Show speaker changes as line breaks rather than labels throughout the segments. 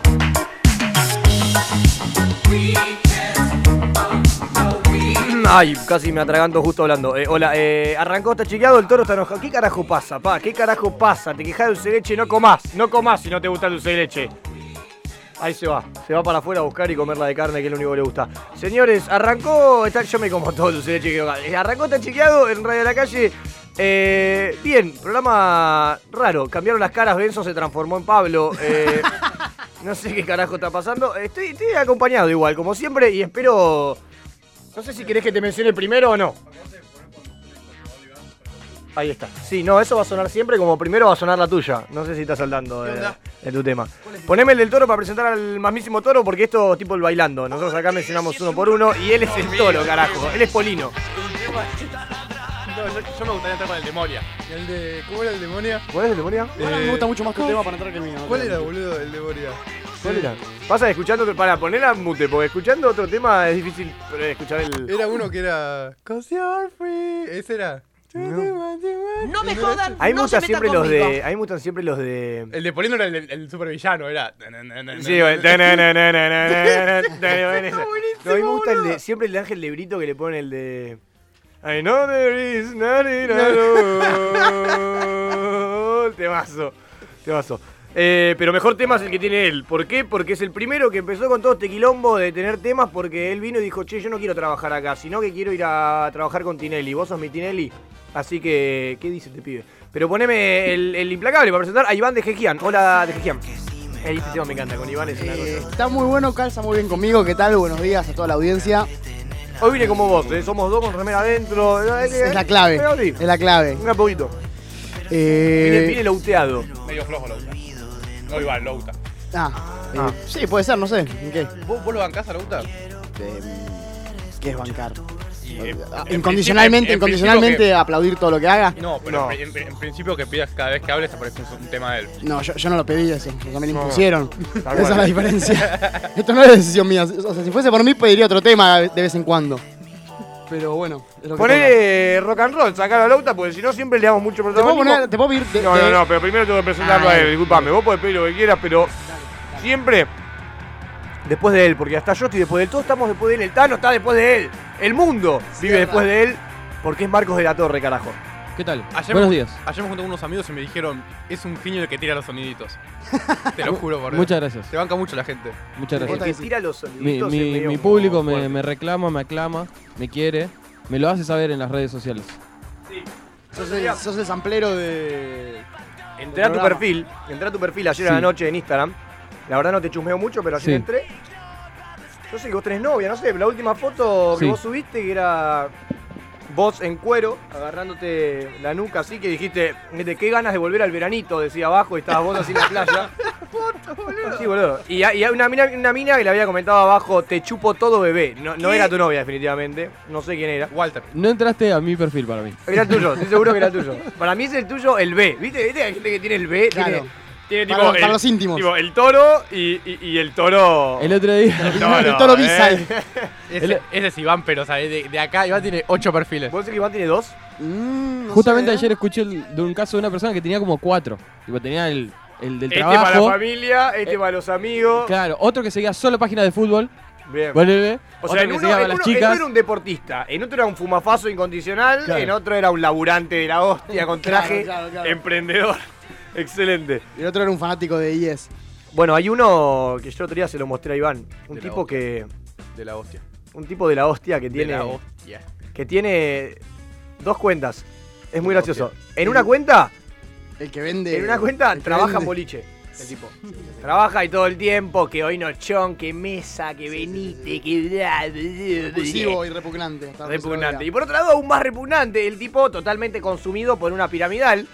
Ay, casi me atraganto justo hablando. Eh, hola, eh, arrancó, está chequeado, el toro está enojado. ¿Qué carajo pasa, pa? ¿Qué carajo pasa? Te quejas de dulce de leche, no comás. No comás si no te gusta el dulce de leche. Ahí se va, se va para afuera a buscar y comerla de carne, que es lo único que le gusta. Señores, arrancó, está, yo me como todo el dulce de leche que hago. Eh, Arrancó, está chequeado en Radio de la Calle. Eh, bien, programa raro. Cambiaron las caras, Benzo se transformó en Pablo. Eh, no sé qué carajo está pasando. Estoy, estoy acompañado igual, como siempre, y espero... No sé si querés que te mencione primero o no. Ahí está. Sí, no, eso va a sonar siempre como primero va a sonar la tuya. No sé si estás saltando de, de tu tema. Poneme el del toro para presentar al mismísimo toro porque esto es tipo el bailando. Nosotros acá mencionamos uno por uno y él es el toro, carajo. Él es Polino.
No, yo, yo me gustaría entrar con el demonia.
El de. ¿Cómo era el demonia?
¿Cuál es el demonio?
Bueno, Eh, me gusta mucho más que el tema para entrar que el mío. ¿Cuál era,
boludo?
boludo, el demonia?
¿Cuál era? Pasa escuchando otro. Para poner a mute, porque escuchando otro tema es difícil eh, escuchar el.
Era uno que era. Cause you're free. Ese era.
No me jodan.
A mí me
no se metan
gustan siempre los
conmigo.
de. A mí me gustan siempre los de.
El de Polino era el, el supervillano, era.
Sí, bueno. No, a mí me gusta el
boludo.
de, siempre el de Ángel Lebrito que le pone el de. I know there is nothing at all. Temazo. Temazo. Eh, pero mejor tema es el que tiene él. ¿Por qué? Porque es el primero que empezó con todo este quilombo de tener temas porque él vino y dijo, che, yo no quiero trabajar acá, sino que quiero ir a trabajar con Tinelli. Vos sos mi Tinelli. Así que, ¿qué dice este pibe? Pero poneme el, el implacable para presentar a Iván de Gejian. Hola, de Gejian. Eh, Este tema me encanta, con Iván es una
Eh,
cosa.
está muy bueno, calza muy bien conmigo. ¿Qué tal? Buenos días a toda la audiencia.
Hoy vine como vos, eh, somos dos con remera adentro. eh,
Es, es la clave.
Pero abrí.
Es la clave.
Un poquito.
Eh,
Vine, vine lauteado.
Medio flojo Louta. No, igual, Louta.
ah, eh,
Ah.
sí, puede ser, no sé. ¿Qué,
¿Vos, vos lo bancás a Louta?
mm,
¿Qué es bancar?
Y, eh,
Ah,
en
Incondicionalmente,
principio- en
incondicionalmente
principio
aplaudir todo lo que haga.
que- no, pero
No.
En, en- en principio que pidas cada vez que hables aparece un, un tema de él.
No, yo, yo no lo pedí eso, porque me lo
No.
impusieron.
Tal
Esa es
cual.
la diferencia. Esto no es decisión mía. O sea, si fuese por mí, pediría otro tema de vez en cuando. Pero bueno, es lo que toca.
Poné eh, rock and roll, sacalo a lauta porque si no siempre le damos mucho
¿Te puedo,
protagonismo.
poner, ¿Te puedo pedir de-
No,
de-
no, no, pero primero tengo que presentarlo a él, disculpame. Vos podés pedir lo que quieras, pero siempre después de él, porque hasta yo estoy después de él, todos estamos después de él, el Tano está después de él, el mundo vive después de él, porque es Marcos de la Torre, carajo.
¿Qué tal?
Ayer
Buenos
me,
días.
Ayer me junté con unos amigos y me dijeron, es un genio el que tira los soniditos. Te lo juro, por Dios.
Muchas gracias.
Te banca mucho la gente.
Muchas
El
Importa
que
gracias.
que sí.
tira los
Mi,
soniditos
mi-
es medio
mi
como
público me,
fuerte.
me reclama, me aclama, me quiere, me lo hace saber en las redes sociales.
Sos el, sos el samplero de.
Entré a tu
programa.
perfil, entré a tu perfil ayer a la
Sí.
noche en Instagram. La verdad no te chusmeo mucho, pero ayer
Sí.
entré. Yo sé que vos tenés novia, no sé, la última foto que
Sí.
vos subiste que era vos en cuero, agarrándote la nuca así, que dijiste, de qué ganas de volver al veranito, decía abajo, y estabas vos así en la playa. Sí, boludo. Y hay una mina, una mina que le había comentado abajo, te chupo todo bebé. No, no era tu novia, definitivamente. No sé quién era.
Walter.
No entraste a mi perfil para mí.
Era el tuyo, estoy seguro que era el tuyo. Para mí es el tuyo el B. ¿Viste? ¿Viste? Hay gente que tiene el B. tiene-
Claro.
Tiene
Para, los- para los íntimos.
Tipo, el toro y, y- y el toro.
El otro día.
El toro
eh.
B-side.
eh. Ese, ese es Iván, pero sabés, de, de acá Iván tiene ocho perfiles.
¿Vos decís que Iván tiene dos?
Mm, no
Justamente
eh.
sé.
ayer escuché el- de un caso de una persona que tenía como cuatro. Tipo, tenía el, el del
Este para la
trabajo.
familia, este
Eh,
para los amigos.
Claro, otro que seguía solo páginas de fútbol.
Bien.
ponele,
o
otro
sea, en
que
uno,
seguía a
en
las
uno- en
chicas.
uno era un deportista, en otro era un fumafazo incondicional,
Claro.
en otro era un laburante de la hostia con
Claro,
traje,
claro, claro.
emprendedor. Excelente.
El otro era un fanático de IES.
Bueno, hay uno que yo el otro día se lo mostré a Iván. Un
De la
tipo
hostia.
que.
De la hostia.
Un tipo de la hostia que tiene.
De la hostia.
que tiene dos cuentas. Es muy
la
gracioso.
hostia.
En una cuenta,
El que vende.
en una cuenta
el que
trabaja en
vende.
boliche. El tipo. Trabaja y todo el tiempo, que hoy nochón, que mesa, que venite, que bla, bla, bla,
Impulsivo y repugnante. Está
Repugnante. Y
repugnante.
por otro lado, aún más repugnante, el tipo totalmente consumido por una piramidal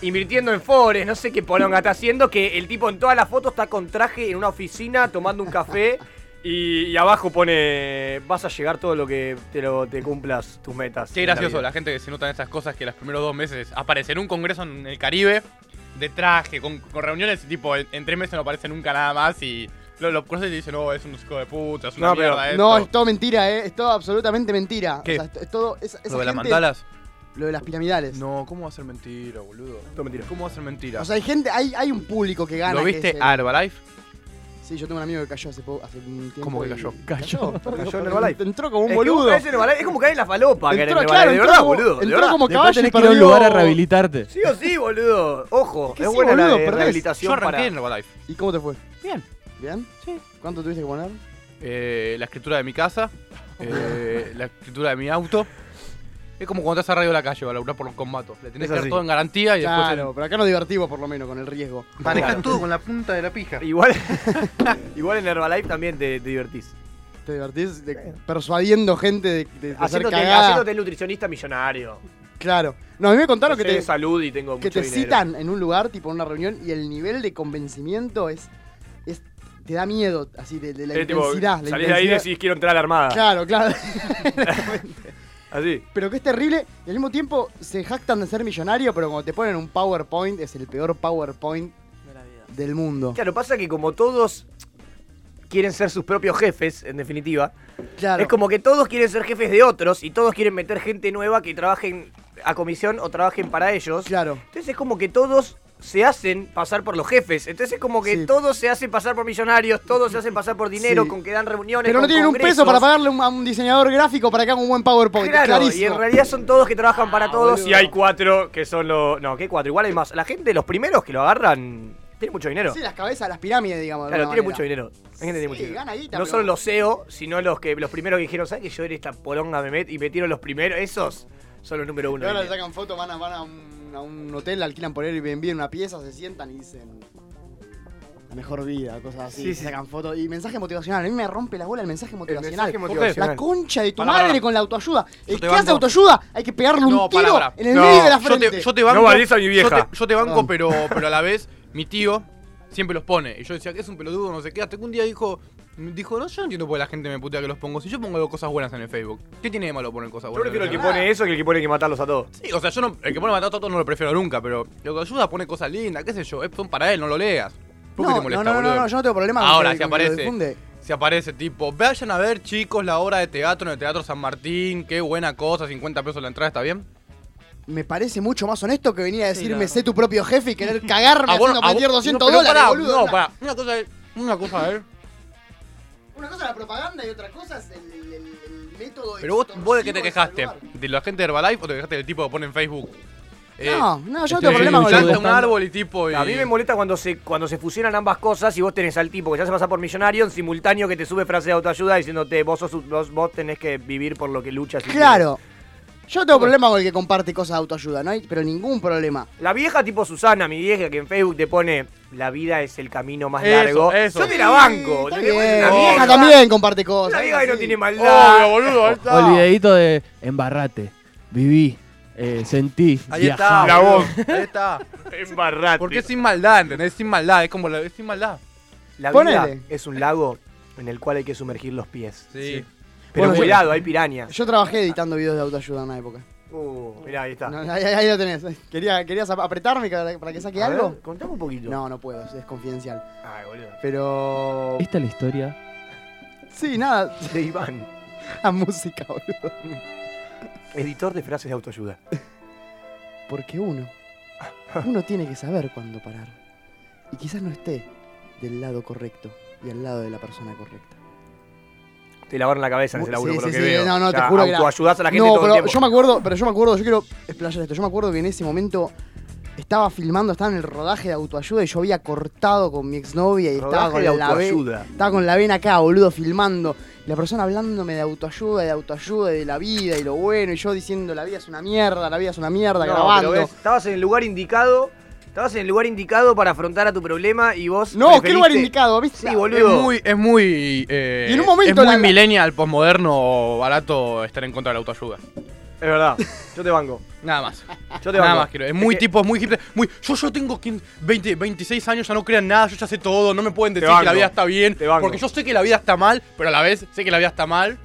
invirtiendo en Forex, no sé qué poronga está haciendo, que el tipo en todas las fotos está con traje en una oficina tomando un café y, y abajo pone, vas a llegar todo lo que te, lo, te cumplas tus metas.
Qué
en la
gracioso,
vida".
la, gente que se nota en estas cosas que los primeros dos meses aparece en un congreso en el Caribe, de traje, con, con reuniones, y tipo, en, en tres meses no aparece nunca nada más y lo, lo cruzan y dicen, no, es un hijo de puta, es una
No, pero-
mierda esto".
No, es todo mentira, ¿eh? Es todo absolutamente mentira.
¿Qué?
O sea, es to- es todo. esa- esa
¿Lo de las
gente-
mandalas?
Lo de las piramidales.
No, ¿cómo va a ser mentira, boludo?
Todo mentira.
¿Cómo va a ser mentira?
O sea, hay gente, hay, hay un público que gana.
¿Lo
que
viste
es el-
a Herbalife?
Sí, yo tengo un amigo que cayó hace, poco, hace un tiempo.
¿Cómo que
y-
cayó?
Cayó.
Cayó en Herbalife.
Entró como un
Es que vos
boludo.
caes en Herbalife, es como caer en la falopa, caer en
Entró,
Herbalife,
claro,
de
entró
verdad,
como-
boludo. de
entró
verdad.
como
Después
caballo y
tenés que ir a un
perdió-
lugar a rehabilitarte.
Sí o sí, boludo. Ojo,
que
es
sí,
buena la
boludo,
de
perdés.
Yo
rehabilitación
arranqué
para...
en Herbalife.
¿Y cómo te fue?
Bien.
¿Bien?
Sí.
¿Cuánto tuviste que poner?
Eh, la escritura de mi casa, eh, la escritura de mi auto. Es como cuando estás arriba de la calle, va a laburar por los combatos. Le tenés
Es
que dar
así.
todo en garantía y después...
Claro, pero acá nos divertimos por lo menos con el riesgo.
Manejas todo con la punta de la pija.
Igual, igual en Herbalife también te, te divertís.
Te divertís de- persuadiendo gente de, de- de hacer
Haciéndote,
cagada.
haciéndote el nutricionista millonario.
Claro. No, a mí me contaron
Yo
que
sé de
te,
salud y tengo
que te
mucho dinero.
citan en un lugar, tipo en una reunión, y el nivel de convencimiento es. es- te da miedo, así, de, de la
Es tipo,
intensidad. la
salís de ahí y
intensidad.
decís quiero entrar a la armada.
Claro, claro.
Ah. Así.
Pero que es terrible. Y al mismo tiempo se jactan de ser millonario, pero cuando te ponen un PowerPoint, es el peor PowerPoint
De la vida.
del mundo.
Claro, pasa que como todos quieren ser sus propios jefes, en definitiva,
Claro.
es como que todos quieren ser jefes de otros y todos quieren meter gente nueva que trabajen a comisión o trabajen para ellos.
Claro.
Entonces es como que todos se hacen pasar por los jefes. Entonces es como que
Sí.
todos se hacen pasar por millonarios, todos se hacen pasar por dinero,
Sí.
con que dan reuniones.
Pero no
con
tienen un
congresos.
peso para pagarle un- a un diseñador gráfico para que haga un buen PowerPoint.
Claro,
clarísimo. Ah,
y en realidad son todos que trabajan para todos.
boludo.
Y hay cuatro que son los. No, que hay cuatro. Igual hay más. La gente, los primeros que lo agarran, tiene mucho dinero.
Sí, las cabezas, las pirámides, digamos. de
Claro,
alguna
tiene
manera.
mucho dinero. La gente tiene
Sí,
mucho dinero.
gana guita,
no
pero-
solo los CEO, sino los que los primeros que dijeron, ¿sabes que yo era esta poronga me met? Y metieron los primeros. Esos son los número uno. eh.
Y ahora le
del día.
sacan fotos, van, a, van a, un, a un hotel, alquilan por Airbnb en una pieza, se sientan y dicen. La mejor vida, cosas así.
Sí,
se
sí.
sacan fotos. Y mensaje motivacional. A mí me rompe la bola el mensaje
El
motivacional.
mensaje
La
motivacional.
concha de tu
Pará,
madre
pará.
con la autoayuda. El
te
que hace
banco.
autoayuda hay que pegarle un
No,
tiro
pará, pará.
en el
No,
medio de la
yo
frente.
te, yo te banco.
No valés a mi vieja.
Yo te, yo te
Perdón.
banco, pero, pero a la vez, mi tío siempre los pone. Y yo decía, que es un pelotudo, no sé qué. Hasta que un día dijo, dijo, no, yo no entiendo por qué la gente me putea que los pongo. Si yo pongo cosas buenas en el Facebook, ¿qué tiene de malo poner cosas
Yo
buenas?
prefiero el
en
que
el
pone eso que el que pone que matarlos a todos.
Facebook? Sí, o sea, yo no, el que pone matado a todos no lo prefiero nunca, pero lo que ayuda pone cosas lindas, qué sé yo. Es- Son para él, no lo leas. ¿Por qué
no,
te molesta,
no, no, no,
boludo?
no, yo no tengo problema con
Ahora,
que-
si
con que lo
aparece.
difunde.
Se aparece tipo, vayan a ver chicos la obra de teatro en el Teatro San Martín, qué buena cosa, 50 pesos la entrada, ¿está bien?
Me parece mucho más honesto que venir a decirme
la
sé tu propio jefe y querer cagarme
Ah, bueno,
haciendo
ah,
perder
bueno,
200
no, pero
dólares,
pará,
boludo.
No,
Una-
pará, una cosa es, una cosa es
Una cosa es la propaganda y otra cosa es el, el- el método
Pero vos, vos de qué te
extorsivo
quejaste?
del celular.
¿De la gente de Herbalife o te quejaste del tipo que pone en Facebook? Eh,
No, no, yo no
estoy
tengo problema con
escuchando-
la
planta un árbol y tipo. eh. y-
A mí me molesta cuando se, cuando se fusionan ambas cosas y vos tenés al tipo que ya se pasa por millonario en simultáneo que te sube frase de autoayuda diciéndote vos, sos, vos, vos tenés que vivir por lo que luchas. y
Claro. Yo no tengo problema con el que comparte cosas de autoayuda, no hay, pero ningún problema.
quieres. La vieja tipo Susana, mi vieja, que en Facebook te pone la vida es el camino más
Eso,
largo.
eso.
Yo te la banco.
Está
Yo te voy a
bien,
decir,
La
una
vieja
vieja-
también comparte cosas.
Una vieja que no
sí.
tiene maldad.
Obvio, boludo, eh. ahí está.
O el videíto de embarrate, viví, eh, sentí,
Ahí
viajá.
está.
La
boludo,
voz.
Ahí está.
Embarrate.
Porque es sin maldad, ¿entendés? Es sin maldad, es como la. Es sin maldad.
La
Ponele.
vida es un lago en el cual hay que sumergir los pies.
Sí.
Pero
Bueno, yo-
cuidado, hay pirañas.
Yo trabajé editando videos de autoayuda en una época.
Uh, mirá, ahí está.
No, ahí, ahí- ahí lo tenés. Quería, ¿Querías ap- apretarme para para que saque
A
algo?
ver, contame un poquito.
No, no puedo, es confidencial.
Ay, boludo.
Pero.
Esta es la
eh.
historia.
Sí, nada,
De Iván.
la música, boludo.
Editor de frases de autoayuda.
Porque uno, uno tiene que saber cuándo parar. Y quizás no esté del lado correcto y al lado de la persona correcta.
Te lavaron la cabeza en ese
Sí,
laburo, por
sí,
lo que
sí,
veo.
no, no,
O sea,
te juro que era-
autoayudás a la
no,
gente todo
pero
el tiempo.
yo me acuerdo, pero yo me acuerdo, yo quiero explayar esto. Yo me acuerdo que en ese momento estaba filmando, estaba en el rodaje de autoayuda y yo había cortado con mi exnovia y estaba
Rodaje
con
de
la ve-
autoayuda.
Estaba con la vena acá, boludo, filmando. Y la persona hablándome de autoayuda, de autoayuda, y de la vida y lo bueno. Y yo diciendo, la vida es una mierda, la vida es una mierda,
No,
grabando.
pero ves, estabas en el lugar indicado. Estabas en el lugar indicado para afrontar a tu problema y vos.
No, qué lugar
preferiste-
indicado, ¿viste?
Sí, boludo.
Es muy. Es muy. eh,
Y en un momento
Es muy
la- la-
millennial, posmoderno, barato estar en contra de la autoayuda.
Es verdad. Yo te banco.
Nada más.
Yo te
nada
banco.
más quiero. Es muy
que-
tipo, es muy hippie, muy. Yo, yo tengo 15, 20, 26 años, ya no crean nada, yo ya sé todo, no me pueden decir que
banco.
la vida está bien.
Te banco.
Porque yo sé que la vida está mal, pero a la vez sé que la vida está mal.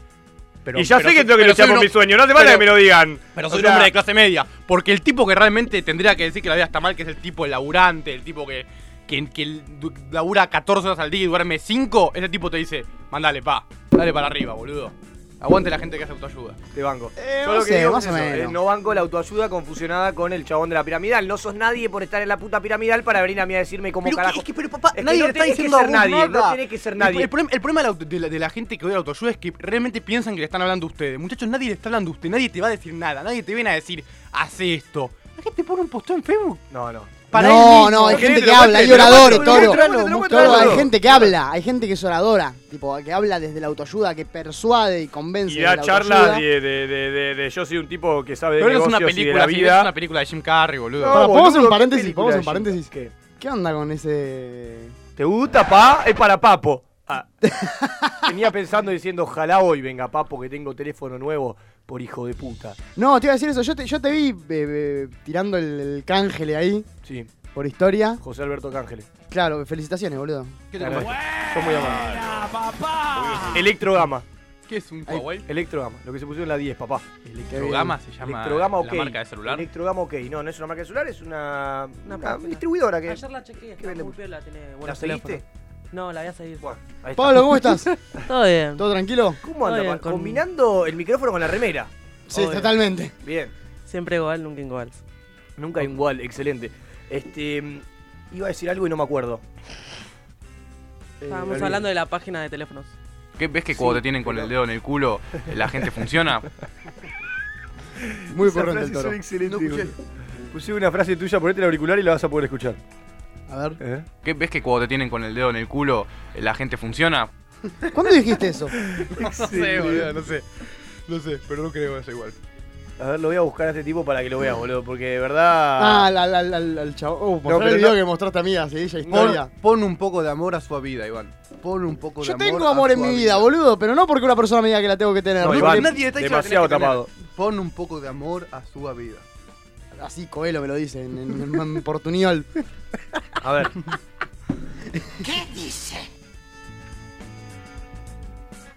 Pero,
y ya
pero
sé que
soy-
tengo que
pero
luchar
soy
por
un-
mi sueño. No hace falta
pero-
que me lo digan.
Pero
O
soy un
sea,
hombre de clase media. Porque el tipo que realmente tendría que decir que la vida está mal, que es el tipo laburante, el tipo que, que, que du- labura 14 horas al día y duerme 5, ese tipo te dice, mandale, pa, dale para arriba, boludo. Aguante la gente que hace autoayuda.
Te banco.
Eh,
Yo
no
lo que
sé,
digo es
más o
eso, eh,
menos.
no banco la autoayuda confusionada con el chabón de la piramidal. No sos nadie por estar en la puta piramidal para venir a mí a decirme cómo
Pero que-
carajo.
es que, pero papá,
Es que
nadie
no
le está
tenés que
diciendo a
ser
vos
nadie,
nada.
no tiene que ser
El-
nadie.
El, problema, el problema de, la, auto- de la- de la gente que odia la autoayuda es que realmente piensan que le están hablando a ustedes. Muchachos, nadie le está hablando a usted, nadie te va a decir nada, nadie te viene a decir, hace esto. La gente pone un posteo en Facebook.
No, no.
Para él
no,
mismo.
no, hay
Porque
gente
te
que
lo
habla, hay
muestra, te lo
oradores,
muestra,
toro.
te lo muestra, te lo muestra,
Toro,
te lo
hay
muestra.
gente que habla, hay gente que es oradora, tipo, que habla desde la autoayuda, que persuade y convence.
Y
de
da
la
charlas
autoayuda.
de, de, de, de- de yo soy un tipo que sabe de
Pero es
negocios
una
y de la
película, sí,
vida.
es una película de Jim Carrey, boludo.
Pará, ¿podemos hacer un
boludo, ¿qué
paréntesis?
película
¿Podemos hacer un
de
paréntesis?
Jim?
¿Qué onda con ese...?
¿Te gusta, pa? Es para papo. Ah. Venía pensando diciendo, ojalá hoy venga papo que tengo teléfono nuevo por hijo de puta.
No, te iba a decir eso, yo te, yo te vi eh, eh, tirando el, el cángele ahí,
Sí,
por historia.
José Alberto Cángeles.
Claro, felicitaciones, boludo.
¿Qué, te
Claro.
compraste?
Yo muy amable. Electrogama.
¿Qué es un
Ay,
Huawei?
Electrogama. Lo que se pusieron en la 10, papá.
Electrogama se llama
Electrogama OK.
la marca de celular.
Electrogama OK. No, no es una marca de celular, es una, una distribuidora que...
Ayer la chequeé, está
vende
muy
mucho?
piola, tiene buenos
Ah, ¿La seguiste?
teléfonos. No, la voy a seguir.
Bueno, eh, ahí está.
Pablo, ¿cómo estás?
Todo bien.
¿Todo tranquilo?
¿Cómo anda?
Todo bien,
pa?
con-
Combinando el micrófono con la remera.
Sí,
Obvio.
totalmente.
Bien.
Siempre igual, nunca igual.
Nunca hay un igual, excelente. Este. mm, Iba a decir algo y no me acuerdo.
Estábamos hablando de la página de teléfonos.
¿Qué- ¿Ves que cuando te tienen con el dedo en el culo, la gente funciona?
Muy corriente el toro.
excelente. Puse una frase tuya, ponete el auricular y la vas a poder escuchar.
A ver.
¿Eh?
¿Qué- ¿Ves que cuando te tienen con el dedo en el culo, la gente funciona?
¿Cuándo dijiste eso?
No sé, boludo, no sé. No sé, pero no creo eso igual.
A ver, lo voy a buscar a este tipo para que lo veas, boludo, porque de verdad.
Ah, al, al, al, al chavo. Oh, mostrar
pero
el video
no-
que mostraste a mí, así, ella
Pon,
historia.
pon un poco de amor a su vida, Iván. Pon un poco de
Yo
amor.
tengo
a
amor
su
en mi vida, boludo, pero no porque una persona me diga que la tengo que tener.
No,
Porque
Iván,
nadie está diciendo que
demasiado
tenés que
tapado.
Pon un poco de amor a su vida.
Así Coelho me lo dice en, en, en- en Portuñol.
A ver.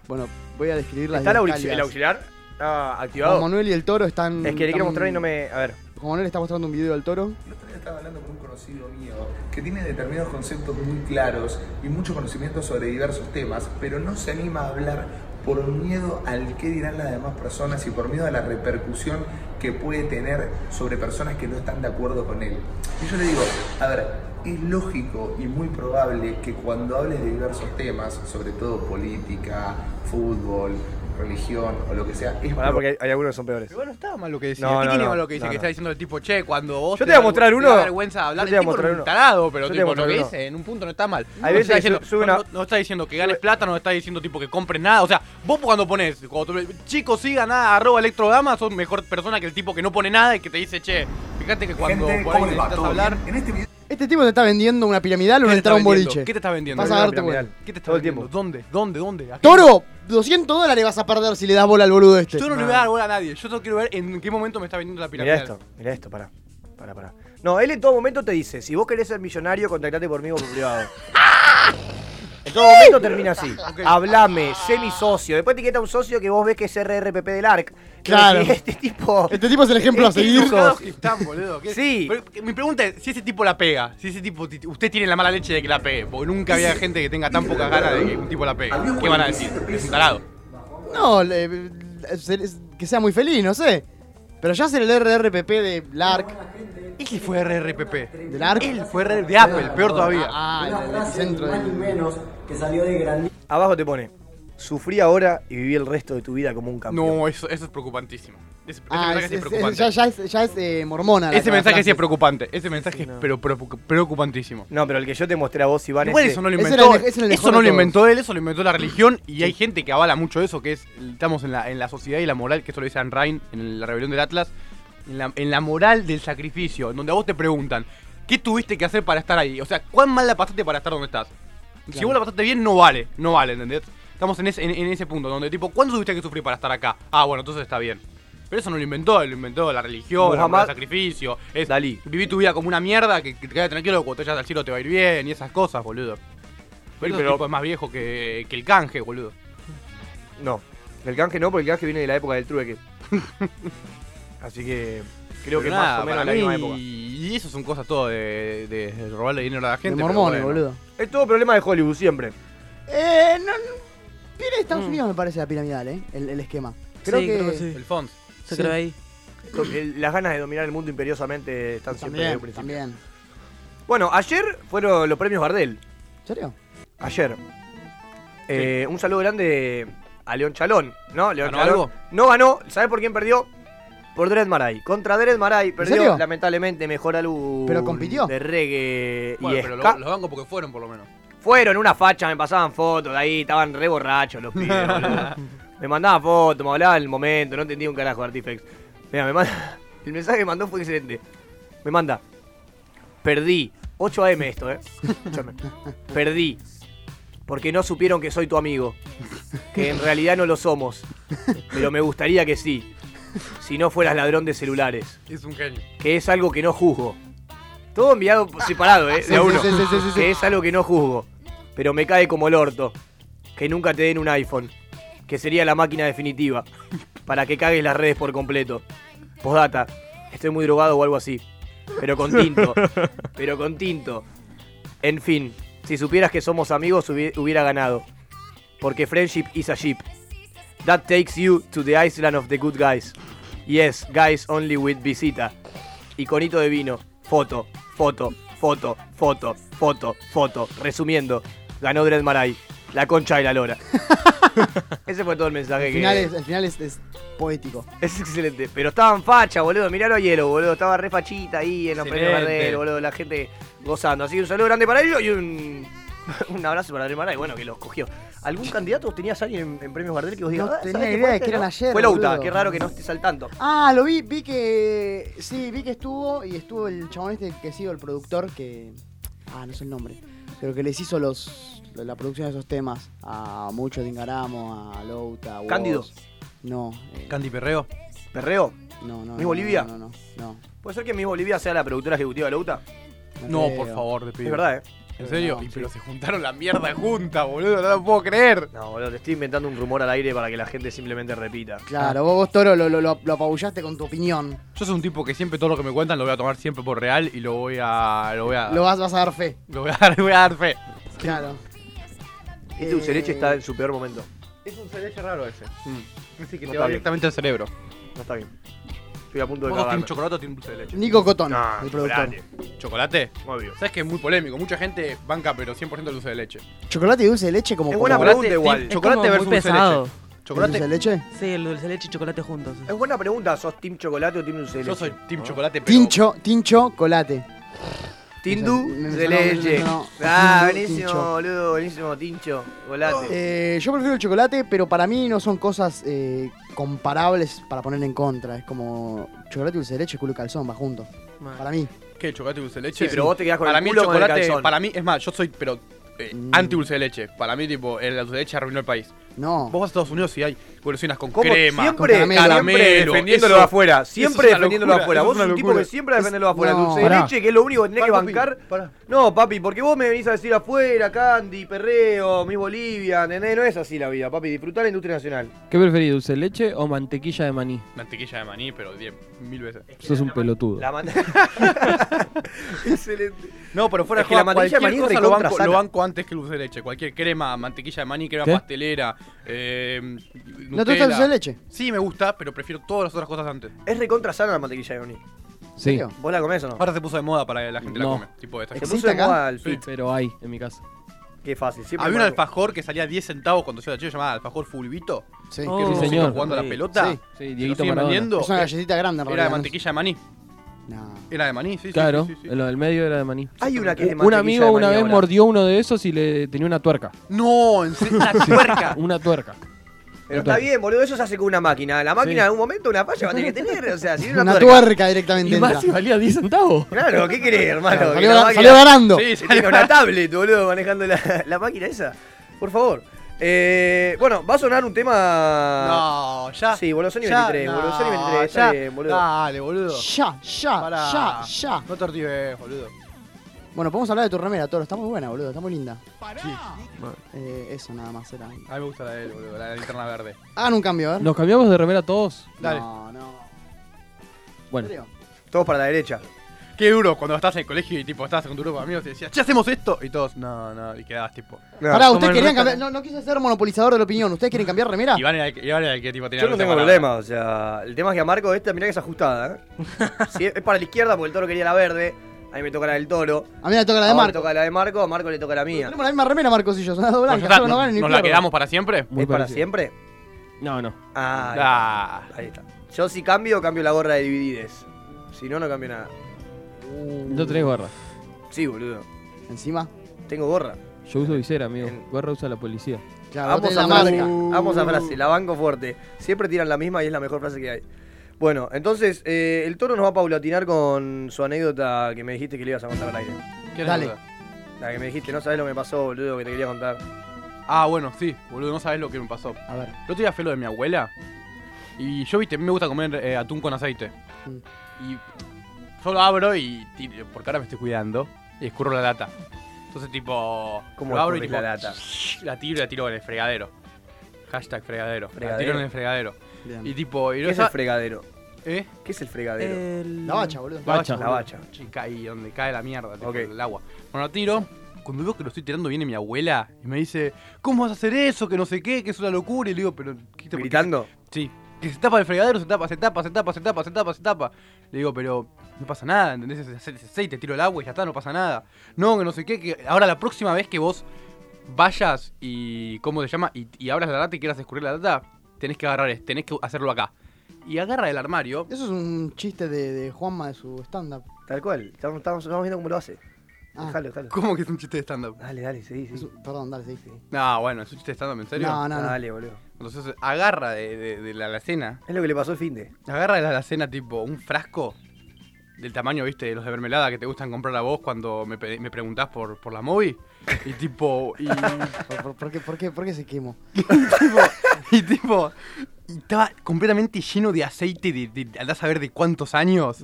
Bueno, voy a describir las
¿Está el, auxi-
diacalias.
el auxiliar? Ah,
Juan
activado.
Manuel y el toro están.
Es que le quiero
están-
mostrar y no me. A ver.
Juan Manuel está mostrando un video del toro.
El otro día estaba hablando con un conocido mío que tiene determinados conceptos muy claros y mucho conocimiento sobre diversos temas, pero no se anima a hablar por miedo al que dirán las demás personas y por miedo a la repercusión que puede tener sobre personas que no están de acuerdo con él. Y yo le digo, a ver, es lógico y muy probable que cuando hables de diversos temas, sobre todo política, fútbol, religión o lo que sea, es
Pará, porque hay, hay algunos que son peores.
Igual no estaba mal lo que decía.
No,
¿Qué
no,
tiene
no,
mal lo que dice?
no,
que
no.
está diciendo el tipo, che, cuando
Yo
vos.
te
da
voy a mostrar
vergü-
uno.
te da vergüenza hablar. El
Yo te voy a
tipo es
mostrar
un
uno.
tarado, pero
Yo te
tipo,
voy a
lo que
mostrar uno.
dice, en un punto no está mal.
Hay
no,
veces
está
que
diciendo,
su- sube una-
no, no está diciendo que ganes plata, no está diciendo tipo que compres nada. O sea, vos cuando pones, cuando tú- chicos, sigan a arroba electrodama, sos mejor persona que el tipo que no pone nada y que te dice, che, fíjate que cuando
Gente,
por ahí
¿cómo les va?
necesitas
¿Todo
hablar.
bien? En este video
Este tipo te está vendiendo una piramidal o
¿Qué
una
te está
entrada a un
vendiendo?
boliche.
¿Qué te está vendiendo?
Vas a
Una
darte
piramidal.
cuenta.
¿Qué te está
Todo el
vendiendo?
tiempo.
¿Dónde? ¿Dónde? ¿Dónde? ¿A qué?
Toro, 200 dólares vas a perder si le das bola al boludo este.
Yo no le voy a dar bola a nadie. Yo solo quiero ver en qué momento me está vendiendo la piramidal.
Mirá esto, mirá esto, pará. Pará, pará. No, él en todo momento te dice, si vos querés ser millonario, contactate por mí o por privado. En todo momento termina así. Hablame, sé mi socio. Después te queda un socio que vos ves que es RRPP del ARC. Entonces,
Claro.
Este tipo...
Este tipo es el ejemplo a
Este
seguir.
tipo-
Todos que están, boludo. ¿Qué-
Sí.
Pero, que- mi pregunta es si ese tipo la pega. Si ese tipo, ti- usted tiene la mala leche de que la pegue. Porque nunca había gente que tenga tan pocas ganas de que un tipo la pegue. ¿Qué van a decir? Es un tarado.
No, le- le- se- que sea muy feliz, no sé. Pero ya hacer el RRPP de Lark,
Él fue RRPP.
de Lark.
Él fue RRPP de Apple, peor todavía.
Ah, el, el epicentro del-
Abajo te pone, sufrí ahora y viví el resto de tu vida como un campeón.
No, eso, eso es preocupantísimo. Ese, ese
Ah, es-
Este mensaje sí es
es-
preocupante.
ya, ya es, ya es, eh, mormona. la-
ese
la
mensaje sí
frase.
es preocupante. Ese mensaje es pero, pero- preocupantísimo.
No, pero el que yo te mostré a vos, Iván,
Igual
este-
eso no lo
ese era
inventó.
el- ese era el
eso
mejor
no
de
lo
todos.
inventó él, eso lo inventó la religión. Y hay gente que avala mucho eso, que es. Estamos en la, en la sociedad y la moral, que eso lo dice Anne Ryan en la rebelión del Atlas. En la, en la moral del sacrificio, en donde a vos te preguntan, ¿qué tuviste que hacer para estar ahí? O sea, ¿cuán mal la pasaste para estar donde estás? Si vos la pasaste bien, no vale, no vale, ¿entendés? Estamos en ese, en, en ese punto, donde tipo, ¿cuánto tuviste que sufrir para estar acá? Ah, bueno, entonces está bien. Pero eso no lo inventó, lo inventó la religión, el
Muhammad-
amor al sacrificio. Es
Dalí.
Viví tu vida como una mierda, que, que te quedas tranquilo, que cuando te vayas al cielo te va a ir bien y esas cosas, boludo. Pero,
pero-
pero es más viejo que, que el canje, boludo.
No. El canje no, porque el canje viene de la época del trueque. Así que creo
Pero
que es
nada,
más o menos
para
la misma
mí-
época.
Y eso son cosas todo de, de- de robarle dinero a la
De
gente. pero
mormones,
bueno.
boludo.
Es todo problema de Hollywood siempre.
Eh, no, no- Viene de Estados
Mm.
Unidos, me parece, la piramidal, ¿eh? El, el esquema.
Sí, creo que sí.
El Fons.
Se
Sí.
creó ahí.
Esto- el- Las ganas de dominar el mundo imperiosamente están siempre desde el
También,
principio.
también.
Bueno, ayer fueron los premios Gardel.
¿En serio?
Ayer. Eh, un saludo grande a León Chalón, ¿no? León
¿Ganó
Chalón
algo?
no ganó. ¿Sabes por quién perdió? Por Dred Maray. Contra Dred Maray perdió,
serio?
lamentablemente, mejor álbum
¿Pero compitió?
de reggae
Bueno,
y
pero
ska.
lo- los bancos porque fueron, por lo menos.
Fueron una facha, me pasaban fotos de ahí, estaban re borrachos los pibes, boludo. Me mandaban fotos, me hablaban el momento, no entendía un carajo de Artifex. Mira, me manda. El mensaje que mandó fue excelente. Me manda. Perdí. 8 AM esto, eh. Escuchame. Perdí. Porque no supieron que soy tu amigo. Que en realidad no lo somos. Pero me gustaría que sí. Si no fueras ladrón de celulares.
Es un genio.
Que es algo que no juzgo. Todo enviado separado, eh. De a uno
Sí, sí, sí, sí, sí.
que es algo que no juzgo, pero me cae como el orto. Que nunca te den un iPhone, que sería la máquina definitiva, para que cagues las redes por completo. Postdata, estoy muy drogado o algo así, pero con tinto, pero con tinto. En fin, si supieras que somos amigos hubi- hubiera ganado, porque friendship is a ship. That takes you to the island of the good guys. Yes, guys only with visita. Iconito de vino. Foto, foto, foto, foto, foto, foto. Resumiendo, ganó Dred Maray. La concha y la lora. Ese fue todo el mensaje
El
que.
final, es, el final es, es poético.
Es excelente. Pero estaban facha, boludo. Miralo a hielo, boludo. Estaba re fachita ahí en los premios
Excelente.
Gardel, boludo. La gente gozando. Así que un saludo grande para ellos y un. un abrazo para Dred Maray. Bueno, que los cogió. ¿Algún candidato tenías alguien en, en premios Gardel que vos digas?
No
"Ah,
tenía
¿sabés qué
idea
fue
de
este,
que eran
no?".
ayer,
Fue Lauta,
boludo.
qué raro que no estés al tanto.
Ah, lo vi, vi que. Sí, vi que estuvo y estuvo el chabón este que sigo, el productor que. Ah, no sé el nombre. Pero que les hizo los la producción de esos temas a Mucho Dingaramo, a Louta, a vos.
Cándido.
No, eh,
Candy Perreo.
¿Perreo?
no, no.
¿Miss
no,
Bolivia?
No, no, no.
¿Puede ser que Miss Bolivia sea la productora ejecutiva de Lauta?
No,
creo.
por favor, te pido.
Es verdad, ¿eh?
¿En serio?
No,
Y
sí.
pero se juntaron la mierda junta, boludo. No lo puedo creer.
No, boludo, te estoy inventando un rumor al aire para que la gente simplemente repita.
Ah.
Claro, vos, vos Toro lo, lo, lo- lo apabullaste con tu opinión.
Yo soy un tipo que siempre todo lo que me cuentan lo voy a tomar siempre por real y lo voy a. Lo voy a.
Lo vas, vas a dar fe.
Ah. lo voy a dar, voy a dar fe.
Claro.
Eh,
Este Ucereche está en su peor momento.
Es un cereche raro ese.
Así que
No
te
está
va
bien.
directamente al cerebro.
No está bien. Mm. Estoy a punto de
¿Vos sos team
cagarme.
chocolate o team dulce de leche?
Nico Cotón,
No,
el productor.
chocolate.
¿Chocolate?
Obvio.
Sabes que es muy polémico. Mucha gente banca, pero 100% dulce de leche.
Chocolate y dulce de leche como
Es buena
como-
pregunta igual.
team
Es
Chocolate
como muy
versus dulce de
pesado.
leche.
¿Dulce de
Chocolate.
leche?
Sí, el dulce de leche y chocolate juntos.
Es buena pregunta, ¿sos team chocolate o team dulce de leche?
Yo soy team chocolate, pero.
Tincho, tincho, colate.
Tindú
No sé,
de
no, no,
leche.
no, no.
Ah,
Tindú,
buenísimo,
tincho.
boludo, buenísimo, tincho, chocolate.
Eh, yo prefiero el chocolate, pero para mí no son cosas eh, comparables para poner en contra. Es como chocolate y dulce de leche, culo y calzón, va junto.
Mal.
Para mí.
¿Qué? ¿Chocolate y dulce de leche?
Sí, pero vos te quedás con
Para
el
mí,
culo con el
chocolate.
calzón.
para mí, es más, yo soy, pero. eh,
Mm.
Anti dulce de leche. Para mí, tipo, el dulce de leche arruinó el país.
No.
Vos vas a Estados Unidos y hay golosinas con
Como
crema, con
siempre,
caramelo,
siempre
caramelo.
defendiéndolo
Eso-
de afuera,
eso es
siempre
una
defendiéndolo de
locura,
afuera.
eso
Vos
es
sos
una
un tipo
locura.
que siempre defendiéndolo de afuera.
no,
Dulce de
pará.
leche, que es lo único que tenés que
Pará, papi,
bancar.
pará.
No, papi, porque vos me venís a decir afuera, Candy, Perreo, Miss Bolivia, ¿entendés? No es así la vida, papi. Disfrutar la industria nacional.
¿Qué preferís, dulce de leche o mantequilla de maní?
Mantequilla de maní, pero 10 mil veces.
Sos un pelotudo.
La man- Excelente.
No, pero fuera
Es que la
joda,
mantequilla de maní
cualquier cosa lo
recontra
banco,
sana.
lo banco antes que el dulce de leche. Cualquier crema, mantequilla de maní, crema
¿Qué?
pastelera, eh,
¿No te gusta el
Nutella.
dulce de leche? ¿En
Sí, me gusta, pero prefiero todas las otras cosas antes.
Es recontra sana la mantequilla de maní.
sí,
serio?
¿Vos la comés o no?
Ahora se puso de moda para que la gente
No.
la come. Tipo esta
Se
gente.
puso de
acá?
moda el fit.
pero hay en mi casa.
Qué fácil. Siempre
Había un
me-
alfajor que salía 10 centavos cuando se la llamada alfajor fulvito.
Sí.
Oh,
que era un
sí,
señor
señor.
jugando a la
Sí.
Sí.
pelota.
Sí,
Se lo
Dieguito
siguen
Maradona.
vendiendo.
Es una galletita grande, en
Era de
realidad,
mantequilla de maní.
No.
Era de maní, sí, sí,
Claro,
sí, sí, sí.
en lo del medio era de maní.
Hay una que es de
Un
mantequilla de
amigo una
maní
vez
ahora.
mordió uno de esos y le tenía una tuerca.
No, en serio, una tuerca.
Una tuerca.
Pero
Una
está
tuerca.
bien, boludo, eso se hace con una máquina. La máquina
Sí.
en algún momento una falla va a tener que tener. O sea, si viene
Una,
una, tuerca.
tuerca directamente.
Y más si
entra.
valía 10 centavos.
Claro, ¿qué querés, hermano? Que
salió,
la
salió
máquina-
ganando.
Sí,
que tenga una tablet, boludo, manejando la, la máquina esa. Por favor. Eh, bueno, va a sonar un tema.
No, ya.
Sí, boludo, son nivel
ya,
23, boludo, son nivel
no,
23, está
ya.
bien, boludo.
Dale, boludo.
Ya, ya,
Pará.
ya, ya.
No te ortigues, boludo.
Bueno, podemos hablar de tu remera, Toro. Está muy buena, boludo. Está muy linda. Eh, eso nada más era.
A mí me gusta la de él, boludo, la de linterna verde.
Hagan un cambio, a ver.
¿Nos cambiamos de remera todos?
Dale.
No, no.
Bueno.
Creo.
Todos para la derecha.
Qué duro cuando estás en el colegio y tipo estás con tu grupo de amigos y decías, ya hacemos esto. Y todos, no, no, y quedabas tipo.
No,
Pará,
somos
ustedes
el
querían
resto-
cambiar. No, no quise ser monopolizador de la opinión. ¿Ustedes quieren cambiar remera?
Iván era el que, Iván era el que tipo tenía
Yo
la
no tengo
última
problema, o sea, el tema es que a Marco esta, mirá que es ajustada, ¿eh? Sí, es para la izquierda porque el toro quería la verde, a mí me toca la del toro.
A mí me toca la
a
de
vos te
Marco.
toca la de Marco, a Marco le toca la mía.
Tenemos la misma remera, Marcos y yo. Son las dos
palabra.
blancas.
Nos,
solo no ganan ni
nos la
pierden.
quedamos para siempre.
Muy
¿Es para
parecido.
siempre?
No, no.
Ah, ahí
Ah.
está, ahí está. Yo si cambio, cambio la gorra de Dividides. Si no, no cambio nada.
No tenés gorra.
Sí, boludo.
Uh. Encima.
Tengo gorra.
Yo uso visera, amigo.
En-
Gorra usa la policía.
Claro, vos
Vamos
tenés
a,
la
frase,
marca. Uh.
vamos a frase, la banco fuerte. Siempre tiran la misma y es la mejor frase que hay. Bueno, entonces, eh, el toro nos va a paulatinar con su anécdota que me dijiste que le ibas a contar al aire.
¿Qué
Dale.
anécdota?
La que me dijiste, no sabes lo que me pasó, boludo, que te quería contar.
Ah, bueno, sí, boludo, no sabes lo que me pasó.
A ver.
El otro día fue lo de mi abuela. Y yo, viste, a mí me gusta comer eh, atún con aceite.
Mm.
Y yo lo abro y. tiro- Porque ahora me estoy cuidando. Y escurro la lata. Entonces, tipo.
¿Cómo
lo abro y
escurrís
tipo,
la lata?
La tiro y la tiro en el fregadero. Hashtag fregadero. La tiro
¿Fregadero?
en el fregadero.
Bien.
Y tipo. Y
¿Qué
no
es el
sa-
fregadero?
¿Eh?
¿Qué es el fregadero?
El-
La bacha, boludo.
Bacha.
La bacha.
Chica, ahí donde cae la mierda, tipo,
Ok.
el agua. Bueno, lo tiro. Cuando veo que lo estoy tirando, viene mi abuela y me dice: ¿Cómo vas a hacer eso? Que no sé qué, que es una locura. Y le digo: ¿Pero qué te por qué
¿Gritando?
Sí. Que se tapa el fregadero, se tapa, se tapa, se tapa, se tapa, se tapa, se tapa. Le digo, pero no pasa nada, ¿entendés? Es ace- es aceite, tiro el agua y ya está, no pasa nada. No, que no sé qué, que ahora la próxima vez que vos vayas y. ¿Cómo se llama? Y, y abras la lata y quieras escurrir la lata, tenés que agarrar, es- tenés que hacerlo acá. Y agarra el armario.
Eso es un chiste de, de Juanma de su stand-up.
Tal cual. Estamos, estamos, estamos viendo cómo lo hace.
Ah.
Déjalo, déjalo.
¿Cómo que es un chiste de stand-up?
Dale, dale, seguí,
Es
seguí.
un- Perdón, dale, sí.
No, bueno, es un chiste de stand-up, ¿en serio?
No, no, no.
Dale, boludo.
Entonces agarra de, de- de la alacena.
Es lo que le pasó el fin de.
Agarra de la alacena tipo un frasco del tamaño, viste, de los de mermelada que te gustan comprar a vos cuando me, pe- me preguntás por, por la móvil. Y tipo, y,
¿Por, por- por qué, por, qué, por qué se quemó?
y tipo, y estaba completamente lleno de aceite, de, de, andás a ver de cuántos años.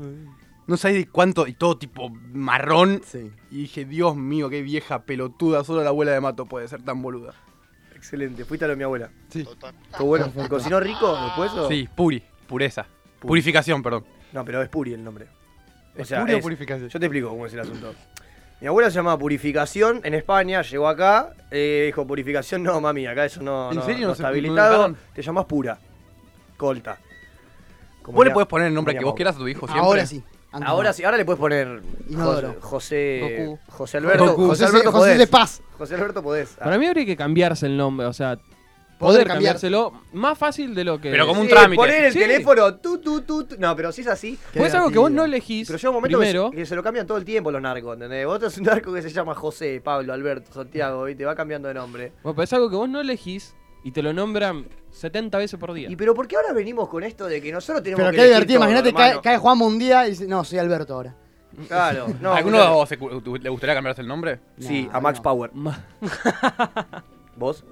No sabés de cuánto, y todo tipo marrón.
Sí.
Y dije, Dios mío, qué vieja pelotuda, solo la abuela de Mato puede ser tan boluda.
Excelente. Fuiste a lo de mi abuela.
Sí.
Estuvo bueno. ¿Cocinó rico después o?
Sí, puri, pureza. Purificación, perdón.
No, pero es Puri el nombre. O sea,
¿Puri o
es-
purificación?
Yo te explico cómo es el asunto. Mi abuela se llamaba Purificación en España, llegó acá, eh, dijo Purificación, no mami, acá eso no,
¿En
no-
serio?
no
¿No se-
está
no
habilitado,
dejaron?
te llamas Pura, Colta. Como
Vos le
era-
podés poner el nombre
como
que
era
vos quieras a tu hijo siempre.
Ahora sí. Antes
Ahora
no.
sí, ahora le puedes poner
Inodoro.
José, José,
Goku.
José Alberto,
Goku.
José
José,
Alberto
José
podés.
de Paz.
José Alberto podés. Ah,
Para mí habría que cambiarse el nombre, o sea, poder,
Poder cambiar.
cambiárselo más fácil de lo que.
Pero como un
sí,
trámite.
Poner el
Sí.
teléfono, tu, tu, tu, tu. No, pero si es así.
Pues es algo que vos no elegís.
Pero llega un momento que se-
primero.
que, se lo cambian todo el tiempo los narcos, ¿entendés? Vos tenés un narco que se llama José, Pablo, Alberto, Santiago, y te va cambiando de nombre.
Bueno, pero es algo que vos no elegís y te lo nombran 70 veces por día.
¿Y pero por qué ahora venimos con esto de que nosotros tenemos
Pero
que
qué
elegir
divertido.
todo,
Imagínate, cae,
hermano? Ah,
cae Juanma un día y dice, no, soy Alberto ahora.
Claro, no.
¿Alguno
escuchá.
se cu- tu- le gustaría cambiarse el nombre?
Sí,
No,
a Max
no.
Power.
Ma-
¿Vos?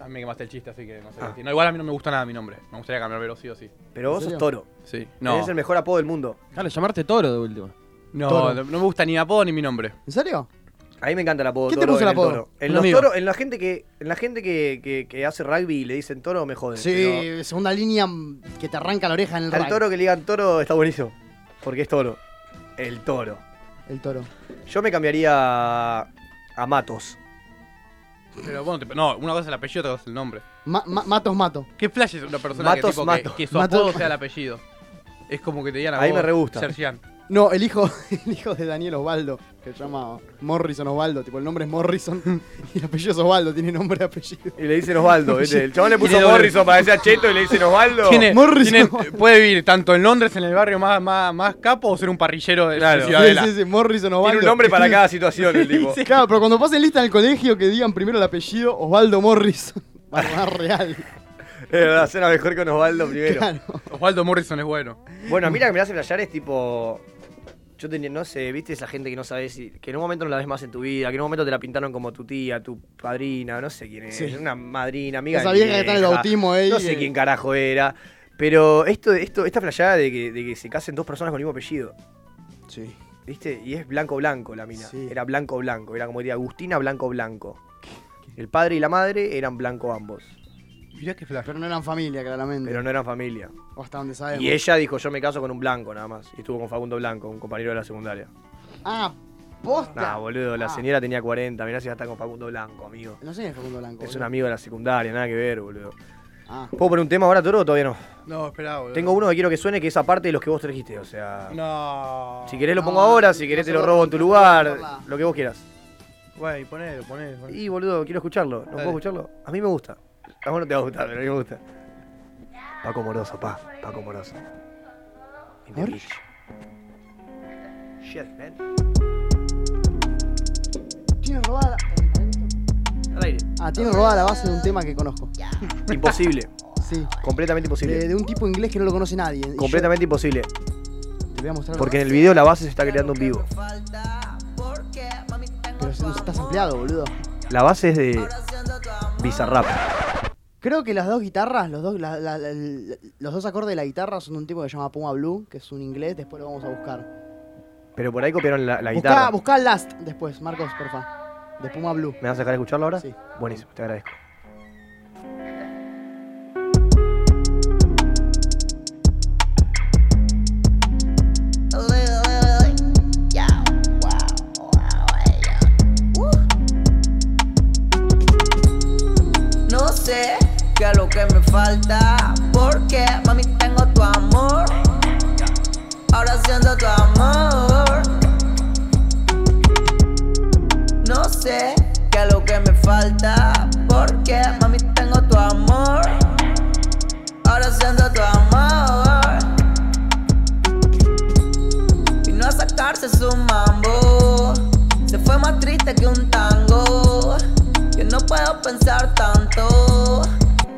A mí me quemaste el chiste, así que no sé.
Ah.
qué- No, igual a mí no me gusta nada mi nombre. Me gustaría cambiarlo sí o sí.
Pero vos
¿En
sos
serio?
toro.
Sí. No.
No. Es el mejor apodo del mundo.
Claro, llamarte toro de última.
No,
Toro.
no me gusta ni mi apodo ni mi nombre.
¿En serio?
A mí me encanta el apodo.
¿Quién te
toro
puso
en
el apodo?
toro. En
Un
los
amigo.
toros, en la gente que, en la gente que, que, que hace rugby y le dicen toro me joden.
Sí,
pero
segunda línea mm, que te arranca la oreja en el
al
rack.
toro que le digan toro está buenísimo. Porque es toro. El toro.
El toro.
Yo me cambiaría a, a Matos.
Pero bueno, te- no, una cosa es el apellido, otra cosa es el nombre.
Ma- ma- matos, mato.
¿Qué flash es una persona
Matos,
que, tipo,
Mato.
que, que su
Mato.
apodo sea el apellido? Es como que te digan a
Ahí
vos,
me re gusta.
Sergian.
No, el hijo, el hijo de Daniel Osvaldo, que se llama Morrison Osvaldo. Tipo, el nombre es Morrison y el apellido es Osvaldo, tiene nombre y apellido.
Y le dicen Osvaldo, ¿viste? El chabón le puso
Tiene doble-
Morrison para decir a Cheto y le dicen Osvaldo.
Tiene-
Morrison.
tiene- puede vivir tanto en Londres, en el barrio más, más, más capo, o ser un parrillero de
Claro.
Ciudadela.
Sí, sí, sí, Morrison Osvaldo.
Tiene un nombre para cada situación el tipo.
Claro, pero cuando pasen lista en el colegio que digan primero el apellido Osvaldo Morrison. Para más real.
Es verdad, suena mejor con Osvaldo primero.
Claro.
Osvaldo Morrison es bueno.
Bueno, mira que me hace flashear es tipo. Yo tenía, no sé, viste esa gente que no sabes, si- que en un momento no la ves más en tu vida, que en un momento te la pintaron como tu tía, tu padrina, no sé quién es,
Sí.
una madrina, amiga.
Esa
de mi
vieja que está en el
vieja,
bautismo, eh,
No
y
sé
que-
quién carajo era. Pero esto, esto, esta flayada de que, de que se casen dos personas con el mismo apellido,
Sí.
¿viste? Y es blanco blanco la mina.
Sí.
Era blanco blanco, era como diría Agustina blanco blanco. El padre y la madre eran blanco ambos,
Mirá que flash.
Pero no eran familia, claramente.
pero no eran familia.
O hasta donde sabemos.
Y ella dijo, yo me caso con un blanco nada más. Y estuvo con Facundo Blanco, un compañero de la secundaria.
Ah, posta.
Nah, boludo, la
Ah.
señora tenía 40, mirá si ya está con Facundo Blanco, amigo.
No sé quién es Facundo Blanco.
Es un
boludo.
amigo de la secundaria, nada que ver, boludo.
Ah.
¿Puedo poner un tema ahora, Toro, o todavía no?
No, esperá, boludo.
Tengo uno que quiero que suene, que es aparte de los que vos trajiste, o sea...
No.
Si querés lo
No,
pongo ahora, si
no
querés
se
te lo
lo-
robo en tu
no se lo
lugar,
puedo robar.
lo que vos quieras.
Güey, ponelo, ponelo. ponelo.
Y, boludo, quiero escucharlo. ¿No puedo
Dale.
escucharlo? A mí me gusta. A vos no te va a gustar, pero a mí me gusta. Paco Moroso, pa. Paco Moroso. In the
Or-
beach. Shit, man.
Tiene robada la...
Al aire.
Ah, tiene robada la base de un tema que conozco.
Imposible.
Sí.
Completamente imposible.
De, de un tipo inglés que no lo conoce nadie. Y yo
Completamente imposible.
Te voy a mostrar.
Porque en el video la base se está creando en vivo.
Pero si no estás empleado, boludo.
La base es de Bizarrap.
Creo que las dos guitarras, los dos, la- la- la- la- los dos acordes de la guitarra son de un tipo que se llama Puma Blue, que es un inglés, después lo vamos a buscar.
Pero por ahí copiaron la, la
Busca,
guitarra.
busca Last después, Marcos, porfa. De Puma Blue.
¿Me vas a dejar escucharlo ahora?
Sí.
Buenísimo, te agradezco.
No sé qué es lo que me falta, porque mami tengo tu amor. Ahora siento tu amor. No sé qué es lo que me falta, porque mami tengo tu amor. Ahora siento tu amor. Vino a sacarse su mambo. Se fue más triste que un tango. Yo no puedo pensar tanto.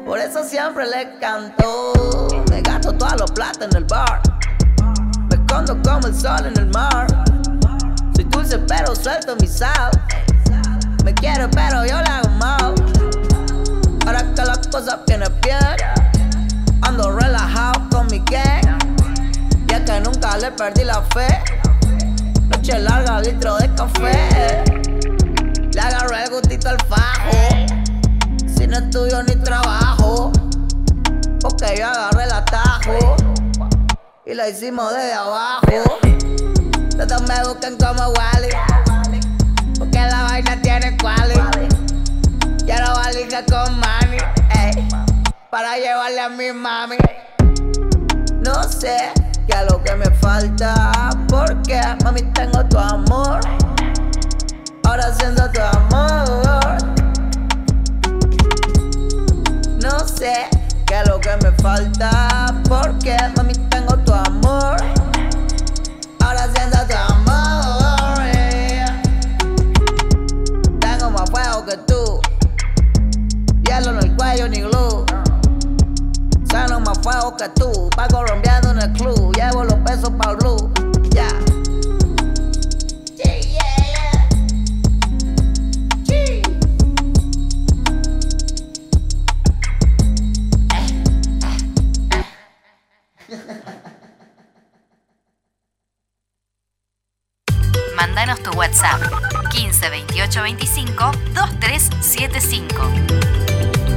Por eso siempre le canto. Me gasto toda la plata en el bar. Me escondo como el sol en el mar. Soy dulce pero suelto mi sal. Me quiero pero yo la hago mal. Ahora que las cosas vienen bien. Ando relajado con mi gang. Y es que nunca le perdí la fe. Noche larga, litro de café. Le agarré el gustito al fajo. Sin estudio ni trabajo. Porque yo agarré el atajo. Y lo hicimos desde abajo. Todos me buscan como Wally. Porque la vaina tiene quali. Ya no valija con mami. ey, para llevarle a mi mami. No sé qué es lo que me falta, porque mami tengo tu amor. Ahora siento tu amor. No sé qué es lo que me falta, porque mami tengo tu amor. Ahora siento tu amor. yeah. Tengo más fuego que tú. Hielo en el cuello ni glue. Sano más fuego que tú. Va colombiano en el club. Llevo los pesos para blue. Ya. Yeah, yeah, yeah. Sí.
Mándanos tu WhatsApp 15 28 25 2375.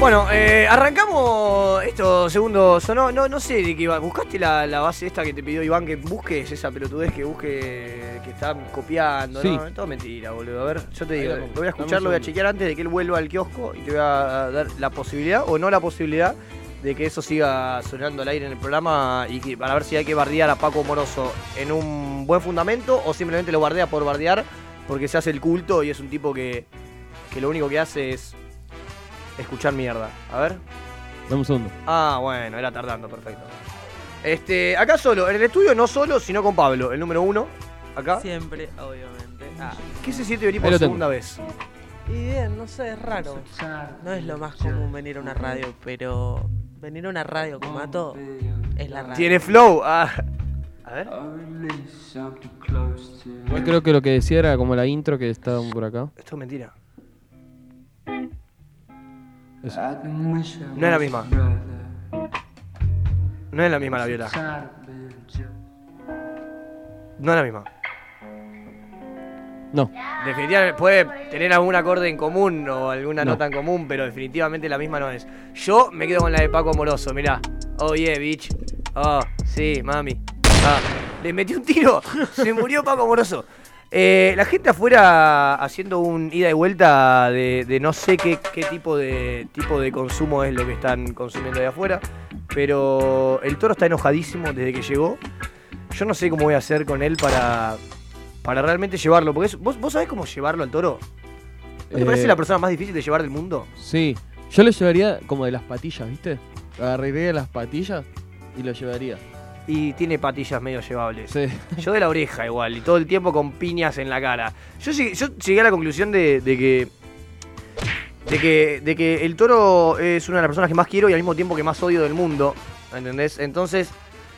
Bueno, eh, arrancamos esto, segundo sonó. No, no sé de qué iba. ¿Buscaste la, la base esta que te pidió Iván que busques esa pelotudez que busque que están copiando?
Sí.
No, todo mentira, boludo. A ver, yo te
Ahí
digo,
la pongo.
lo voy a
Dame
escuchar,
un
lo voy a
segundo.
chequear antes de que él vuelva al kiosco y te voy a dar la posibilidad o no la posibilidad de que eso siga sonando al aire en el programa y que- para ver si hay que bardear a Paco Moroso en un buen fundamento o simplemente lo bardea por bardear porque se hace el culto y es un tipo que, que lo único que hace es escuchar mierda. A ver.
Dame un segundo.
Ah, bueno, era tardando, perfecto. Este, acá solo, en el estudio no solo, sino con Pablo, el número uno. Acá.
Siempre, obviamente. Ah.
¿Qué se siente venir
Ahí
por
lo tengo.
segunda vez?
Y bien, no sé, es raro. No es lo más común venir a una radio, pero venir a una radio con Mato es la radio.
Tiene flow. ah. A ver.
Yo creo que lo que decía era como la intro que estaba por acá.
Esto es mentira.
Eso.
No es la misma. No es la misma la viola. No es la misma.
No.
Definitivamente puede tener algún acorde en común o alguna
No.
nota en común, pero definitivamente la misma no es. Yo me quedo con la de Paco Amoroso, mirá. Oh yeah, bitch. Oh, sí, mami. Ah, le metí un tiro. Se murió Paco Amoroso. Eh, la gente afuera haciendo un ida y vuelta de, de no sé qué, qué tipo de tipo de consumo es lo que están consumiendo de afuera. Pero el toro está enojadísimo desde que llegó. Yo no sé cómo voy a hacer con él para, para realmente llevarlo. Porque es- ¿vos, ¿Vos sabés cómo llevarlo al toro? ¿No te
Eh,
parece la persona más difícil de llevar del mundo?
Sí. Yo lo llevaría como de las patillas, ¿viste? Agarraría de las patillas y lo llevaría.
Y tiene patillas medio llevables.
Sí.
Yo de la oreja igual, y todo el tiempo con piñas en la cara. Yo llegué, yo llegué a la conclusión de, de que. De que, de que el toro es una de las personas que más quiero y al mismo tiempo que más odio del mundo. ¿Entendés? Entonces,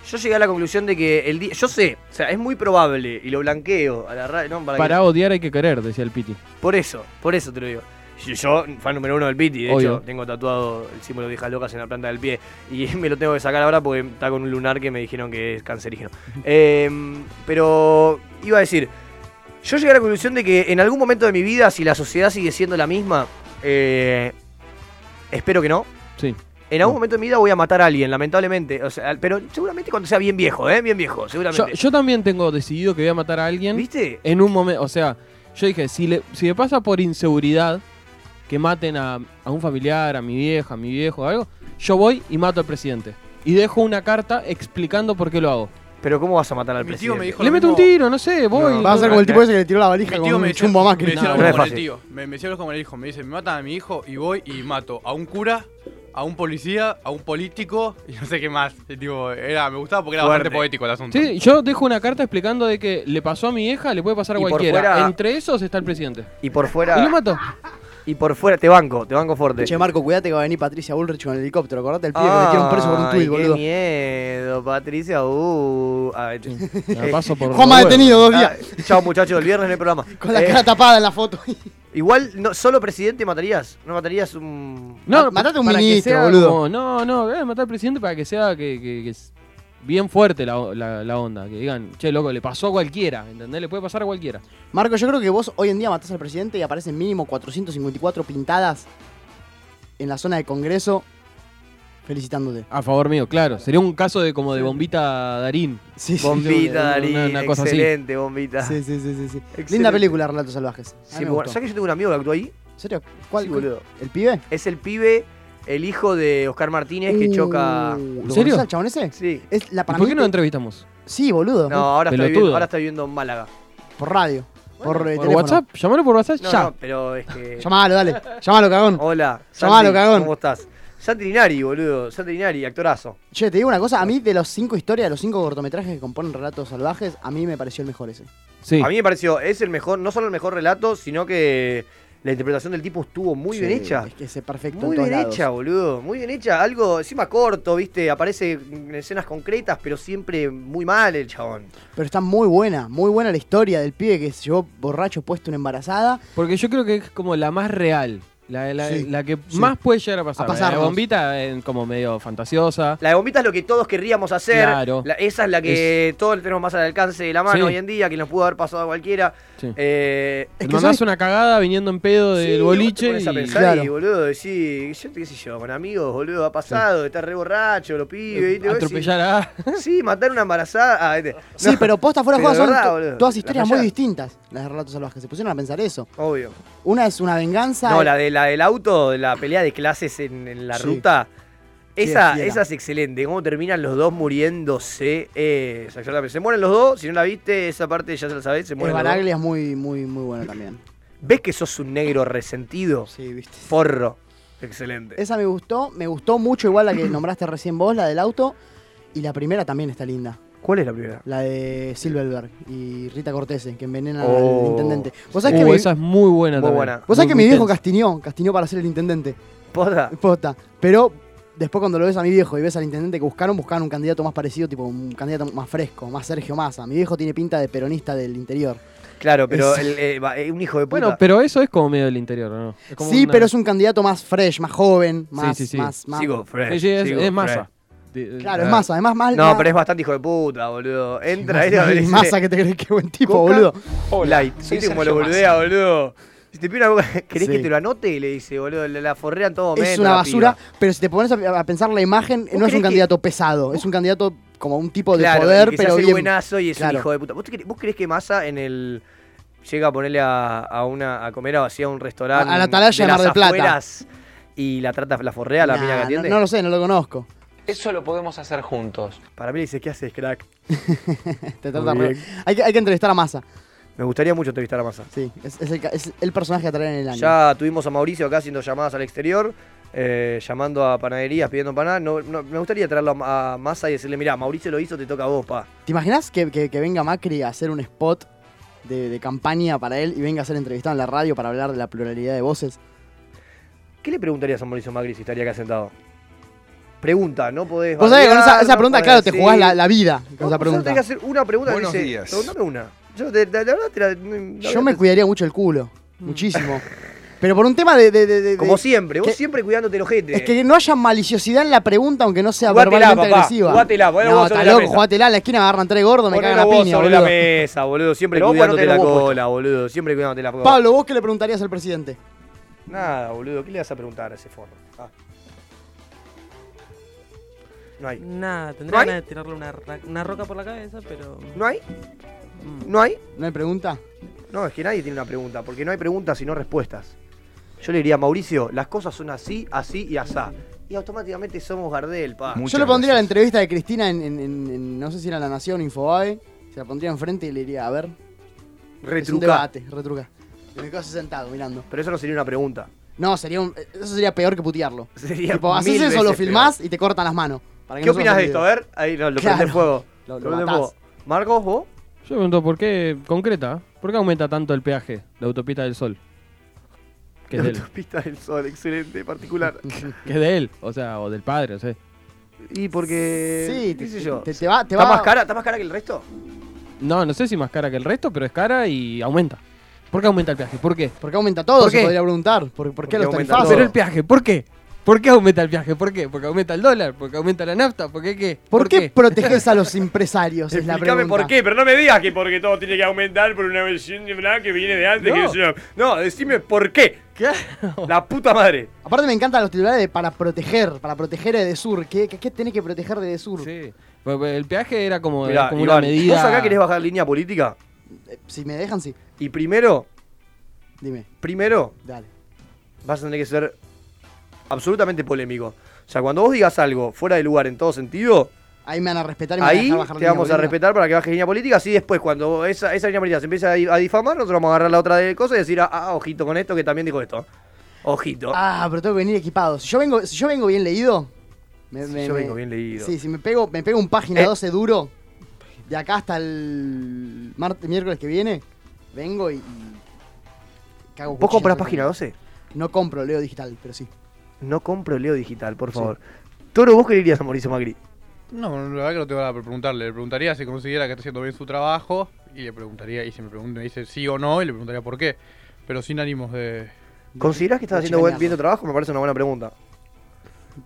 yo llegué a la conclusión de que el día. Yo sé, o sea, es muy probable, y lo blanqueo a la ra- no, para que-
Para odiar hay que querer, decía el Piti.
Por eso, por eso te lo digo. Yo, yo, fan número uno del Piti, de
Obvio.
hecho, tengo tatuado el símbolo de hijas locas en la planta del pie. Y me lo tengo que sacar ahora porque está con un lunar que me dijeron que es cancerígeno. Em, pero iba a decir, yo llegué a la conclusión de que en algún momento de mi vida, si la sociedad sigue siendo la misma, eh, espero que no.
Sí.
En algún momento de mi vida voy a matar a alguien, lamentablemente. O sea, pero seguramente cuando sea bien viejo, ¿eh? Bien viejo,
Yo,
seguramente.
yo también tengo decidido que voy a matar a alguien.
¿Viste?
En un momento. O sea, yo dije, si le, si me pasa por inseguridad que maten a, a un familiar, a mi vieja, a mi viejo o algo, yo voy y mato al presidente. Y dejo una carta explicando por qué lo hago.
Pero ¿cómo vas a matar al
presidente?
tío me dijo
Le
lo
meto un
mismo.
tiro, no sé, voy.
Va a ser como el tipo ese que le tiró la valija
Mi
con
tío me
un
decía,
chumbo a
me
Macri.
decía lo mismo con el tío. Me, me decía lo mismo con el hijo. Me dice, me matan a mi hijo y voy y mato a un cura, a un policía, a un político y no sé qué más. Y, tipo, era, me gustaba porque era
Fuerte.
bastante poético el asunto.
Sí, yo dejo una carta explicando de que le pasó a mi hija, le puede pasar a
Y por
cualquiera.
fuera-
Entre esos está el presidente.
Y por fuera.
¿Y lo mato?
Y por fuera, te banco, te banco fuerte.
Che, Marco, cuidate que va a venir Patricia Bullrich con el helicóptero. Acordate el pibe que
Ah,
metieron preso por un tuit, boludo.
Qué miedo, Patricia. Uh, a ver,
La paso por Juanma los huevos. detenido dos días.
Ah, chao, muchachos, el viernes no hay programa. Eh,
Con la cara tapada en la foto.
Igual, no, solo presidente matarías. No matarías un. Ah,
No,
matate a un
para que
ministro,
sea
boludo.
como- no, no, eh, matar al presidente para que sea que, que- que es bien fuerte la, o- la- la onda. Que digan, che, loco, le pasó a cualquiera, ¿entendés? Le puede pasar a cualquiera.
Marco, yo creo que vos hoy en día matás al presidente y aparecen mínimo 454 pintadas en la zona de Congreso felicitándote.
A favor mío, claro. Sería un caso de como de bombita Darín.
Sí, sí.
Bombita,
Una-
Darín.
una cosa así.
excelente, bombita.
Sí, sí, sí, sí. sí.
Excelente.
Linda película, Relatos Salvajes. A mí
Sí,
Ah, me
bueno,
gustó.
¿Sabes que yo tengo un amigo que actuó ahí?
¿En serio? ¿Cuál,
Sí,
cuál?
boludo.
¿El pibe?
Es el pibe, el hijo de Oscar Martínez
Uh,
que choca.
¿En
serio?
el chabón ese?
Sí.
Es la
¿Y
para
por
mí
qué no lo
que-
entrevistamos?
Sí, boludo.
No, ahora está, viviendo,
Pelotudo.
ahora está viviendo en Málaga.
Por radio. por, eh,
¿Por
teléfono.
WhatsApp? Llamalo por WhatsApp
No,
ya.
no, pero este, es que.
Llamalo, dale. Llamalo, cagón.
Hola.
Llamalo,
Santi,
cagón.
¿Cómo estás? Santi Linari, boludo. Santi Linari, actorazo.
Che, te digo una cosa. A mí, de los cinco historias, de los cinco cortometrajes que componen Relatos Salvajes, a mí me pareció el mejor ese.
Sí.
A mí me pareció, es el mejor, no solo el mejor relato, sino que la interpretación del tipo estuvo muy
Sí,
bien hecha.
Es que ese perfecto en
Muy
todos
bien
lados.
hecha, boludo. Muy bien hecha. Algo encima corto, viste. Aparece en escenas concretas, pero siempre muy mal el chabón.
Pero está muy buena, muy buena la historia del pibe que se llevó borracho puesto una embarazada.
Porque yo creo que es como la más real. La, la-
Sí,
la que
sí.
más puede llegar a pasar.
A pasarnos.
La bombita eh, es como medio fantasiosa.
La de bombita es lo que todos querríamos hacer.
Claro.
La- esa es la que todos tenemos más al alcance de la mano
Sí.
hoy en día, que nos pudo haber pasado a cualquiera.
Sí.
Eh,
Es
Te
que,
mandás
¿sabes?
una cagada viniendo en pedo del
Sí, vos te
boliche.
pones a
y-
pensar
Claro.
y, boludo, decís, yo te- qué sé yo, con amigos, boludo, ha pasado, está re borracho, los pibes, ¿viste? Vos decís,
atropellar a.
Sí, matar una embarazada. ah, este.
Sí,
No,
pero posta fuera de juego
Pero
son
de verdad,
to-
boludo,
todas
la
historias muy
fallada.
distintas las de Relatos Salvajes. Se pusieron a pensar eso.
Obvio.
Una es una venganza.
No, la, de, la del auto, de la pelea de clases en, en la
Sí.
ruta.
Sí,
Esa,
fiera.
esa es excelente. Cómo terminan los dos muriéndose. eh, es exactamente. Se mueren los dos. Si no la viste, esa parte ya se la sabés. Se
El
mueren los dos.
Baraglia es muy, muy, muy buena también.
¿Ves que sos un negro resentido?
Sí, viste.
Forro. Excelente.
Esa me gustó, me gustó mucho igual la que nombraste recién vos, la del auto. Y la primera también está linda.
¿Cuál es la primera?
La de Silverberg y Rita Cortese, que envenena
Oh.
al intendente. ¿Vos sabés
Uh,
que mi-
esa es muy buena
Muy
también.
buena.
¿Vos sabés
Muy-
que
muy
mi viejo
tensa.
castiñó? Castiñó para ser el intendente.
¿Posta?
Posta. Pero después cuando lo ves a mi viejo y ves al intendente que buscaron, buscaron un candidato más parecido, tipo un candidato más fresco, más Sergio Massa. Mi viejo tiene pinta de peronista del interior.
Claro, pero
Es-
el, eh, va, eh, un hijo de puta.
Bueno, pero eso es como medio del interior, ¿no? Es como
Sí,
una-
pero es un candidato más fresh, más joven, más...
sí, sí.
más, más-
Sigo, Fred.
Sí, sí, es,
sigo,
es
Fred.
masa. eh,
Claro, es Massa. Además, más...
No,
más-
pero es bastante hijo de puta, boludo. Entra,
más-
él le dice,
Massa que te crees que buen tipo,
Coca,
boludo.
Hola, Light.
soy
¿Viste cómo lo
Sergio
boludea, boludo? Si te pide una boca, ¿querés que
Sí.
te lo anote? Y le dice, boludo, la, la forrea en todo momento.
es una
la
basura,
piba.
pero si te pones a, a pensar la imagen, no es
crees
un
que-
candidato pesado, es un candidato como un tipo de
claro,
poder,
y que se
pero
hace el
bien.
buenazo y es
claro.
un hijo de puta. ¿Vos, te cre- vos creés que Massa en el... Llega a ponerle a, a una a comer o así a un restaurante
A- a la Atalaya de
las
Mar del Plata.
afueras y la trata la forrea la
Nah,
mina que
no-
atiende
no, lo sé, no lo conozco.
Eso lo podemos hacer juntos.
para mí le dice qué haces crack
Te trata
Muy
re-
bien.
hay, que, hay que entrevistar a Massa.
me gustaría mucho entrevistar a Massa
Sí, es, es el, ca- es el personaje a traer en el año.
Ya tuvimos a Mauricio acá haciendo llamadas al exterior, eh, llamando a panaderías, pidiendo empanadas. No, no- me gustaría traerlo a Ma- a Massa y decirle, mirá, Mauricio lo hizo, te toca a vos, pa.
¿Te imaginas que, que- que venga Macri a hacer un spot de, de campaña para él y venga a ser entrevistado en la radio para hablar de la pluralidad de voces?
¿Qué le preguntarías a Mauricio Macri si estaría acá sentado? Pregunta, no podés...
Vos sabés, que con esa,
bardear,
esa
no
pregunta,
podés
claro, te
decir-
jugás la, la vida con
No,
esa
vos solo
pregunta.
tenés que hacer una pregunta que
Buenos
dice,
días.
Preguntame una. Yo, te- la, la verdad, te la- la
Yo
verdad
me
te-
cuidaría mucho el culo, muchísimo. Pero por un tema de... de- de- de-
Mm. Como
de-
siempre, vos
que-
siempre cuidándote el ojete.
Es que no haya maliciosidad en la pregunta, aunque no sea
Jugátela,
verbalmente
papá,
agresiva.
jugátela, ponelo
no,
vos sobre
está
la
loco,
mesa.
jugátela, en la esquina me agarran tres gordos, me cagan
Ponelo
la
vos
piña,
sobre
boludo.
la mesa, boludo. Siempre
Pero vos
cuidándote
ponete
la
vos puesto.
cola, boludo. Siempre cuidándote la cola.
Pablo, ¿vos qué le preguntarías al presidente?
Nada, boludo, ¿qué le vas a preguntar a ese forro? Ah. No hay.
Nada, tendría
hay?
ganas de tirarle una, ra- una roca por la cabeza, pero.
¿No hay? ¿No hay?
¿No hay pregunta?
No, es que nadie tiene una pregunta, porque no hay preguntas sino respuestas. Yo le diría, Mauricio, las cosas son así, así y asá. Y automáticamente somos Gardel, pa.
Yo le pondría la entrevista de Cristina en, en- en- en- no sé si era La Nación, Infobae. Se la pondría enfrente y le diría, a ver, es un
Retruca.
debate, retruca. Y me quedo así sentado, mirando.
Pero eso no sería una pregunta.
No, sería un- eh, eso sería peor que putearlo.
Sería
tipo, haces
mil
eso, lo
veces
filmás y te cortan las manos. para que
peor. ¿Qué
no se
opinas
nos
de esto? A
olvide.
ver, ahí no, lo
Claro.
prende fuego.
Lo- lo
prende
matás.
fuego. Marcos, vos,
Yo pregunto, ¿por qué, concreta, por qué aumenta tanto el peaje de Autopista del Sol? Que es
la
de él,
autopista del sol, excelente, particular.
que es de él, o sea, o del padre, o sea.
y porque.
Sí,
qué
te,
sé yo.
te- te va, te
¿Está
va-
más cara? ¿Está más cara que el resto?
No, no sé si más cara que el resto, pero es cara y aumenta. ¿Por qué aumenta el peaje? ¿Por qué?
¿Por qué aumenta todo?
¿Por
Se
qué?
podría preguntar. ¿Por, por
Porque
qué los
aumenta
tarifazos?
todo.
Pero el peaje, ¿por qué? ¿Por qué aumenta el peaje? ¿Por qué? Porque aumenta el dólar, porque aumenta la nafta, ¿por qué qué?
¿Por, qué, proteges a los empresarios? es la
Explícame
pregunta.
por qué, pero no me digas que porque todo tiene que aumentar por una versión de verdad que viene de antes.
No.
que es una- No, decime por qué. La puta madre.
Aparte me encantan los titulares de para proteger, para proteger a Edesur. ¿Qué, qué, qué tenés que proteger de Edesur?
Sí. Pues, pues, El peaje era como,
Mirá,
era como
Iván,
una medida.
¿Vos acá querés bajar línea política?
Eh, si me dejan, sí.
Y primero,
Dime,
primero,
dale.
vas a tener que ser absolutamente polémico. O sea, cuando vos digas algo fuera de lugar en todo sentido,
Ahí me van a respetar y me van a
ahí
dejar bajar
te
línea
vamos a
política.
respetar para que bajes línea política. Así después, cuando esa, esa línea política se empieza a, di- a difamar, nosotros vamos a agarrar la otra de cosas y decir, ah, ah, ojito con esto, que también dijo esto. Ojito.
Ah, pero tengo que venir equipado. Si yo vengo, si yo vengo bien leído... me-
Si
me-
yo
me-
vengo bien leído.
Sí, si me pego, me pego un página
Eh.
12 duro, de acá hasta el martes, miércoles que viene, vengo y... y cago
¿Vos
cuchillos
compras
en el
página
piso.
12?
No compro, leo digital, pero sí.
No compro Leo Digital, por favor. Toro, ¿vos qué le dirías a Mauricio Macri?
No, la verdad que no tengo nada para preguntarle. Le preguntaría si considera que está haciendo bien su trabajo y le preguntaría, y si me pregunta, me dice sí o no, y le preguntaría por qué. Pero sin ánimos de.
¿Considerás que estás
No
haciendo buen,
chicanearlo.
bien tu trabajo? Me parece una buena pregunta.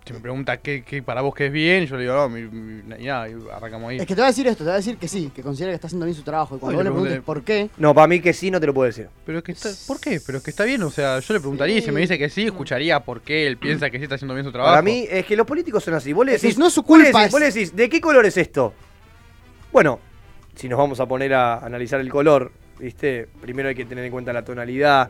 Si me pregunta qué, qué para vos qué es bien, yo le digo, no, mi- mi- y nada, y arrancamos ahí.
Es que te voy a decir esto, te voy a decir que sí, que considera que está haciendo bien su trabajo. Y cuando
Oye,
vos le preguntes
pregúntale.
por qué,
No, para mí que sí no te lo puedo decir.
Pero es que está, ¿por qué? Pero es que está bien, o sea, yo le preguntaría y si me dice que sí, escucharía por qué él piensa que sí está haciendo bien su trabajo.
Para mí es que los políticos son así. Vos le
Es que
decís,
no es su
vos le
culpa,
decís-
es-
Vos le decís, ¿de qué color es esto? Bueno, si nos vamos a poner a analizar el color, ¿viste? Primero hay que tener en cuenta la tonalidad,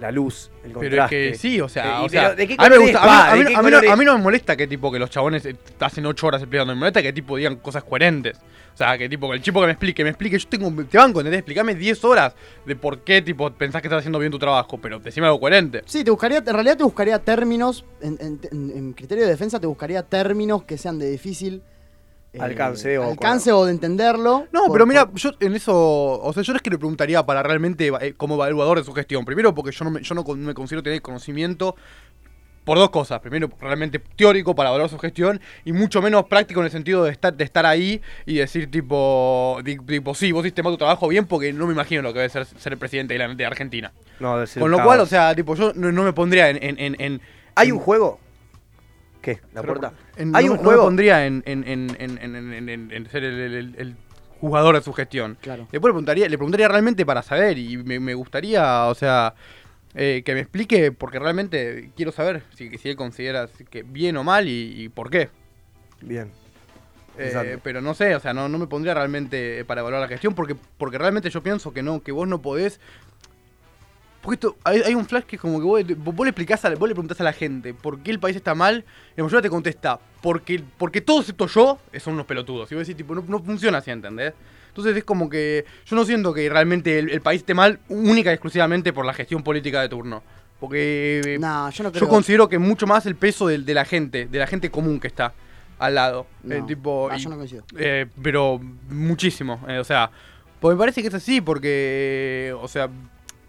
la luz, el
Pero es
contraste.
que sí, o sea,
Eh, y
o sea,
pero, ¿de qué
a mí me
colores
gusta, a
va?
mí-
¿De
a mí-
qué
a mí no-
colores?
a mí no me molesta que tipo que los chabones eh, hacen ocho horas explicando, me molesta que tipo digan cosas coherentes. O sea, que tipo, que el chico que me explique, me explique, yo tengo, te banco, ¿entendés? Explicame 10 horas de por qué, tipo, pensás que estás haciendo bien tu trabajo, pero decime algo coherente.
Sí, te buscaría, en realidad te buscaría términos, en, en- en- en criterio de defensa te buscaría términos que sean de difícil eh,
Alcance o-
alcance o de entenderlo.
No,
por-
pero mira, yo en eso, o sea, yo no es que le preguntaría para realmente eva- eh, como evaluador de su gestión. Primero, porque yo no me, yo no con- me considero tener conocimiento por dos cosas. Primero, realmente teórico para valorar su gestión y mucho menos práctico en el sentido de estar, de estar ahí y decir tipo, di- tipo, sí, vos hiciste mal tu trabajo bien porque no me imagino lo que debe ser ser el presidente de, la- de Argentina.
No, de ser
Con lo
caos.
cual, o sea, tipo, yo no, no me pondría en... en, en,
Hay un juego. ¿Qué? La
Pero-
puerta.
en-
Hay
no
un
me- no me
juego.
pondría en, en- en- en- en- en- en- en- en ser el, el- el- el jugador de su gestión. Después le preguntaría, le preguntaría realmente para saber y me, me gustaría, o sea, eh, que me explique porque realmente quiero saber si, si él considera que bien o mal y, y por qué.
Bien.
Eh,
Interesante.
pero no sé, o sea, no, no me pondría realmente eh, para evaluar la gestión porque, porque realmente yo pienso que no, que vos no podés porque esto, hay, hay un flash que es como que vos, vos le explicás a, la- vos le preguntás a la gente por qué el país está mal, y la mayoría te contesta, porque, porque todos excepto yo eh, son unos pelotudos. Y vos decís, tipo, no, no funciona así, ¿entendés? Entonces es como que yo no siento que realmente el, el país esté mal única y exclusivamente por la gestión política de turno. Porque eh,
yo, no creo.
yo considero que mucho más el peso del- de, la gente, de la gente común que está al lado.
No.
Eh, tipo,
Ah,
y-
yo no coincido.
eh, pero muchísimo. eh, o sea, pues me parece que es así porque, eh, o sea,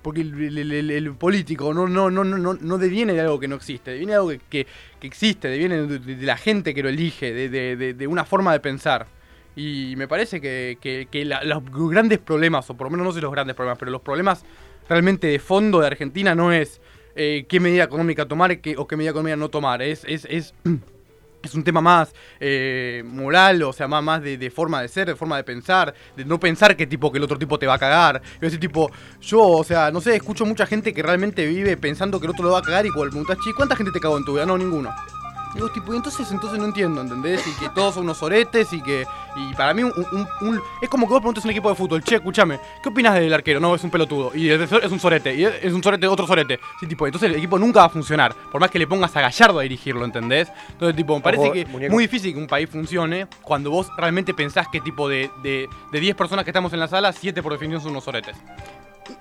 porque el, el- el- el político no, no, no, no, no, no deviene de algo que no existe, deviene de algo que, que- que existe, deviene de, de- de la gente que lo elige, de, de- de- de una forma de pensar. Y me parece que, que- que la- los grandes problemas, o por lo menos no sé los grandes problemas, pero los problemas realmente de fondo de Argentina no es eh, qué medida económica tomar qué- o qué medida económica no tomar, es, es, es es un tema más eh, moral, o sea, más, más de, de forma de ser, de forma de pensar, de no pensar que tipo que el otro tipo te va a cagar. Y ese tipo, yo, o sea, no sé, escucho mucha gente que realmente vive pensando que el otro lo va a cagar y cuando le preguntas, "Che, ¿cuánta gente te cagó en tu vida? No, ninguno. Y vos tipo, y entonces, entonces no entiendo, ¿entendés? Y que todos son unos oretes y que. Y para mí un, un- un- es como que vos preguntas a un equipo de fútbol, che, escúchame, ¿qué opinas del arquero? No, es un pelotudo. Y el defensor es un sorete, y es un sorete, otro sorete. Sí, tipo, entonces el equipo nunca va a funcionar. Por más que le pongas a Gallardo a dirigirlo, ¿entendés? Entonces, tipo, me parece
Ojo,
que
muñeco.
muy difícil que un país funcione cuando vos realmente pensás que tipo de, de, de 10 personas que estamos en la sala, 7 por definición son unos soretes.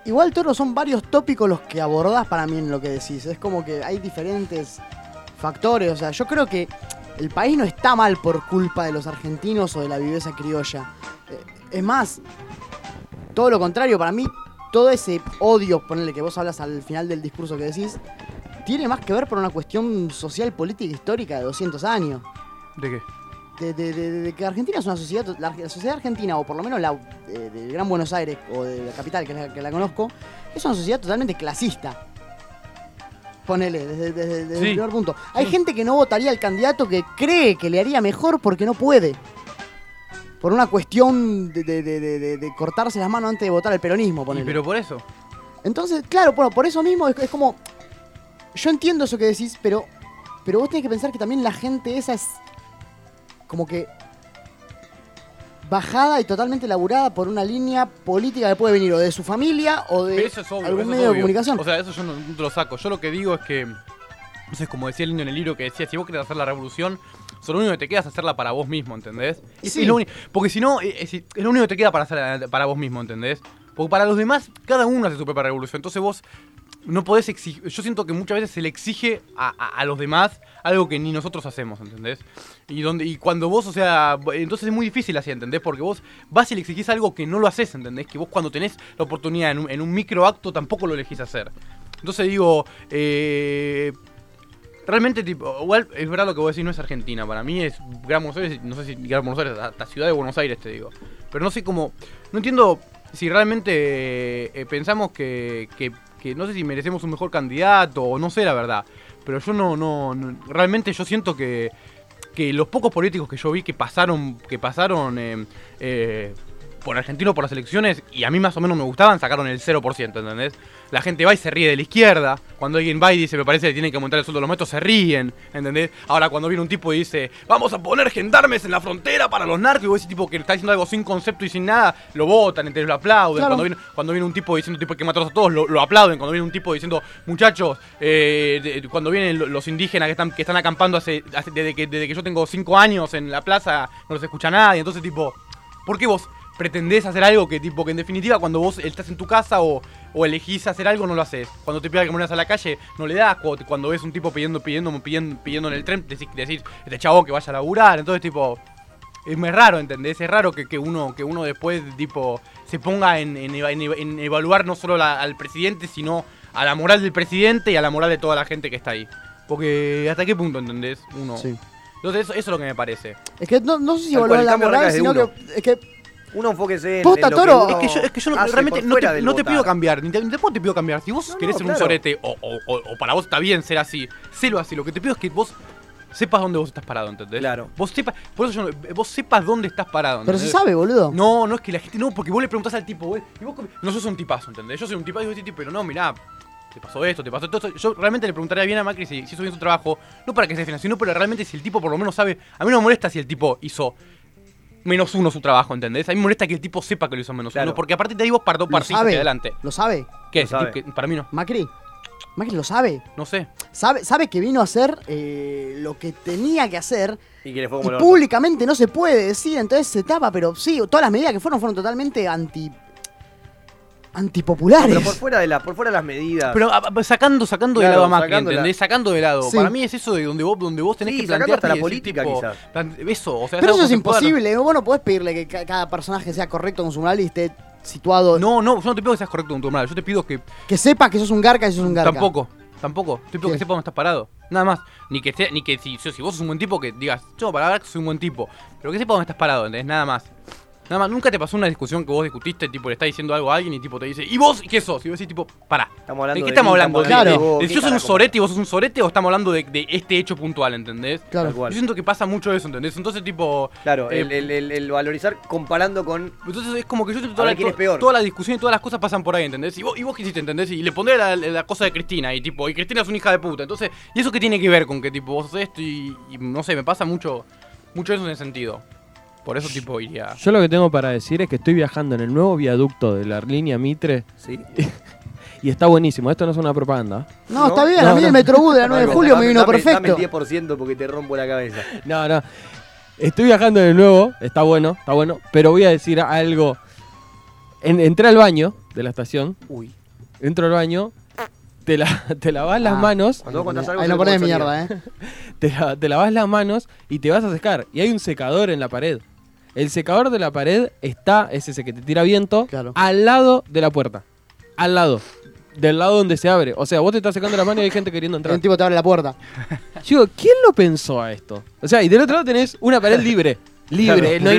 Igual, Toro, son varios tópicos los que abordás para mí en lo que decís. Es como que hay diferentes factores. O sea, yo creo que el país no está mal por culpa de los argentinos o de la viveza criolla. Eh, Es más, todo lo contrario, para mí todo ese odio, ponerle que vos hablas al final del discurso que decís, tiene más que ver por una cuestión social, política, histórica de 200 años.
¿De qué?
de, de- de- de que Argentina es una sociedad, la, la sociedad argentina, o por lo menos la eh, del Gran Buenos Aires o de la capital, que es la que la conozco, es una sociedad totalmente clasista. Ponele, desde, desde- desde
Sí.
el primer punto. Hay gente que no votaría al candidato que cree que le haría mejor porque no puede. Por una cuestión de, de- de- de- de- de cortarse las manos antes de votar al peronismo,
Y
ponele.
pero por eso.
Entonces, claro, bueno, por eso mismo es, es como. Yo entiendo eso que decís, pero. Pero vos tenés que pensar que también la gente esa es. como que. bajada y totalmente laburada por una línea política que puede venir o de su familia o de
Pero eso es obvio,
algún
eso es
medio de
obvio.
comunicación.
O sea, eso yo no, no te lo saco. Yo lo que digo es que, no sé, como decía el niño en el libro que decía, si vos querés hacer la revolución, solo lo único que te queda es hacerla para vos mismo, ¿entendés? Y
Sí.
es lo uni- porque si no, eh, es, decir, es lo único que te queda para hacer eh, para vos mismo, ¿entendés? Porque para los demás, cada uno hace su propia revolución. Entonces vos no podés exigir. Yo siento que muchas veces se le exige a, a- a los demás algo que ni nosotros hacemos, ¿entendés? Y, donde, y cuando vos, o sea, bo- entonces es muy difícil así, ¿entendés? Porque vos vas y le exigís algo que no lo haces, ¿entendés? Que vos cuando tenés la oportunidad en un, en un microacto tampoco lo elegís hacer. Entonces digo, eh, Realmente, tipo, igual es verdad lo que vos decís, no es Argentina. Para mí es Gran Buenos Aires, no sé si Gran Buenos Aires, hasta Ciudad de Buenos Aires, te digo. Pero no sé cómo. No entiendo si realmente eh, pensamos que, que- que No sé si merecemos un mejor candidato o no sé la verdad. Pero yo no. no, no- realmente yo siento que. Que los pocos políticos que yo vi que pasaron. Que pasaron. eh, eh, por argentinos por las elecciones y a mí más o menos me gustaban, sacaron el 0%, ¿entendés? La gente va y se ríe de la izquierda. Cuando alguien va y dice, me parece que tienen que aumentar el sueldo de los maestros, se ríen, ¿entendés? Ahora, cuando viene un tipo y dice, vamos a poner gendarmes en la frontera para los narcos, y ese tipo que está diciendo algo sin concepto y sin nada, lo votan, ¿entendés? Lo aplauden.
Claro.
Cuando, viene, cuando viene un tipo diciendo, tipo que mataron a todos, lo, lo aplauden. Cuando viene un tipo diciendo, muchachos, eh, de- cuando vienen lo- los indígenas que están, que están acampando hace, hace- desde, que, desde que yo tengo 5 años en la plaza, no los escucha nadie, entonces, tipo. ¿Por qué vos pretendés hacer algo que tipo que en definitiva cuando vos estás en tu casa o, o elegís hacer algo no lo haces? Cuando te pida que monedas a la calle no le das, cuando, te- cuando ves un tipo pidiendo, pidiendo, pidiendo, pidiendo en el tren, decís, decís este chabón que vaya a laburar, entonces tipo. Es muy raro, ¿entendés? Es raro que, que uno, que uno después tipo se ponga en, en eva- en eva- en evaluar no solo la- al presidente, sino a la moral del presidente y a la moral de toda la gente que está ahí. Porque hasta qué punto, ¿entendés? Uno.
Sí.
Entonces eso, eso es lo que me parece.
Es que no, no sé si
Tal
evaluar
cual, el
la
cambio de
moral,
reglas de
sino
uno.
que. Es que
Uno enfóquese en,
Posta,
en lo que
Toro.
uno
Es que yo, es que yo no,
hace
realmente
por
no
fuera
te,
del
no te
votar.
pido cambiar, ni te, tampoco te pido cambiar. Si vos querés
no,
ser un
claro.
sorete o, o- o- o para vos está bien ser así, sélo así. Lo que te pido es que vos sepas dónde vos estás parado, ¿entendés? Claro. Vos sepas, por eso yo no- vos sepas dónde estás parado.
Pero se
¿entendés?
sabe, boludo.
No, no es que la gente. No, porque vos le preguntás al tipo, güey, y vos com- no sos un tipazo, ¿entendés? Yo soy un tipazo, y vos decís, pero no, mirá, te pasó esto, te pasó esto. esto". Yo realmente le preguntaría bien a Macri si, si hizo bien su trabajo, no para que se defienda, sino pero realmente si el tipo por lo menos sabe. A mí no me molesta si el tipo hizo menos uno su trabajo, ¿entendés? A mí me molesta que el tipo sepa que lo hizo menos uno, porque aparte de ahí vos pardó
Lo
partís
sabe.
hacia adelante.
Lo sabe.
¿Qué?
Lo
Ese tipo
sabe.
que- para mí no.
Macri. Macri lo sabe.
No sé.
Sabe, sabe que vino a hacer eh, lo que tenía que hacer
Y que le fue
y
como el orto.
públicamente no se puede decir, entonces se tapa, pero sí, todas las medidas que fueron fueron totalmente anti
No,
antipopulares.
pero por fuera de las, por fuera de las medidas.
Pero a- a- sacando, sacando de
Claro,
lado a Macri,
sacándola.
¿entendés? Sacando de lado.
Sí.
Para mí es eso de donde vos, donde vos tenés
Sí,
que
sacando
plantearte
hasta la
y decir,
política,
tipo,
quizás.
plan- Eso, o sea,
Pero
algo
eso es
que se pueda-
imposible. Vos no podés pedirle que ca- cada personaje sea correcto con su moral y esté situado.
No, no, yo no te pido que seas correcto con tu moral. Yo te pido que
Que sepas que sos un garca y sos un garca.
Tampoco, tampoco. Estoy pidiendo
¿Qué?
que sepa dónde estás parado. Nada más. Ni que sea- ni que si, si vos sos un buen tipo, que digas, yo para hablar que soy un buen tipo. Pero que sepa dónde estás parado, ¿entendés? Nada más. Nada más, nunca te pasó una discusión que vos discutiste, tipo, le está diciendo algo a alguien y tipo te dice, ¿y vos qué sos? Y vos decís, tipo, pará.
Estamos
¿De
hablando
qué
de
estamos
mí,
hablando?
estamos hablando de
¿De-
vos,
de-
qué
¿Yo soy un
carajo?
sorete y vos sos un sorete o estamos hablando de, de este hecho puntual, ¿entendés?
Claro. Tal cual.
Yo siento que pasa mucho eso, ¿entendés? Entonces, tipo.
Claro,
eh,
el, el- el- el valorizar comparando con.
Entonces es como que yo siento
A
toda
ver
la,
quién es
to-
peor.
toda la discusión y todas las cosas pasan por ahí, ¿entendés? Y vos, y vos qué hiciste, ¿entendés? Y le pondré la, la cosa de Cristina y tipo, y Cristina es una hija de puta. Entonces, ¿y eso qué tiene que ver con que tipo vos haces esto y, y no sé, me pasa mucho, mucho eso en ese sentido. Por eso tipo iría.
Yo lo que tengo para decir es que estoy viajando en el nuevo viaducto de la línea Mitre.
Sí.
Y está buenísimo. Esto no es una propaganda.
No, está bien. a mí el Metrobús de la 9 de
Dame-
julio me
dame-
vino
dame-
perfecto.
Dame el 10% porque te rompo la cabeza.
No, no. Estoy viajando de nuevo, está bueno, está bueno, pero voy a decir algo. En- entré al baño de la estación.
Uy.
Entro al baño, te, la, te lavas las
Ah,
manos.
cuando vos contás algo Ahí se lo te ponés pone de el mierda, eh.
Te, la- te lavas las manos y te vas a secar. Y hay un secador en la pared. El secador de la pared está, es ese que te tira viento, al lado de la puerta. Al lado. Del lado donde se abre. O sea, vos te estás secando la mano y hay gente queriendo
Y
entrar.
un tipo te abre la puerta.
Chico, ¿quién lo pensó a esto? O sea, y del otro lado tenés una pared libre. Libre,
Claro,
no hay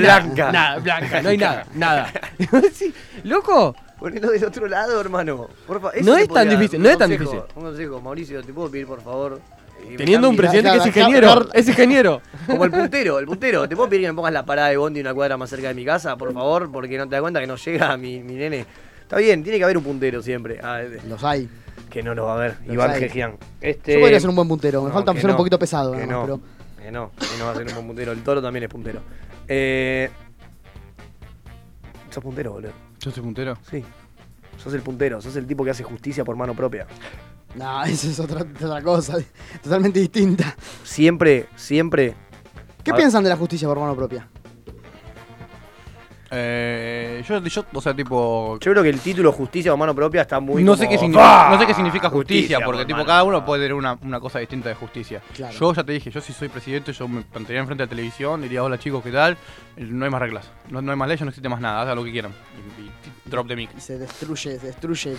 nada.
blanca.
Nada, blanca, no hay nada,
Blanca.
nada. Y vos decís, Loco,
Ponelo del otro lado, hermano. Porfa, eso
No
te
es tan
podría dar.
difícil,
Un
no es tan
consejo,
difícil.
Un consejo, Mauricio, te puedo pedir, por favor. eh,
teniendo un
cambie-
presidente que es ingeniero, es ingeniero.
Como el puntero, el puntero. ¿Te puedo pedir que me pongas la parada de Bondi una cuadra más cerca de mi casa, por favor? Porque no te das cuenta que no llega mi, mi nene. Está bien, tiene que haber un puntero siempre. Ah,
los hay.
Que no los va a haber.
Los
Iván Este,
hay.
Gejian.
Yo podría ser un buen puntero. Me falta
que
ser un
no,
poquito pesado.
que
nada más,
no,
pero-
que no, que no va a ser un buen puntero. El toro también es puntero. Eh, sos puntero, boludo.
¿Yo soy puntero?
Sí. Sos el puntero, sos el tipo que hace justicia por mano propia.
No, esa es otra, otra cosa. Totalmente distinta.
Siempre, siempre. Ah.
¿Qué
A-
piensan de la justicia por mano propia?
Eh, yo, yo, o sea, tipo.
Yo creo que el título justicia por mano propia está muy.
no,
como-
sé qué significa,
¡Ah!
no sé qué significa justicia,
por
porque tipo
mano.
cada uno puede tener una, una cosa distinta de justicia.
Claro.
Yo ya te dije, yo si soy presidente, yo me plantaría enfrente de la televisión, diría, hola chicos, ¿qué tal? Eh, No hay más reglas, no, no hay más leyes, no existe más nada, hagan lo que quieran. Y, y drop the mic.
Y se destruye, se destruye.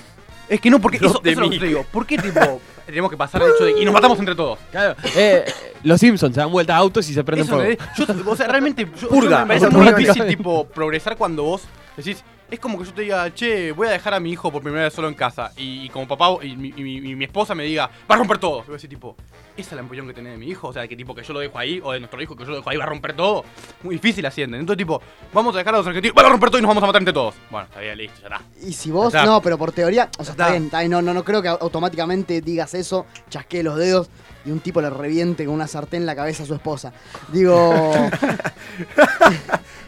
Es que no, porque
Drop
eso,
the
eso es lo que
mic.
te digo. ¿Por qué tipo tenemos que pasar el hecho de y nos matamos entre todos?
Claro. Eh, los Simpsons se dan vuelta a autos y se prenden
Eso,
fuego.
¿entendés? Yo- o sea, realmente yo,
Purga,
yo me parece muy
automáticamente.
difícil tipo progresar cuando vos decís, Es como que yo te diga, che, voy a dejar a mi hijo por primera vez solo en casa. Y, y como papá y mi, y mi- y mi esposa me diga, va a romper todo. Yo voy a decir, tipo, ¿esa es la empollón que tenés de mi hijo? O sea, que tipo que yo lo dejo ahí, o de nuestro hijo que yo lo dejo ahí, va a romper todo. Muy difícil ascienden. Entonces, tipo, vamos a dejar a los argentinos, van a romper todo y nos vamos a matar entre todos. Bueno, está bien, listo, ya está.
Y si vos,
Ya está.
no, pero por teoría, o sea, está
está.
bien, está bien, no, no, no creo que au- automáticamente digas eso, chasquee los dedos y un tipo le reviente con una sartén en la cabeza a su esposa. Digo.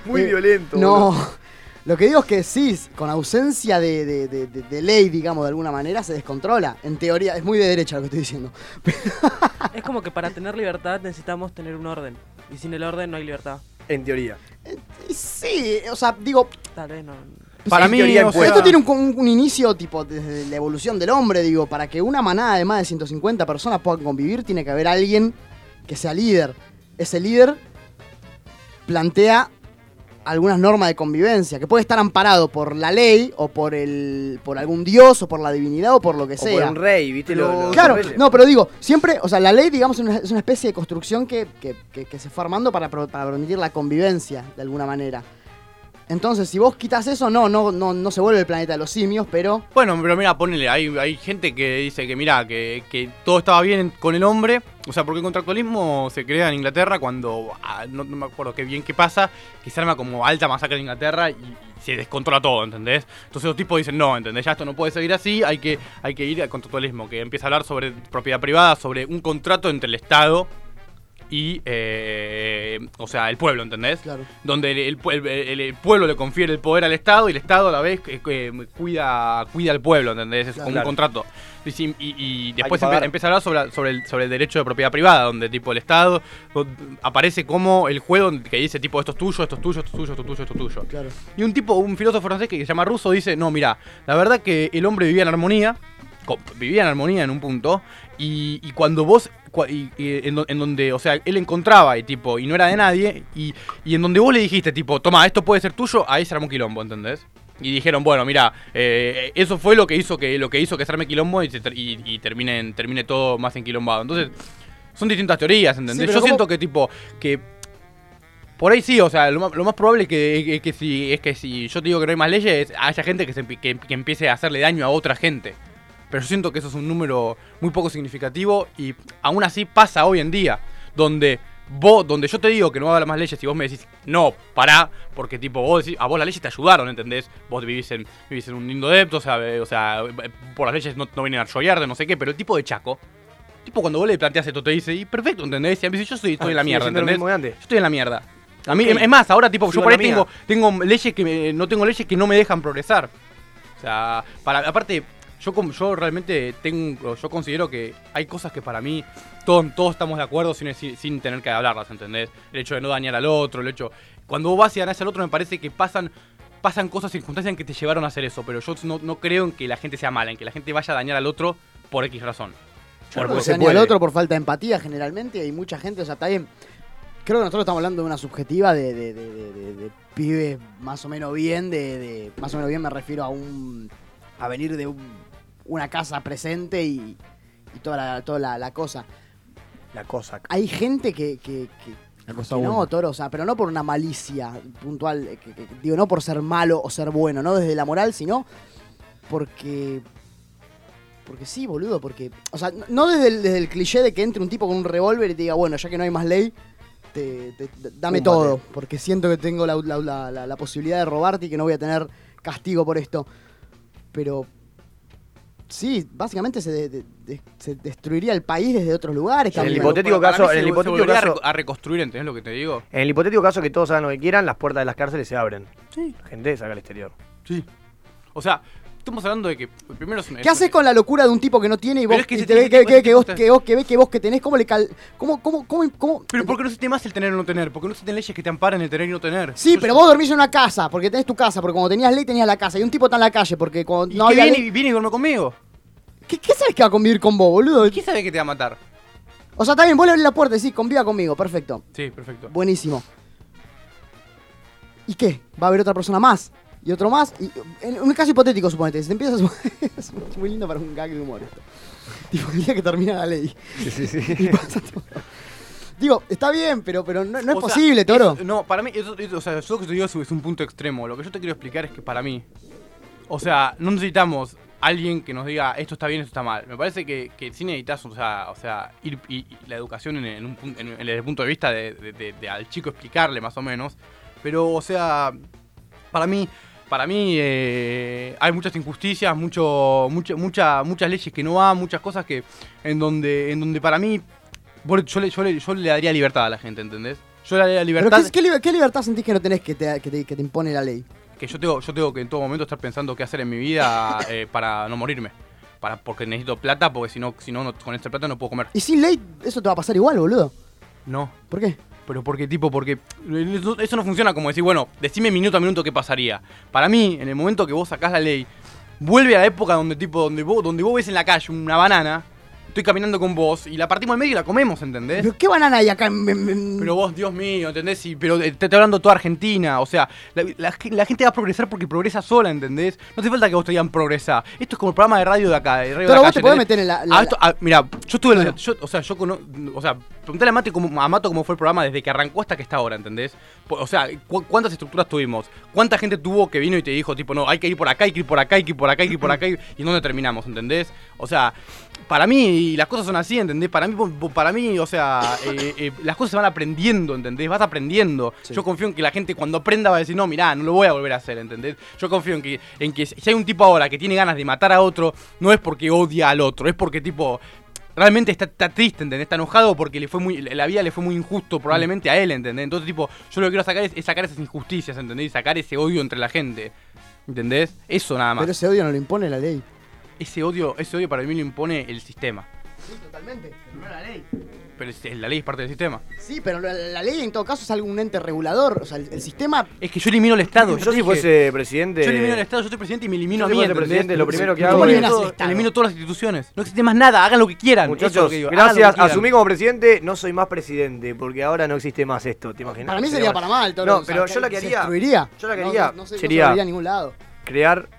Muy
Eh,
violento.
No.
boludo.
Lo que digo es que sí, con ausencia de, de- de- de- de ley, digamos, de alguna manera, se descontrola. En teoría, es muy de derecha lo que estoy diciendo.
Es como que para tener libertad necesitamos tener un orden. Y sin el orden no hay libertad.
En teoría.
Y sí, o sea, digo,
Tal vez no.
Pues
Para mí, o sea-
esto tiene un, un- un inicio tipo desde la evolución del hombre, digo, para que una manada de más de 150 personas puedan convivir, tiene que haber alguien que sea líder. Ese líder plantea algunas normas de convivencia, que puede estar amparado por la ley o por el por algún dios o por la divinidad o por lo que
O
sea.
por un rey, ¿viste? Lo- lo- los
claro,
reyes.
no, pero digo, siempre, o sea, la ley, digamos, es una, es una especie de construcción que, que- que- que se fue armando para, pro- para permitir la convivencia, de alguna manera. Entonces, si vos quitas eso, no, no, no, no se vuelve el planeta de los simios, pero
Bueno, pero mira, ponele, hay, hay gente que dice que mira, que, que todo estaba bien con el hombre. O sea, porque el contractualismo se crea en Inglaterra cuando, ah, no, no me acuerdo qué bien que pasa, que se arma como alta masacre en Inglaterra y, y se descontrola todo, ¿entendés? Entonces los tipos dicen, no, ¿entendés? Ya esto no puede seguir así, hay que, hay que ir al contractualismo, que empieza a hablar sobre propiedad privada, sobre un contrato entre el Estado y, eh, o sea, el pueblo, ¿entendés?
Claro.
Donde el, el pue- el- el- el pueblo le confiere el poder al Estado y el Estado a la vez eh, eh, cuida, cuida al pueblo, ¿entendés? Es como
Claro.
un contrato. Y, si- y- y después
que
empe-
pagar.
empieza a hablar sobre, sobre, el, sobre el derecho de propiedad privada, donde tipo el Estado do- aparece como el juego que dice tipo esto es tuyo, esto es tuyo, esto es tuyo, esto es tuyo, esto es tuyo.
Claro.
Y un tipo, un filósofo francés que se llama Russo dice, no, mira, la verdad que el hombre vivía en armonía, co- vivía en armonía en un punto, y, y cuando vos, cua- y- y en, do- en donde, o sea, él encontraba y tipo, y no era de nadie, y, y en donde vos le dijiste, tipo, toma, esto puede ser tuyo, ahí se armó un quilombo, ¿entendés? Y dijeron, bueno, mira, eh, eso fue lo que hizo que lo que hizo que se arme quilombo y, se ter- y- y termine, en- termine todo más enquilombado. Entonces, son distintas teorías,
Sí,
¿entendés?
pero
Yo
¿cómo-
siento que tipo, que por ahí sí, o sea, lo más, lo más probable es que, es que si, es que si yo te digo que no hay más leyes, haya gente que, se empie- que- que empiece a hacerle daño a otra gente. Pero yo siento que eso es un número muy poco significativo y aún así pasa hoy en día, donde vos, donde yo te digo que no va a haber más leyes y vos me decís, no, pará, porque tipo, vos decís, a vos las leyes te ayudaron, ¿entendés? Vos vivís en, vivís en un lindo depto, o sea, eh, o sea, eh, por las leyes no, no vienen a chollar de no sé qué, pero el tipo de Chaco, tipo cuando vos le planteas esto, te dice, y perfecto, ¿entendés? Y a mí dice, yo soy, estoy
Ah,
en la
sigue
mierda,
siendo lo
¿entendés?
mismo de antes.
Yo estoy en la mierda. A mí,
Ok.
es más, ahora tipo,
Sigo
yo por
en
ahí
la mía.
tengo, tengo leyes que me- no tengo leyes que no me dejan progresar. O sea, para, aparte, yo, com- yo realmente tengo, yo considero que hay cosas que para mí todos, todos estamos de acuerdo sin, sin, sin tener que hablarlas, ¿entendés? El hecho de no dañar al otro, el hecho... Cuando vos vas y dañás al otro me parece que pasan, pasan cosas, circunstancias en que te llevaron a hacer eso, pero yo no, no creo en que la gente sea mala, en que la gente vaya a dañar al otro por X razón.
Claro,
Porque
se daña
puede.
al otro por falta de empatía generalmente y mucha gente, o sea, está bien. Creo que nosotros estamos hablando de una subjetiva de, de- de- de- de- de pibes más o menos bien, de, de- más o menos bien me refiero a un a venir de un- una casa presente y, y toda la, toda la, la cosa.
La cosa.
Hay gente que, que- que-
La
que
cosa
no, Toro, o sea, pero no por una malicia puntual, eh, que- que- que- digo, no por ser malo o ser bueno, no desde la moral, sino porque porque sí, boludo, porque. O sea, no desde el, desde el cliché de que entre un tipo con un revólver y te diga, bueno, ya que no hay más ley, te- te- d- dame
Pum,
todo. Porque siento que tengo la, la- la- la- la posibilidad de robarte y que no voy a tener castigo por esto. Pero. Sí, básicamente se, de- de- de- se destruiría el país desde otros lugares
En el
también.
hipotético
Para mí
caso,
se-
en el
se
hipotético
volvería a
caso-
reco- A reconstruir, ¿entendés lo que te digo?
En el hipotético caso que todos hagan lo que quieran, las puertas de las cárceles se abren. Sí. La gente salga al exterior.
Sí. O sea, estamos hablando de que primero es un-
¿Qué haces con la locura de un tipo que no tiene y
Pero
vos
es que
y
ese
te ve
tipo-
que, que-
ese
que
tipo
vos
está-
que vos que ve que vos que tenés? ¿Cómo le cal... ¿Cómo, cómo, cómo, cómo?
Pero ¿por qué no se te más el tener o no tener? ¿Por qué no se te leyes que te amparan el tener y no tener?
Sí, pero vos dormís en una casa, porque tenés tu casa, porque cuando tenías ley tenías la casa, y un tipo está en la calle, porque cuando
¿Y
no
qué
había
viene,
ley-
y viene y duerme conmigo?
¿Qué, qué sabes que va a convivir con vos, boludo?
¿Quién sabe que te va a matar?
O sea, está bien, vos le abrís la puerta y decís, conviva conmigo, perfecto.
Sí, perfecto.
Buenísimo. ¿Y qué? Va a haber otra persona más. Y otro más. Y, en un caso hipotético, suponete. Si te empiezas a... es muy lindo para un gag de humor esto. Tipo, el día que termina la ley.
Sí, sí, sí.
Y pasa todo. Digo, está bien, pero, pero no, no es
O sea,
posible, Toro.
eso- no, para mí, eso, eso- o sea, eso que te digo es, es un punto extremo. Lo que yo te quiero explicar es que para mí, o sea, no necesitamos alguien que nos diga esto está bien, esto está mal. Me parece que, que sí necesitas, o sea, o sea ir, y, y la educación en, en un, pun- en- en- desde el punto de vista de, de- de- de al chico explicarle más o menos. Pero, o sea, para mí. Para mí eh, hay muchas injusticias, mucho, mucha- mucha- muchas leyes que no van, muchas cosas que en donde, en donde para mí vos- yo le, yo le- yo le daría libertad a la gente, ¿entendés? Yo le daría
Pero
libertad
¿qué, qué liber- qué libertad sentís que no tenés que te, que te- que te impone la ley?
que yo tengo, yo tengo que en todo momento estar pensando qué hacer en mi vida eh, para no morirme. Para, porque necesito plata, porque si no, si no, no- con esta plata no puedo comer.
Y sin ley, eso te va a pasar igual, boludo.
No.
¿Por qué?
Pero porque, tipo, porque eso, eso no funciona como decir, bueno, decime minuto a minuto qué pasaría. Para mí, en el momento que vos sacás la ley, vuelve a la época donde, tipo, donde vos, donde vos ves en la calle una banana, estoy caminando con vos y la partimos al medio y la comemos, ¿entendés?
¿Pero qué banana hay acá? en- en- en-
Pero vos, Dios mío, ¿entendés? Y- pero eh, te estoy hablando toda Argentina. O sea, la, la gen- la gente va a progresar porque progresa sola, ¿entendés? No hace falta que vos te digan progresa. Esto es como el programa de radio de acá, de radio
Pero
de la
vos te
calle,
podés
¿entendés?
meter en la- la-
Ah, esto- ah, mira, yo estuve. en la- yo- o sea, yo cono- O sea, preguntale a, Mate cómo, a Mato cómo fue el programa desde que arrancó hasta que está ahora, ¿entendés? Po- O sea, cu- ¿cuántas estructuras tuvimos? ¿Cuánta gente tuvo que vino y te dijo, tipo, no, hay que ir por acá, hay que ir por acá, hay que ir por acá, hay que ir por acá? Y y en dónde terminamos, ¿entendés? O sea, para mí y las cosas son así, ¿entendés? Para mí, po- po- para mí o sea, eh, eh, las cosas se van aprendiendo, ¿entendés? Vas aprendiendo. Yo confío en que la gente cuando aprenda va a decir, no, mirá, no lo voy a volver a hacer, ¿entendés? Yo confío en que, en que si hay un tipo ahora que tiene ganas de matar a otro, no es porque odia al otro, es porque tipo... Realmente está, está triste, ¿entendés? Está enojado porque le fue muy, la vida le fue muy injusto probablemente a él, ¿entendés? Entonces, tipo, yo lo que quiero sacar es, es sacar esas injusticias, ¿entendés? Y sacar ese odio entre la gente, ¿entendés? Eso nada más.
Pero ese odio no lo impone la ley.
Ese odio, ese odio para mí lo impone el sistema.
Totalmente, pero no la ley.
Pero es- la ley es parte del sistema.
Sí, pero la, la ley en todo caso es algún ente regulador. O sea, el, el sistema.
Es que yo elimino el Estado.
Yo,
te
si
dije-
fuese presidente.
Yo elimino el Estado, yo soy presidente y me elimino
Yo
a
si
mí.
fuese
¿entendés?
presidente, lo
Sí,
primero que
¿cómo
hago es-
eliminás el
todo-
Estado? Elimino todas las instituciones. No existe más nada, hagan lo que quieran. Eso es lo
Muchachos,
que digo, hagan lo que
gracias.
quieran.
Asumí como presidente, no soy más presidente, porque ahora no existe más esto, ¿te imaginas?
Para mí sería para mal, todo
No,
o sea,
pero
que
yo la que
se
haría.
destruiría.
Yo la que
No,
haría
no- no se- no se
sería
vería a ningún lado.
crear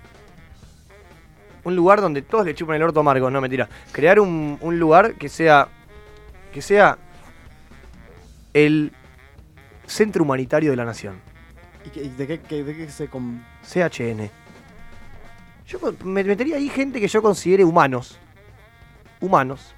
un lugar donde todos le chupan el orto amargo, no mentira. Crear un, un lugar que sea. que sea. el centro humanitario de la nación.
¿Y qué- y de, qué, qué- de qué se com-
CHN. Yo con- me metería ahí gente que yo considere humanos. Humanos.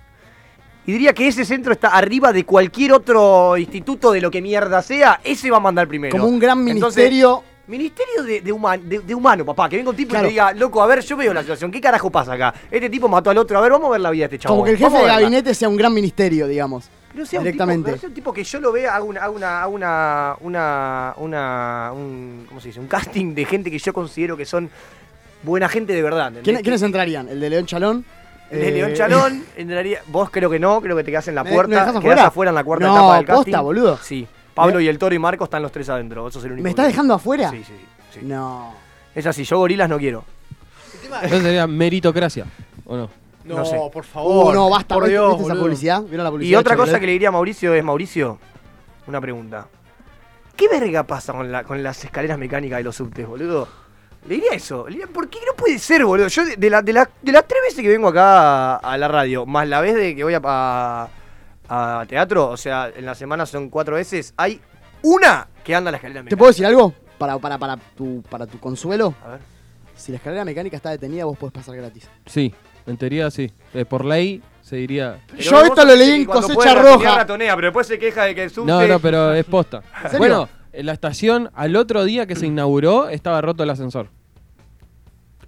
Y diría que ese centro está arriba de cualquier otro instituto de lo que mierda sea. Ese va a mandar primero.
Como un gran
Entonces,
ministerio.
Ministerio de, de human- de- de humano, papá. Que venga un tipo
Claro.
y te diga, loco, a ver, yo veo la situación. ¿Qué carajo pasa acá? Este tipo mató al otro. A ver, vamos a ver la vida de este chavo.
como que el jefe de gabinete sea un gran ministerio, digamos.
Pero sea un
directamente.
Tipo, pero sea un tipo que yo lo vea, hago una, hago una, hago una, una, una- un, ¿cómo se dice? Un casting de gente que yo considero que son buena gente de verdad. ¿entendés?
¿Quién- ¿Quiénes entrarían? ¿El de León Chalón?
El de
Eh,
León Chalón, entraría- vos creo que no, creo que te quedás en la
¿Me-
puerta,
me dejás
quedás
afuera?
afuera en la cuarta
No,
etapa del
posta,
casting.
boludo.
Sí, Pablo y el Toro y Marco están los tres adentro, eso es el único.
¿Me estás
que-
dejando afuera?
Sí, sí, sí.
No.
Es así, yo gorilas no quiero.
Eso sería meritocracia, ¿o no?
No, No sé.
por
Uh, no, basta. ¿Viste- ¿Viste esa publicidad? ¿Vieron la publicidad?
Y otra
de Chevrolet?
cosa que le diría a Mauricio es, Mauricio, una pregunta. ¿Qué verga pasa con, la, con las escaleras mecánicas de los subtes, boludo? Le diría eso. Le diría, ¿por qué no puede ser, boludo? Yo de, de la- de la- de las tres veces que vengo acá a, a la radio, más la vez de que voy a, a- a teatro, o sea, en la semana son cuatro veces, hay una que anda la escalera
¿Te
mecánica.
puedo decir algo? Para, para, para, tu, para tu consuelo.
A ver.
Si la escalera mecánica está detenida, vos podés pasar gratis.
Sí, en teoría sí. Eh, por ley se diría.
Pero
Yo
vos
esto lo
sos
leí
el
en
que cuando
Cosecha
puede ratonear,
Roja.
ratonea, pero después se queja de que el subte...
No, no, pero es posta.
serio?
Bueno, en la estación, al otro día que se inauguró, estaba roto el ascensor.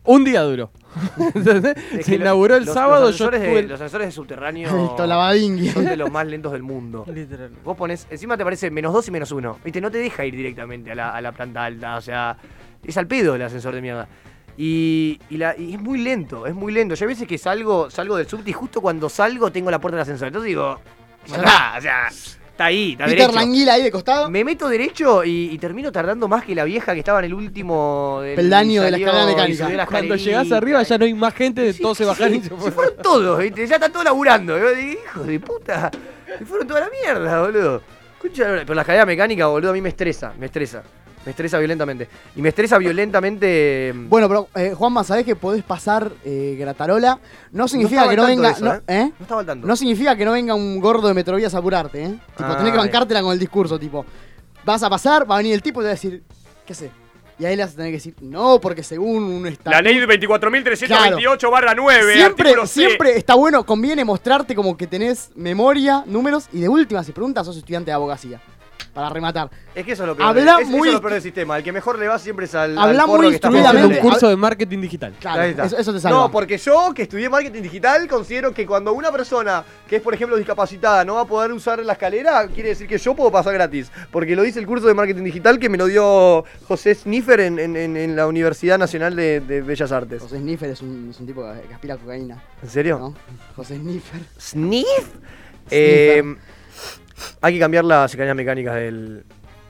Un día duró. ¿Entendés?
Es
se
que lo-
inauguró el
los-
sábado,
los
yo
ascensores
estuve...
de, los ascensores de subterráneo
El Tolabadingui.
son de los más lentos del mundo.
Literal.
Vos pones, encima te aparece menos dos y menos uno. Viste, no te deja ir directamente a la, a la planta alta. O sea, es al pedo el ascensor de mierda. Y, y la- y es muy lento, es muy lento. Yo a veces que salgo, salgo del subte y justo cuando salgo tengo la puerta del ascensor. Entonces digo, ya está, o sea, está ahí, está
Peter
derecho.
Languila ahí de costado.
Me meto derecho y, y termino tardando más que la vieja que estaba en el último del-
Peldaño
y
de la
salió
escalera
y
mecánica.
subió la
Cuando
escalerita.
llegás arriba ya no hay más gente, todos se bajaron y se
Se
fueron.
fueron todos, ¿viste? ya están todos laburando. Yo digo, hijo de puta. Se fueron toda la mierda, boludo. Escucha, pero la escalera mecánica, boludo, a mí me estresa, me estresa. Me estresa violentamente. Y me estresa violentamente. eh,
Bueno, pero eh, Juanma, sabés que podés pasar eh, Gratarola. No significa
estaba
que no
al tanto
venga.
de eso,
no,
¿eh?
¿eh?
No estaba al tanto.
No significa que no venga un gordo de Metrovías a curarte, ¿eh? Tipo, tenés que
Ay.
bancártela con el discurso, tipo. Vas a pasar, va a venir el tipo y te va a decir, ¿qué hace? Y ahí le vas a tener que decir, no, porque según un estatuto.
La ley 24.328 barra 9.
Siempre,
artículo C.
siempre está bueno, conviene mostrarte como que tenés memoria, números y de última, si preguntas, sos estudiante de abogacía. Para rematar.
Es que eso es lo peor.
Habla
es, eso
muy
es lo peor del sistema. El que mejor le va siempre es al. al
Habla
forro
muy
que está
instruidamente.
por
Un
delante.
curso de marketing digital.
Ahí está. No, porque yo que estudié marketing digital considero que cuando una persona que es, por ejemplo, discapacitada no va a poder usar la escalera, quiere decir que yo puedo pasar gratis. Porque lo dice el curso de marketing digital que me lo dio José Sniffer en, en- en- en la Universidad Nacional de, de Bellas Artes.
José Sniffer es un, es un tipo que que aspira a cocaína.
¿En serio?
José Sniffer.
¿Sniff? Eh, hay que cambiar las escaleras mecánicas del,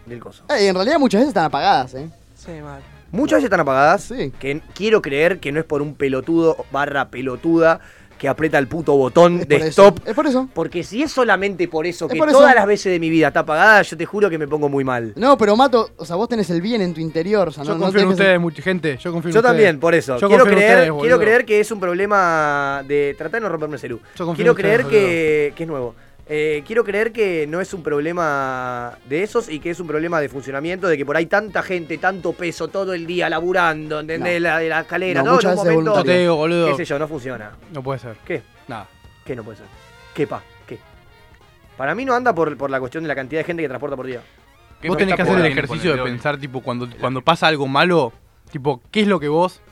del coso.
Eh, en realidad muchas veces están apagadas, ¿eh?
Sí, mal.
Muchas veces están apagadas. Que quiero creer que no es por un pelotudo barra pelotuda que aprieta el puto botón de
por eso,
stop.
Es por eso.
Porque si es solamente por eso,
Es
que
por eso.
todas las veces de mi vida está apagada, yo te juro que me pongo muy mal.
No, pero Mato, o sea, vos tenés el bien en tu interior. O sea,
Yo
no,
confío en
no tenés que-
ustedes, mucha gente. Yo confío en
Yo
ustedes.
también, por eso.
Yo
quiero,
confío en
creer,
ustedes, boludo.
quiero creer que es un problema de. Tratar de no romperme el celu.
confío
Quiero
en ustedes,
creer que. que es nuevo. Eh, quiero creer que no es un problema de esos y que es un problema de funcionamiento, de que por ahí tanta gente, tanto peso todo el día laburando, ¿entendés?
No.
La, la escalera,
No,
todo
muchas
en un
veces
momento.
voluntario. Te digo, boludo.
Qué sé yo, no funciona.
No puede ser.
¿Qué?
Nada.
¿Qué no puede ser? ¿Qué pa? ¿Qué? Para mí no anda por, por la cuestión de la cantidad de gente que transporta por día.
Vos
No
tenés que
está
hacer
por
el
ahí.
ejercicio de pensar, tipo, cuando, cuando pasa algo malo, tipo, ¿qué es lo que vos,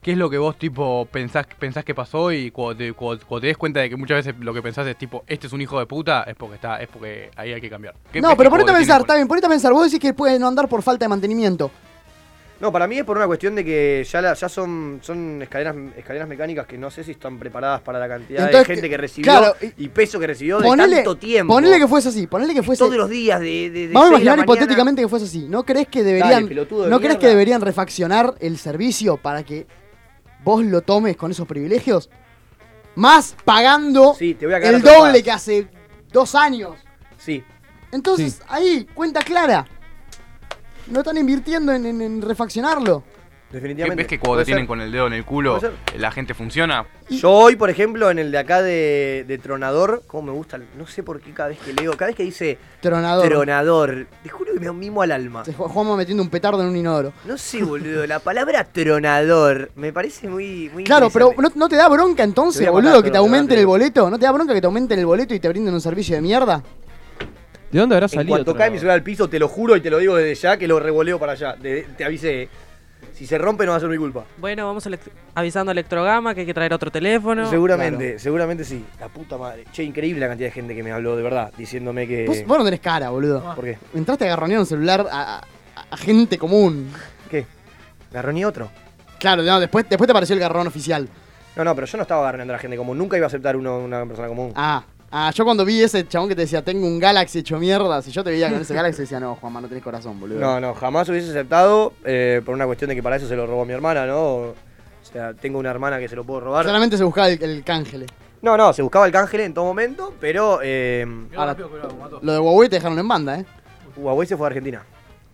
qué es lo que vos, tipo, pensás, pensás que pasó? Y cuando te, cuando- cuando te des cuenta de que muchas veces lo que pensás es, tipo, este es un hijo de puta, es porque está, es porque ahí hay que cambiar. ¿Qué-
No,
qué
pero
tipo
ponete a
de
pensar,
tiene
está bien, ponete a pensar. Vos decís que puede no andar por falta de mantenimiento.
No, para mí es por una cuestión de que ya, la- ya son, son escaleras, escaleras mecánicas que no sé si están preparadas para la cantidad
Entonces,
de gente que recibió
claro,
y, peso que recibió de
Ponele,
tanto tiempo.
ponele que fuese así, ponele que fuese.
Todos los días de.
Vamos
de, de
a
seis de la
imaginar
mañana.
hipotéticamente que fuese así. ¿No crees que deberían,
Dale, pelotudo de
¿no crees que
mierda.
deberían refaccionar el servicio para que vos lo tomes con esos privilegios? Más pagando
te voy a cagar a
el
trompadas.
doble que hace dos años.
Sí.
Entonces, ahí, cuenta clara. No están invirtiendo en, en- en refaccionarlo.
que-
Definitivamente.
¿Ves que cuando
Puede
te tienen
ser.
con el dedo en el culo,
Puede
la gente funciona?
Yo hoy, por ejemplo, en el de acá de, de Tronador, ¿cómo me gusta? No sé por qué cada vez que leo, cada vez que dice
Tronador.
Tronador, te juro que me da un mimo al alma.
Se Ju- Juanma metiendo un petardo en un inodoro.
No sé, boludo, la palabra tronador me parece muy. muy
Claro, pero
interesante.
¿no, no te da bronca
Te
entonces,
voy a matar,
boludo, que te
pero te
aumenten
mato.
el boleto? ¿No te da bronca que te aumenten el boleto y te brinden un servicio de mierda?
¿De dónde habrá
En
salido?
cuanto
otro
cae
lado?
mi celular al piso, te lo juro y te lo digo desde ya que lo revoleo para allá. De- te avisé. eh. Si se rompe, no va a ser mi culpa.
Bueno, vamos elect- avisando a Electrogama que hay que traer otro teléfono.
seguramente, seguramente sí. La puta madre. Che, increíble la cantidad de gente que me habló, de verdad, diciéndome que.
Vos, vos no tenés cara, boludo.
Eh. Ah. ¿Por qué?
Entraste a garronear un celular a, a- a gente común.
¿Qué? ¿Garroneé otro?
Claro, no, después, después te apareció el garrón oficial.
No, no, pero yo no estaba agarrando a la gente común. Nunca iba a aceptar uno, una persona común.
Ah, ah, yo cuando vi ese chabón que te decía, tengo un Galaxy hecho mierda, si yo te veía con ese Galaxy decía, no, Juanma, no tenés corazón, boludo.
No, no, jamás hubiese aceptado eh, por una cuestión de que para eso se lo robó mi hermana, ¿no? O sea, tengo una hermana que se lo puedo robar.
Solamente se buscaba el, el cángele.
No, no, se buscaba el cángel en todo momento, pero. eh,
Ahora, lo de Huawei te dejaron en banda, ¿eh?
Huawei se fue a Argentina.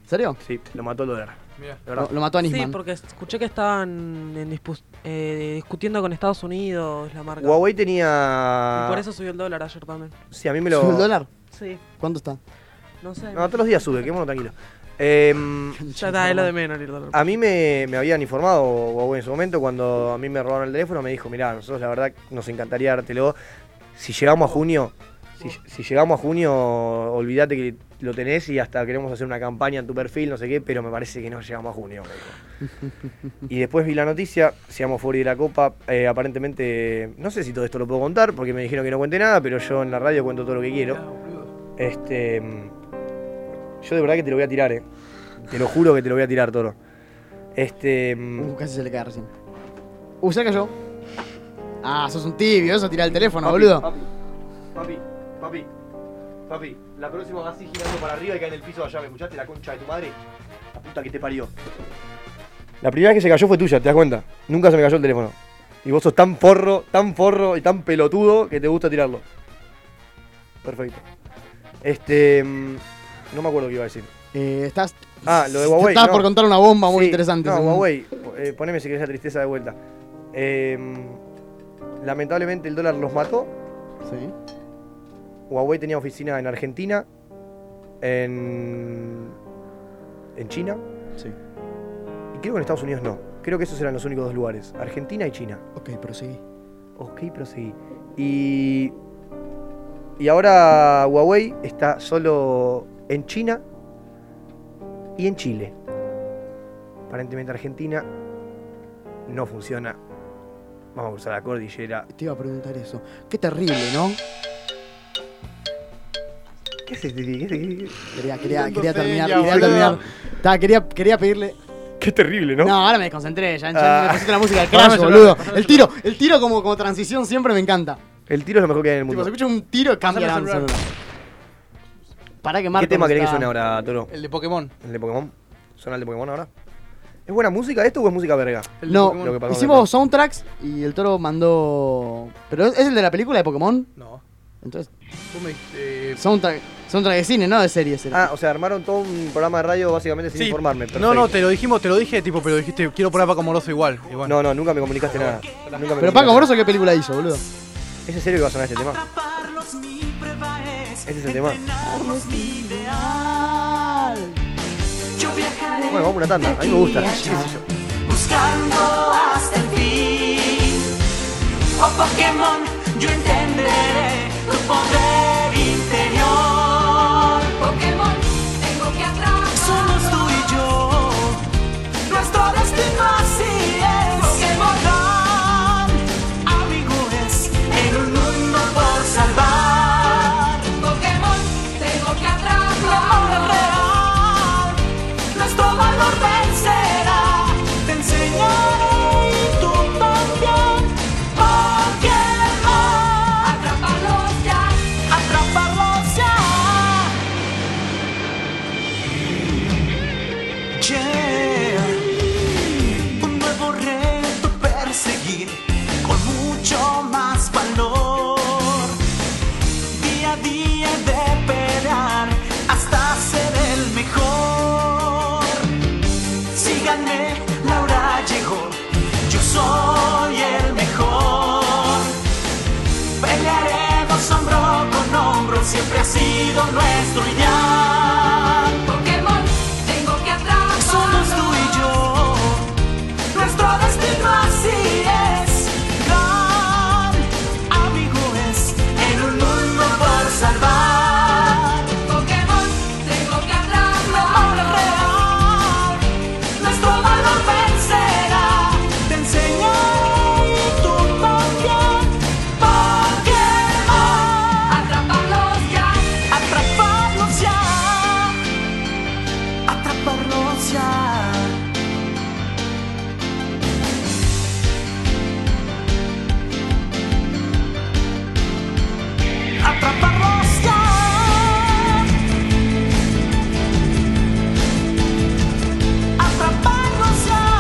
¿En serio?
Sí, lo mató el dólar.
Mirá.
De verdad.
Lo- lo mató a
Sí, porque escuché que estaban en dispus- eh, discutiendo con Estados Unidos la marca.
Huawei tenía.
Y por eso subió el dólar ayer también.
Sí, a mí me lo.
¿Subió el dólar?
Sí,
¿Cuánto está?
no sé.
No, todos los días sube, quedémonos tranquilos. Em,
Ya está, es lo de menos el dólar.
A mí me, me habían informado Huawei en su momento cuando a mí me robaron el teléfono, me dijo, mirá, nosotros la verdad nos encantaría dártelo. Si llegamos a junio, si, si llegamos a junio, olvídate que lo tenés y hasta queremos hacer una campaña en tu perfil, no sé qué, pero me parece que no llegamos a junio. me
eh.
dijo. Y después vi la noticia, seamos fuera de la copa, eh, aparentemente, no sé si todo esto lo puedo contar, porque me dijeron que no cuente nada, pero yo en la radio cuento todo lo que quiero. Este, mm, yo de verdad que te lo voy a tirar, eh. Te lo juro que te lo voy a tirar, Toro. Este. mm,
Uh, casi se le cae recién. Uh, se cayó. Ah, sos un tibio, eso tirar el teléfono,
Papi,
boludo.
Papi, papi, papi, papi, la próxima vas así girando para arriba y cae en el piso allá, ¿me escuchaste? La concha de tu madre, la puta que te parió. La primera vez que se cayó fue tuya, ¿te das cuenta? Nunca se me cayó el teléfono. Y vos sos tan forro, tan forro y tan pelotudo que te gusta tirarlo. Perfecto. Este. mm, No me acuerdo qué iba a decir.
Eh, estás
Ah, lo de Huawei.
Estaba
no.
por contar una bomba muy
Sí,
interesante.
No,
según-
Huawei, eh, poneme si querés la tristeza de vuelta. Eh, lamentablemente el dólar los mató.
Sí.
Huawei tenía oficina en Argentina, en, en China.
Sí.
Y creo que en Estados Unidos no. Creo que esos eran los únicos dos lugares, Argentina y China.
Ok, proseguí.
Ok, proseguí. Y, y ahora Huawei está solo en China y en Chile. Aparentemente Argentina no funciona. Vamos a cruzar la cordillera.
Te iba a preguntar eso. Qué terrible, ¿no?
¿Qué haces, Titi? ¿Qué haces?
Quería, quería,
Haciendo
quería terminar,
señas,
quería
boludo.
terminar. Ta, quería, quería pedirle.
Qué terrible,
¿no? ahora me desconcentré, ya, ya
Ah.
me pusiste la música del
Pará,
crash,
pará,
boludo.
pará, pará,
El tiro, el tiro como, como transición siempre me encanta.
El tiro es lo mejor que hay en el
Tipo,
mundo.
se escucha un tiro, cambia
Pasame
la
el
celular. Para que
¿Qué
Marcos
tema querés que
está-
suene ahora, Toro?
El de Pokémon.
¿El de Pokémon? ¿Suena el de Pokémon ahora? ¿Es buena música esto o es música verga?
No,
Lo que pasamos
hicimos soundtracks y el toro mandó. ¿Pero es es el de la película de Pokémon?
No.
Entonces,
Vos me- eh,
soundtrack, soundtrack de cine, no de series. era.
Ah, o sea, armaron todo un programa de radio básicamente sin
Sí.
informarme.
No, no,
perfecto.
te lo dijimos, te lo dije, tipo, pero dijiste, quiero poner a Paco Moroso igual. Y bueno.
No, no, nunca me comunicaste nada. Nunca me
Pero
comunicaste
Paco
nada.
Moroso, ¿qué película hizo, boludo?
¿Es en serio que va a sonar este tema? Ese es el tema. Bueno, vamos a una tanda. A mí me gusta. ¿Qué sé yo?
Buscando hasta el fin. Oh Pokémon, yo entenderé tu poder interior. Pokémon, tengo que atrapar. Somos tú y yo. Nuestro destino así es. Pokémon Run, amigos, en un mundo por salvar. Pokémon, tengo que atrapar. real, nuestro valor vencerá. Te enseñaré y tú también. Pokémon. Atraparlos ya. Atraparlos ya. Yeah. Un nuevo reto perseguir con mucho más valor. Día a día de pelear hasta ser el mejor. Síganme, Laura llegó. Yo soy el mejor. Pelearemos hombro con hombro, siempre ha sido nuestro ideal. Pokémon, tengo que atrapar. Somos tú y yo. Nuestro destino así es. Gran amigo es en un mundo por salvar. Pokémon, tengo que atrapar. real, nuestro valor vencerá. Te enseñaré y tú también. Pokémon, atraparlos ya. Atraparlos ya. Atraparlos ya. atraparlos ya. Atraparlos ya. Yeah.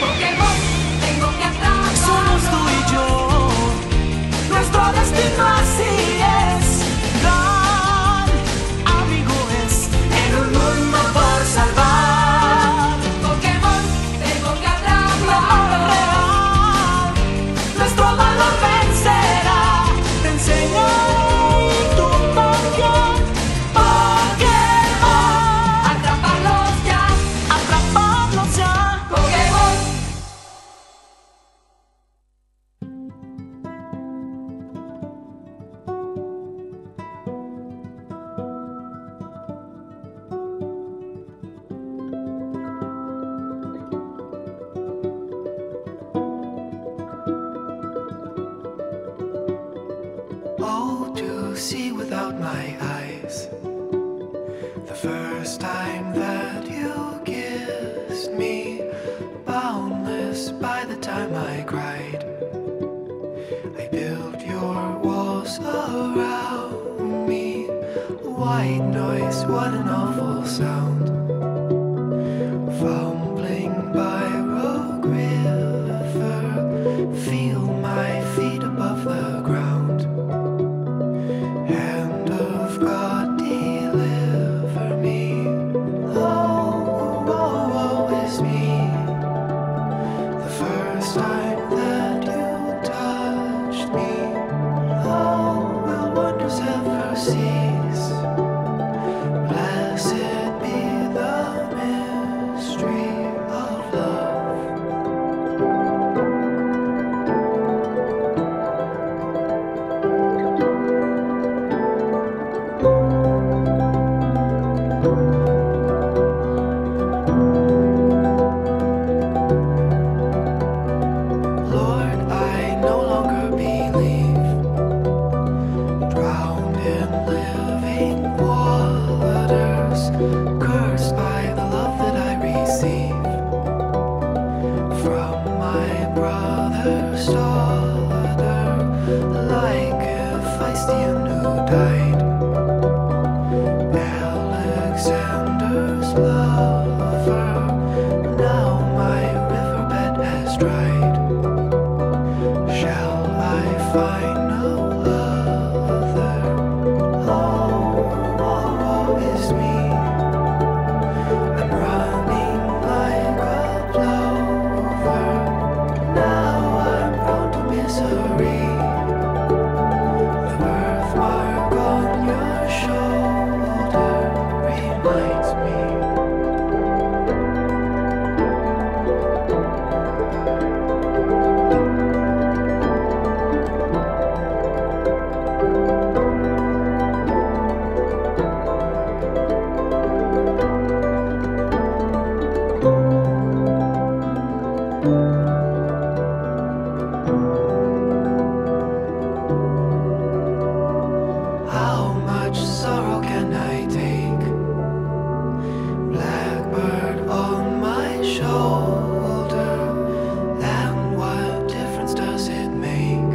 Pokémon, tengo que atrapar. Somos tú y yo. Nuestro destino así es. Gran amigo es. En un mundo por salvar. Pokémon, tengo que atrapar. Nuestro valor vencerá. Te enseñaré y tú también. Pokémon, atraparlos ya. Atraparlos ya. Pokémon.
Oh, to see without my eyes. The first time that you kissed me, boundless by the time I cried. I built your walls around white noise, what an awful sound. Fumbling by Rogue River, feel my feet above the ground. Hand of God, deliver me. Oh, woe, woe is me. The first time that you touched me. Oh, will wonders ever cease? Blessed be the mystery of love. Lord, I no longer believe. Drowned in living waters, cursed by the love that I receive from my brother's daughter, like a Philistian who died. Alexander's lover, now my riverbed has dried. Shall I find no other? Oh, woe is me. I'm running like a plover. Now I'm prone to misery. The birthmark on your shoulder reminds me. How much sorrow can I take? Blackbird on my shoulder, and what difference does it make?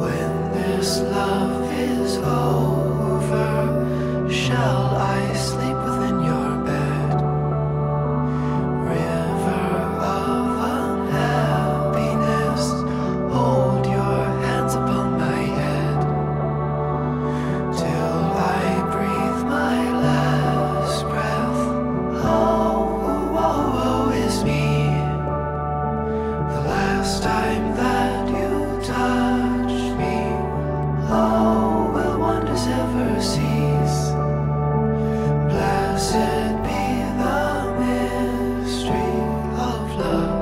When this love is over, shall I sleep within your bed? River of unhappiness, hold your hands upon my head. Till I breathe my last breath. Oh, woe, woe is me. The last time that you touched me. Oh, will wonders ever cease? Blessed be the mystery of love.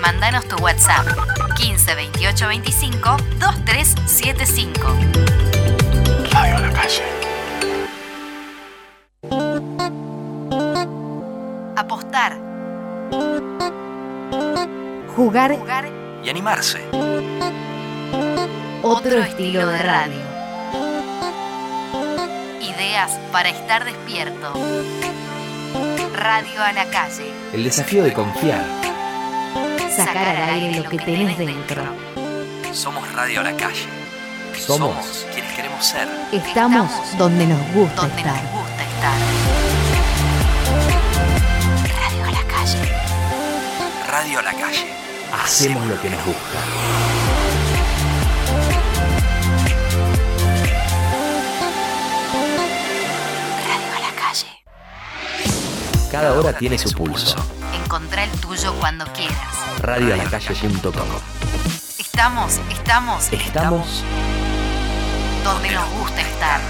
Mándanos tu WhatsApp 15 28 25 2375.
Radio a la calle.
Apostar,
Jugar
jugar,
Y animarse.
otro estilo de radio.
ideas para estar despierto. Radio a la calle,
El desafío de confiar.
Sacar al aire lo que tenés dentro.
Somos Radio a la Calle. Somos, quienes queremos ser.
Estamos donde nos gusta estar.
Radio a la calle.
Radio a la Calle. Hacemos lo que nos gusta.
Radio a la calle.
Cada hora tiene su pulso.
Encontrá el tuyo cuando quieras.
Radioalacalle.com.
Estamos, estamos
Estamos
donde nos gusta estar.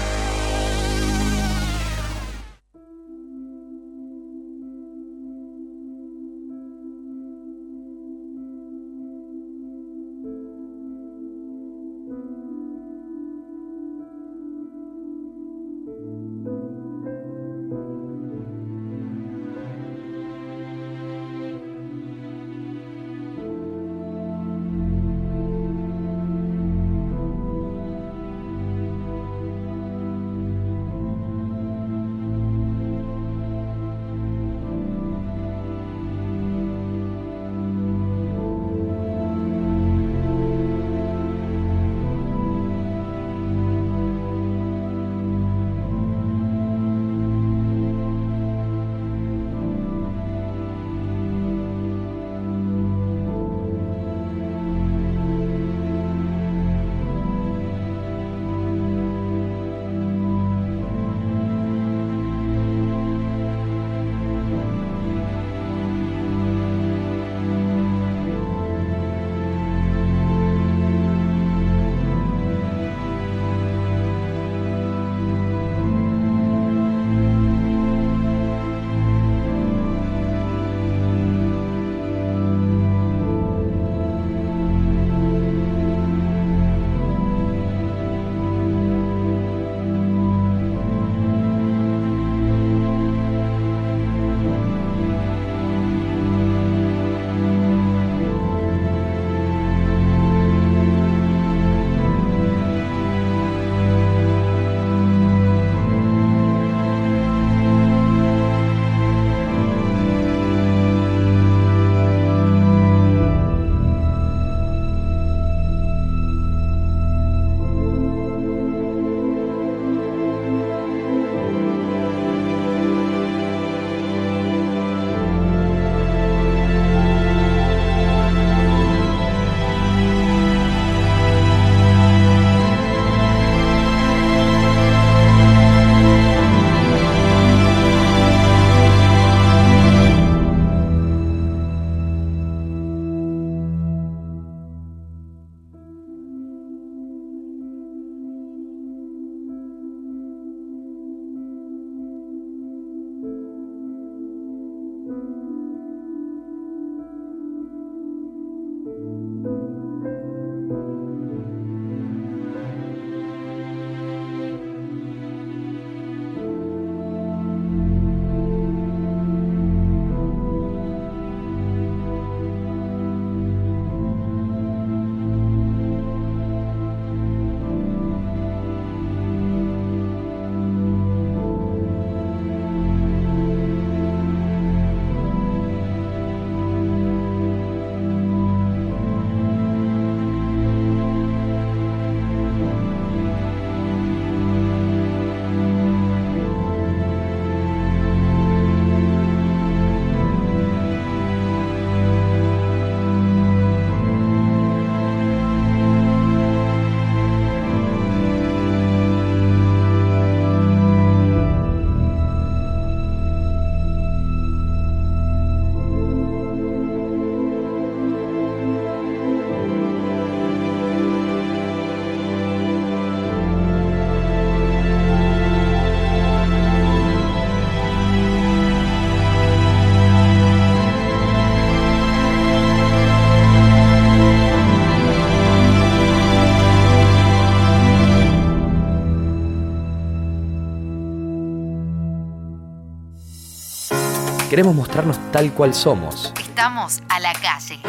Queremos mostrarnos tal cual somos.
Estamos a la calle.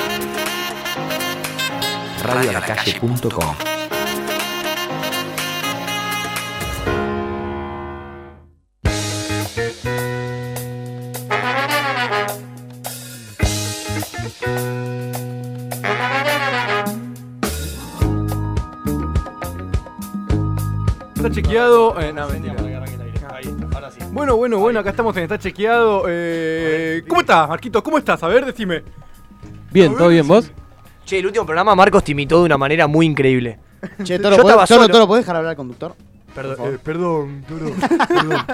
Radioalacalle.com
Está chequeado. eh, no, mentira. Bueno, bueno, bueno, acá estamos en Está Chequeado. eh, ¿Cómo estás, Marquitos? ¿Cómo estás? A ver, decime.
Bien, ¿todo bien vos?
Che, el último programa Marcos te imitó de una manera muy increíble.
Che,
Yo
Toro,
estaba
¿podés, Toro,
solo.
Toro, ¿podés dejar hablar al conductor? Por
Perdón,
favor.
eh, perdón, Toro, perdón.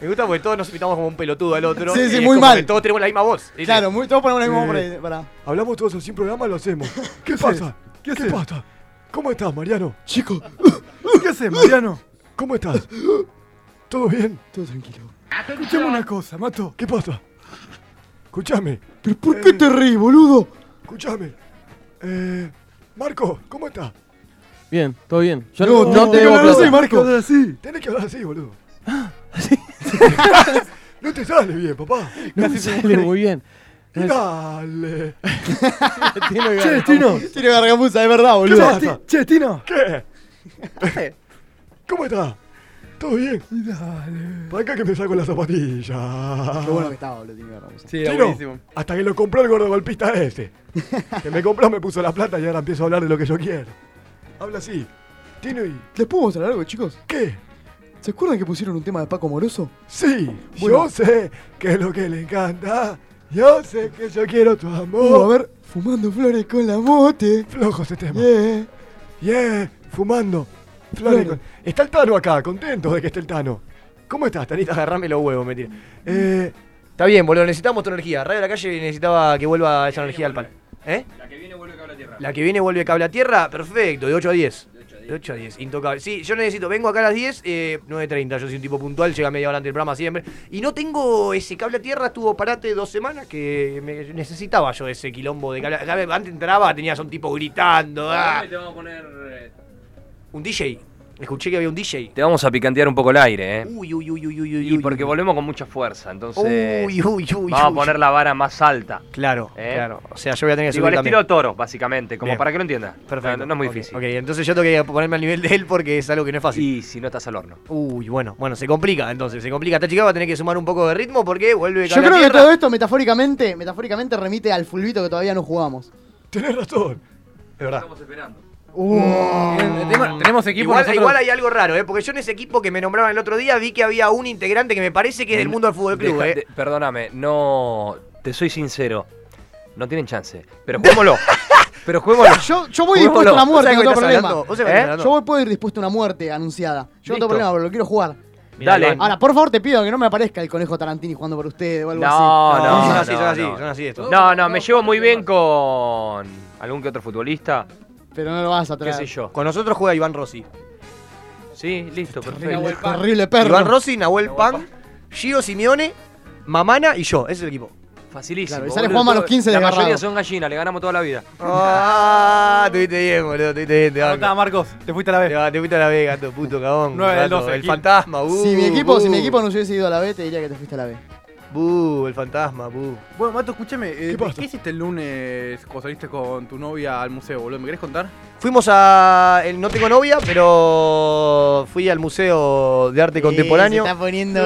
Me gusta porque todos nos imitamos como un pelotudo al otro.
Sí, sí,
y es
muy
como
mal.
que Todos tenemos la misma voz. ¿viste?
Claro, muy, todos ponemos la misma voz por ahí,
Eh,
pará.
Hablamos todos así en programa, lo hacemos. ¿Qué, pasa? ¿Qué, pasa? ¿Cómo estás, Mariano? Chico. ¿Qué haces, Mariano? ¿Cómo estás? ¿Todo bien? Todo tranquilo.
Escuchame una cosa, Mato.
¿Qué pasa? Escúchame. ¿Pero por qué te reís, boludo? Escúchame. Eh, Marco, ¿cómo estás?
Bien, todo bien. Yo no, te debo plata. Ah,
así. Tenés que hablar así, boludo. no te sale bien, papá.
No me sale muy bien.
Dale.
Gargamusa.
Tino Gargamusa, es verdad, boludo.
¿Qué pasa?
Che, Tino.
¿Qué? ¿Cómo estás? ¿Todo bien? Dale. Para acá que me saco las zapatillas.
Ah.
Qué bueno que estaba, boludo, Tino Gargamusa.
Sí,
Chino, Hasta que lo compró el gordo golpista ese. que me compró, me puso la plata y ahora empiezo a hablar de lo que yo quiero. Habla así. Tino y.
¿Les puedo mostrar algo, chicos?
¿Qué?
¿Se acuerdan que pusieron un tema de Paco Moroso?
Sí,
Bueno.
yo sé que es lo que le encanta. Yo sé que yo quiero tu amor.
Uh, a ver, fumando flores con la mote.
Flojo ese tema.
Yeah.
Yeah, fumando. Flores.
Flores.
con- Está el Tano acá, contento de que esté el Tano. ¿Cómo estás, Tanita?
Agarrame los huevos, me tira.
Eh,
Está bien, boludo, necesitamos tu energía. Radio de la calle necesitaba que vuelva esa energía al pan. ¿Eh? La que viene vuelve cable a tierra, perfecto, de 8 a 10. De 8 a 10, intocable. Sí, yo necesito, vengo acá a las 10, eh, 9.30, yo soy un tipo puntual, llega media hora antes del programa siempre. Y no tengo ese cable a tierra, estuvo parate dos semanas que me- necesitaba yo ese quilombo de cable. a- Antes entraba, tenías a un tipo gritando. ah.
Te vamos a poner.
Un DJ, escuché que había un DJ.
Te vamos a picantear un poco el aire, ¿eh?
Uy, uy, uy, uy, uy, uy.
Y porque volvemos con mucha fuerza, entonces.
Uy, uy, uy,
Vamos
uy.
a poner la vara más alta.
Claro,
¿Eh?
claro. O sea, yo voy a tener que
Digo,
subir
al
también.
estilo toro, básicamente, como
Bien.
para que lo entienda.
Perfecto.
No, no es muy difícil.
Ok, entonces yo tengo que ponerme al nivel de él porque es algo que no es fácil.
Y si no estás al horno.
Uy, bueno, bueno, se complica entonces, se complica. Esta chica va a tener que sumar un poco de ritmo porque vuelve
Yo
cable a
creo que
tierra.
todo esto metafóricamente, metafóricamente remite al fulbito que todavía no jugamos.
Tenés razón. Es verdad.
Tenemos, tenemos equipo.
Uh. Igual,
nosotros-
igual hay algo raro, ¿eh? porque yo en ese equipo que me nombraron el otro día vi que había un integrante que me parece que es del mundo del fútbol club.
Deja-
¿eh?
de- perdóname, no. Te soy sincero. No tienen chance. Pero juguémoslo. pero juguémoslo.
Yo, yo voy dispuesto a una muerte, no tengo problema.
¿Eh?
Yo voy, puedo ir dispuesto a una muerte anunciada. Yo no
Listo.
tengo problema, pero lo quiero jugar.
Mirá, Dale. Iván.
Ahora, por favor, te pido que no me aparezca el conejo Tarantini jugando por ustedes o algo así.
No, no,
son
no,
así, son
no,
así,
no.
son así esto.
No, no, me llevo muy bien con algún que otro futbolista.
Pero no lo vas a traer.
¿Qué sé yo?
Con nosotros juega Iván Rossi.
Sí, listo,
Nahuel
perfecto.
Pan. Horrible perro.
Iván Rossi, Nahuel Pan, Gio Simeone, Mamana y yo. Ese es el equipo.
Facilísimo.
Claro, y
sale
boludo.
Juanma a los 15
La
desgarrado.
mayoría son gallinas, le ganamos toda la vida.
Ah, tuviste bien, boludo, tuviste bien, te banco. Marcos, te fuiste a la vega. Te fuiste a la vega, tu puto cagón.
Nueve del
gato.
12,
El
Gil.
fantasma, uh.
si mi equipo,
uh,
si mi equipo no se hubiese ido a la B, te diría que te fuiste a la B.
Uh, el fantasma, uh.
Bueno, Mato, escúchame. eh, ¿Qué,
pasa?
hiciste el lunes cuando saliste con tu novia al museo, boludo? ¿Me querés contar?
Fuimos a. el- no tengo novia, pero. Fui al Museo de Arte Contemporáneo.
Se está poniendo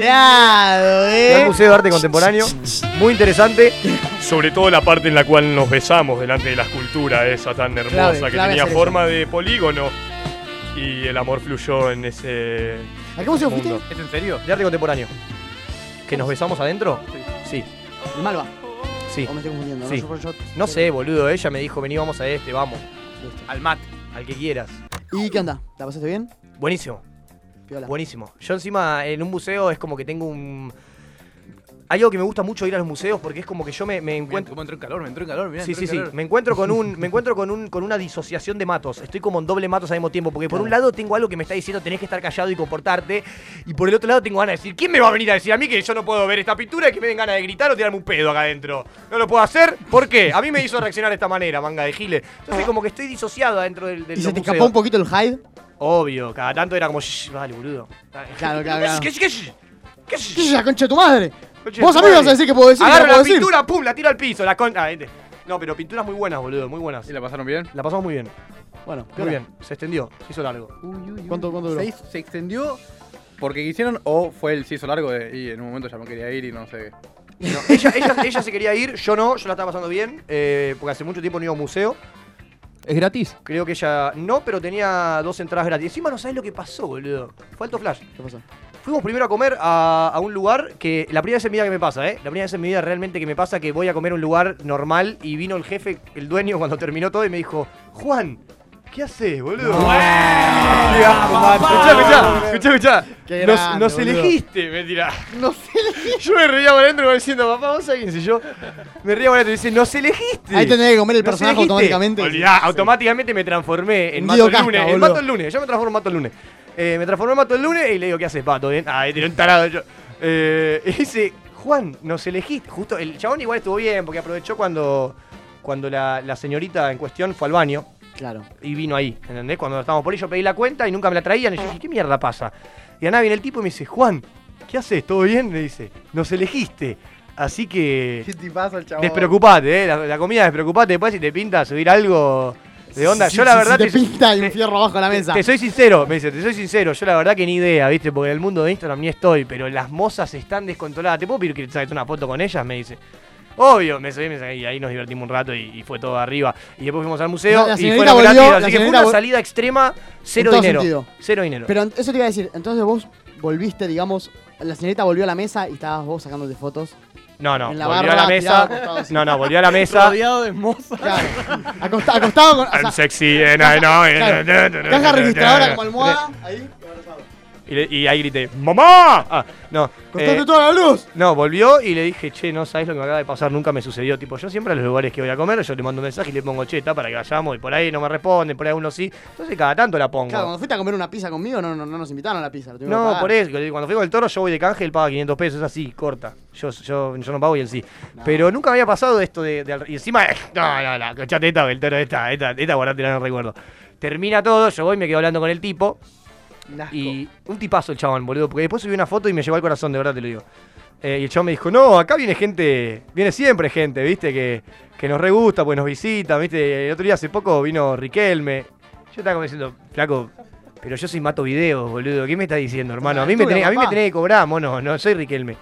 colorado,
Fui al
eh.
Museo de Arte Contemporáneo. Muy interesante.
Sobre todo la parte en la cual nos besamos delante de la escultura esa tan hermosa
Clave,
que
clave
tenía
hacer
forma de polígono y el amor fluyó en ese.
¿A qué museo
mundo.
fuiste?
¿Es en serio?
De Arte Contemporáneo. ¿Que nos besamos adentro? Sí.
El Malva.
Sí.
O me estoy confundiendo. ¿no?
Sí.
Yo- yo-
No sé, boludo. Ella me dijo, vení, vamos a este, vamos.
Al mat.
Al que quieras.
¿Y qué onda? ¿La pasaste bien?
Buenísimo.
Piola.
Buenísimo. Yo encima en un museo es como que tengo un... Hay algo que me gusta mucho ir a los museos porque es como que yo me, me encuentro...
¿Cómo entró en calor? Me entró en calor, mirá.
Sí,
entró en
sí, sí.
calor.
Me encuentro con un, me encuentro con un, con una disociación de matos. Estoy como en doble matos al mismo tiempo. Porque por un lado tengo algo que me está diciendo tenés que estar callado y comportarte. Y por el otro lado tengo ganas de decir, ¿quién me va a venir a decir a mí que yo no puedo ver esta pintura y que me den ganas de gritar o tirarme un pedo acá adentro? No lo puedo hacer. ¿Por qué? A mí me hizo reaccionar de esta manera, manga de giles. Entonces como que estoy disociado adentro del, del
¿Y se
los
te
museos.
escapó un poquito el Hyde?
Obvio, cada tanto era como, "Shh, vale, boludo.
Claro, claro, claro.
¿Qué, qué, qué, qué?
¿Qué es esa concha de tu madre? Vos a mí me vas a decir que puedo decir.
Agarro
que no
la
puedo decir.
pintura, pum, la tiro al piso. La con... ah, vente. No, pero pinturas muy buenas, boludo, muy buenas. ¿Y
la pasaron bien?
La pasamos muy bien. Bueno,
¿qué
muy
hora?
bien. Se extendió, se hizo largo.
¿Cuánto,
duró?
Se, hizo- se extendió porque quisieron o fue el se hizo largo de- y en un momento ya me quería ir y no sé.
ella, ella, ella se quería ir, yo no, yo la estaba pasando bien, eh, porque hace mucho tiempo no iba a un museo.
¿Es gratis?
Creo que ella no, pero tenía dos entradas gratis. Encima no sabes lo que pasó, boludo. Fue alto flash.
¿Qué pasó?
Fuimos primero a comer a, a un lugar que la primera vez en mi vida que me pasa, ¿eh? La primera vez en mi vida realmente que me pasa que voy a comer a un lugar normal y vino el jefe, el dueño, cuando terminó todo y me dijo, Juan, ¿qué haces, boludo? Escucha, escucha, escucha.
Qué
Nos,
grande,
nos
boludo.
elegiste, me dirá. Nos elegiste. Yo me reía por adentro como diciendo, papá, vos sabés si yo. Me reía por adentro y dice, nos elegiste.
Ahí tendría que comer el
Nos
personaje
elegiste.
automáticamente.
Olvidá,
Sí.
automáticamente me transformé en
Un
Mato
Guido
el
Casca,
lunes. En
boludo.
Mato el lunes, yo me transformo en Mato el lunes. Eh, me transformé en Mato el lunes y le digo, ¿qué haces, Pato? Bien. Ah, tiró un tarado yo. Eh, y dice, Juan, nos elegiste. Justo, el chabón igual estuvo bien porque aprovechó cuando, cuando la, la señorita en cuestión fue al baño.
Claro.
Y vino ahí, ¿entendés? Cuando estábamos por ahí, yo pedí la cuenta y nunca me la traían. Y yo dije, ¿qué mierda pasa? Y a nada viene el tipo y me dice, Juan, ¿qué haces? ¿Todo bien? Me dice, nos elegiste. Así que.
¿Qué te pasa, chabón?
Despreocupate, eh. La, la comida, despreocupate. Después, si te pinta subir algo de onda.
Si-
yo, la
si-
verdad.
si te
te,
pinta y un fierro abajo de la mesa.
te soy sincero, me dice, te soy sincero. Yo, la verdad, que ni idea, ¿viste? Porque en el mundo de Instagram ni estoy, pero las mozas están descontroladas. ¿Te puedo pedir que te saques una foto con ellas? Me dice. Obvio, me subí, me saqué, y ahí nos divertimos un rato y, y fue todo arriba. Y después fuimos al museo
La- la
y
señorita
fueron
volvió,
gratis.
la
Así que fue
señorita
una
vol-
salida extrema, cero
En todo
dinero.
sentido.
Cero dinero.
Pero en- eso te iba a decir, entonces vos volviste, digamos, la señorita volvió a la mesa y estabas vos sacándote fotos.
no, no,
en la
volvió a
barra,
la
tirado
mesa.
acostado así.
No, no, volvió a la mesa.
de moza. Claro. Acosta- acostado con. o sea,
I'm sexy and I know
claro,
it.
caja registradora como almohada, ahí.
Y, le- y ahí grité, ¡Mamá! Ah, no.
Cortate toda la luz!
No, volvió y le dije, che, no sabes lo que me acaba de pasar, nunca me sucedió. Tipo, yo siempre a los lugares que voy a comer, yo le mando un mensaje y le pongo, che, está para que vayamos, y por ahí no me responden, por ahí uno sí. Entonces cada tanto la pongo.
Claro, cuando fuiste a comer una pizza conmigo, no, no, no nos invitaron a la pizza. lo tuvimos que
no,
pagar.
por eso, cuando fui con el toro, yo voy de canje, él paga 500 pesos, es así, corta. Yo, yo, yo no pago y él sí. Pero nunca me había pasado esto de. de al- y encima, eh, no, no, no, escuchate esta, el toro, esta, esta, esta, guardate, no recuerdo. Termina todo, yo voy y me quedo hablando con el tipo. Y un tipazo el chabón, boludo. Porque después subí una foto y me llevó al corazón, de verdad te lo digo. Eh, y el chabón me dijo, no, acá viene gente, viene siempre gente, viste, que, que nos re gusta, pues nos visita, viste. El otro día hace poco vino Riquelme. Yo estaba como diciendo, flaco, pero yo soy mato videos, boludo. ¿Qué me estás diciendo, hermano? A mí me
Estuve,
tenés, a mí me
papá.
tenés que cobrar, mono, no soy Riquelme.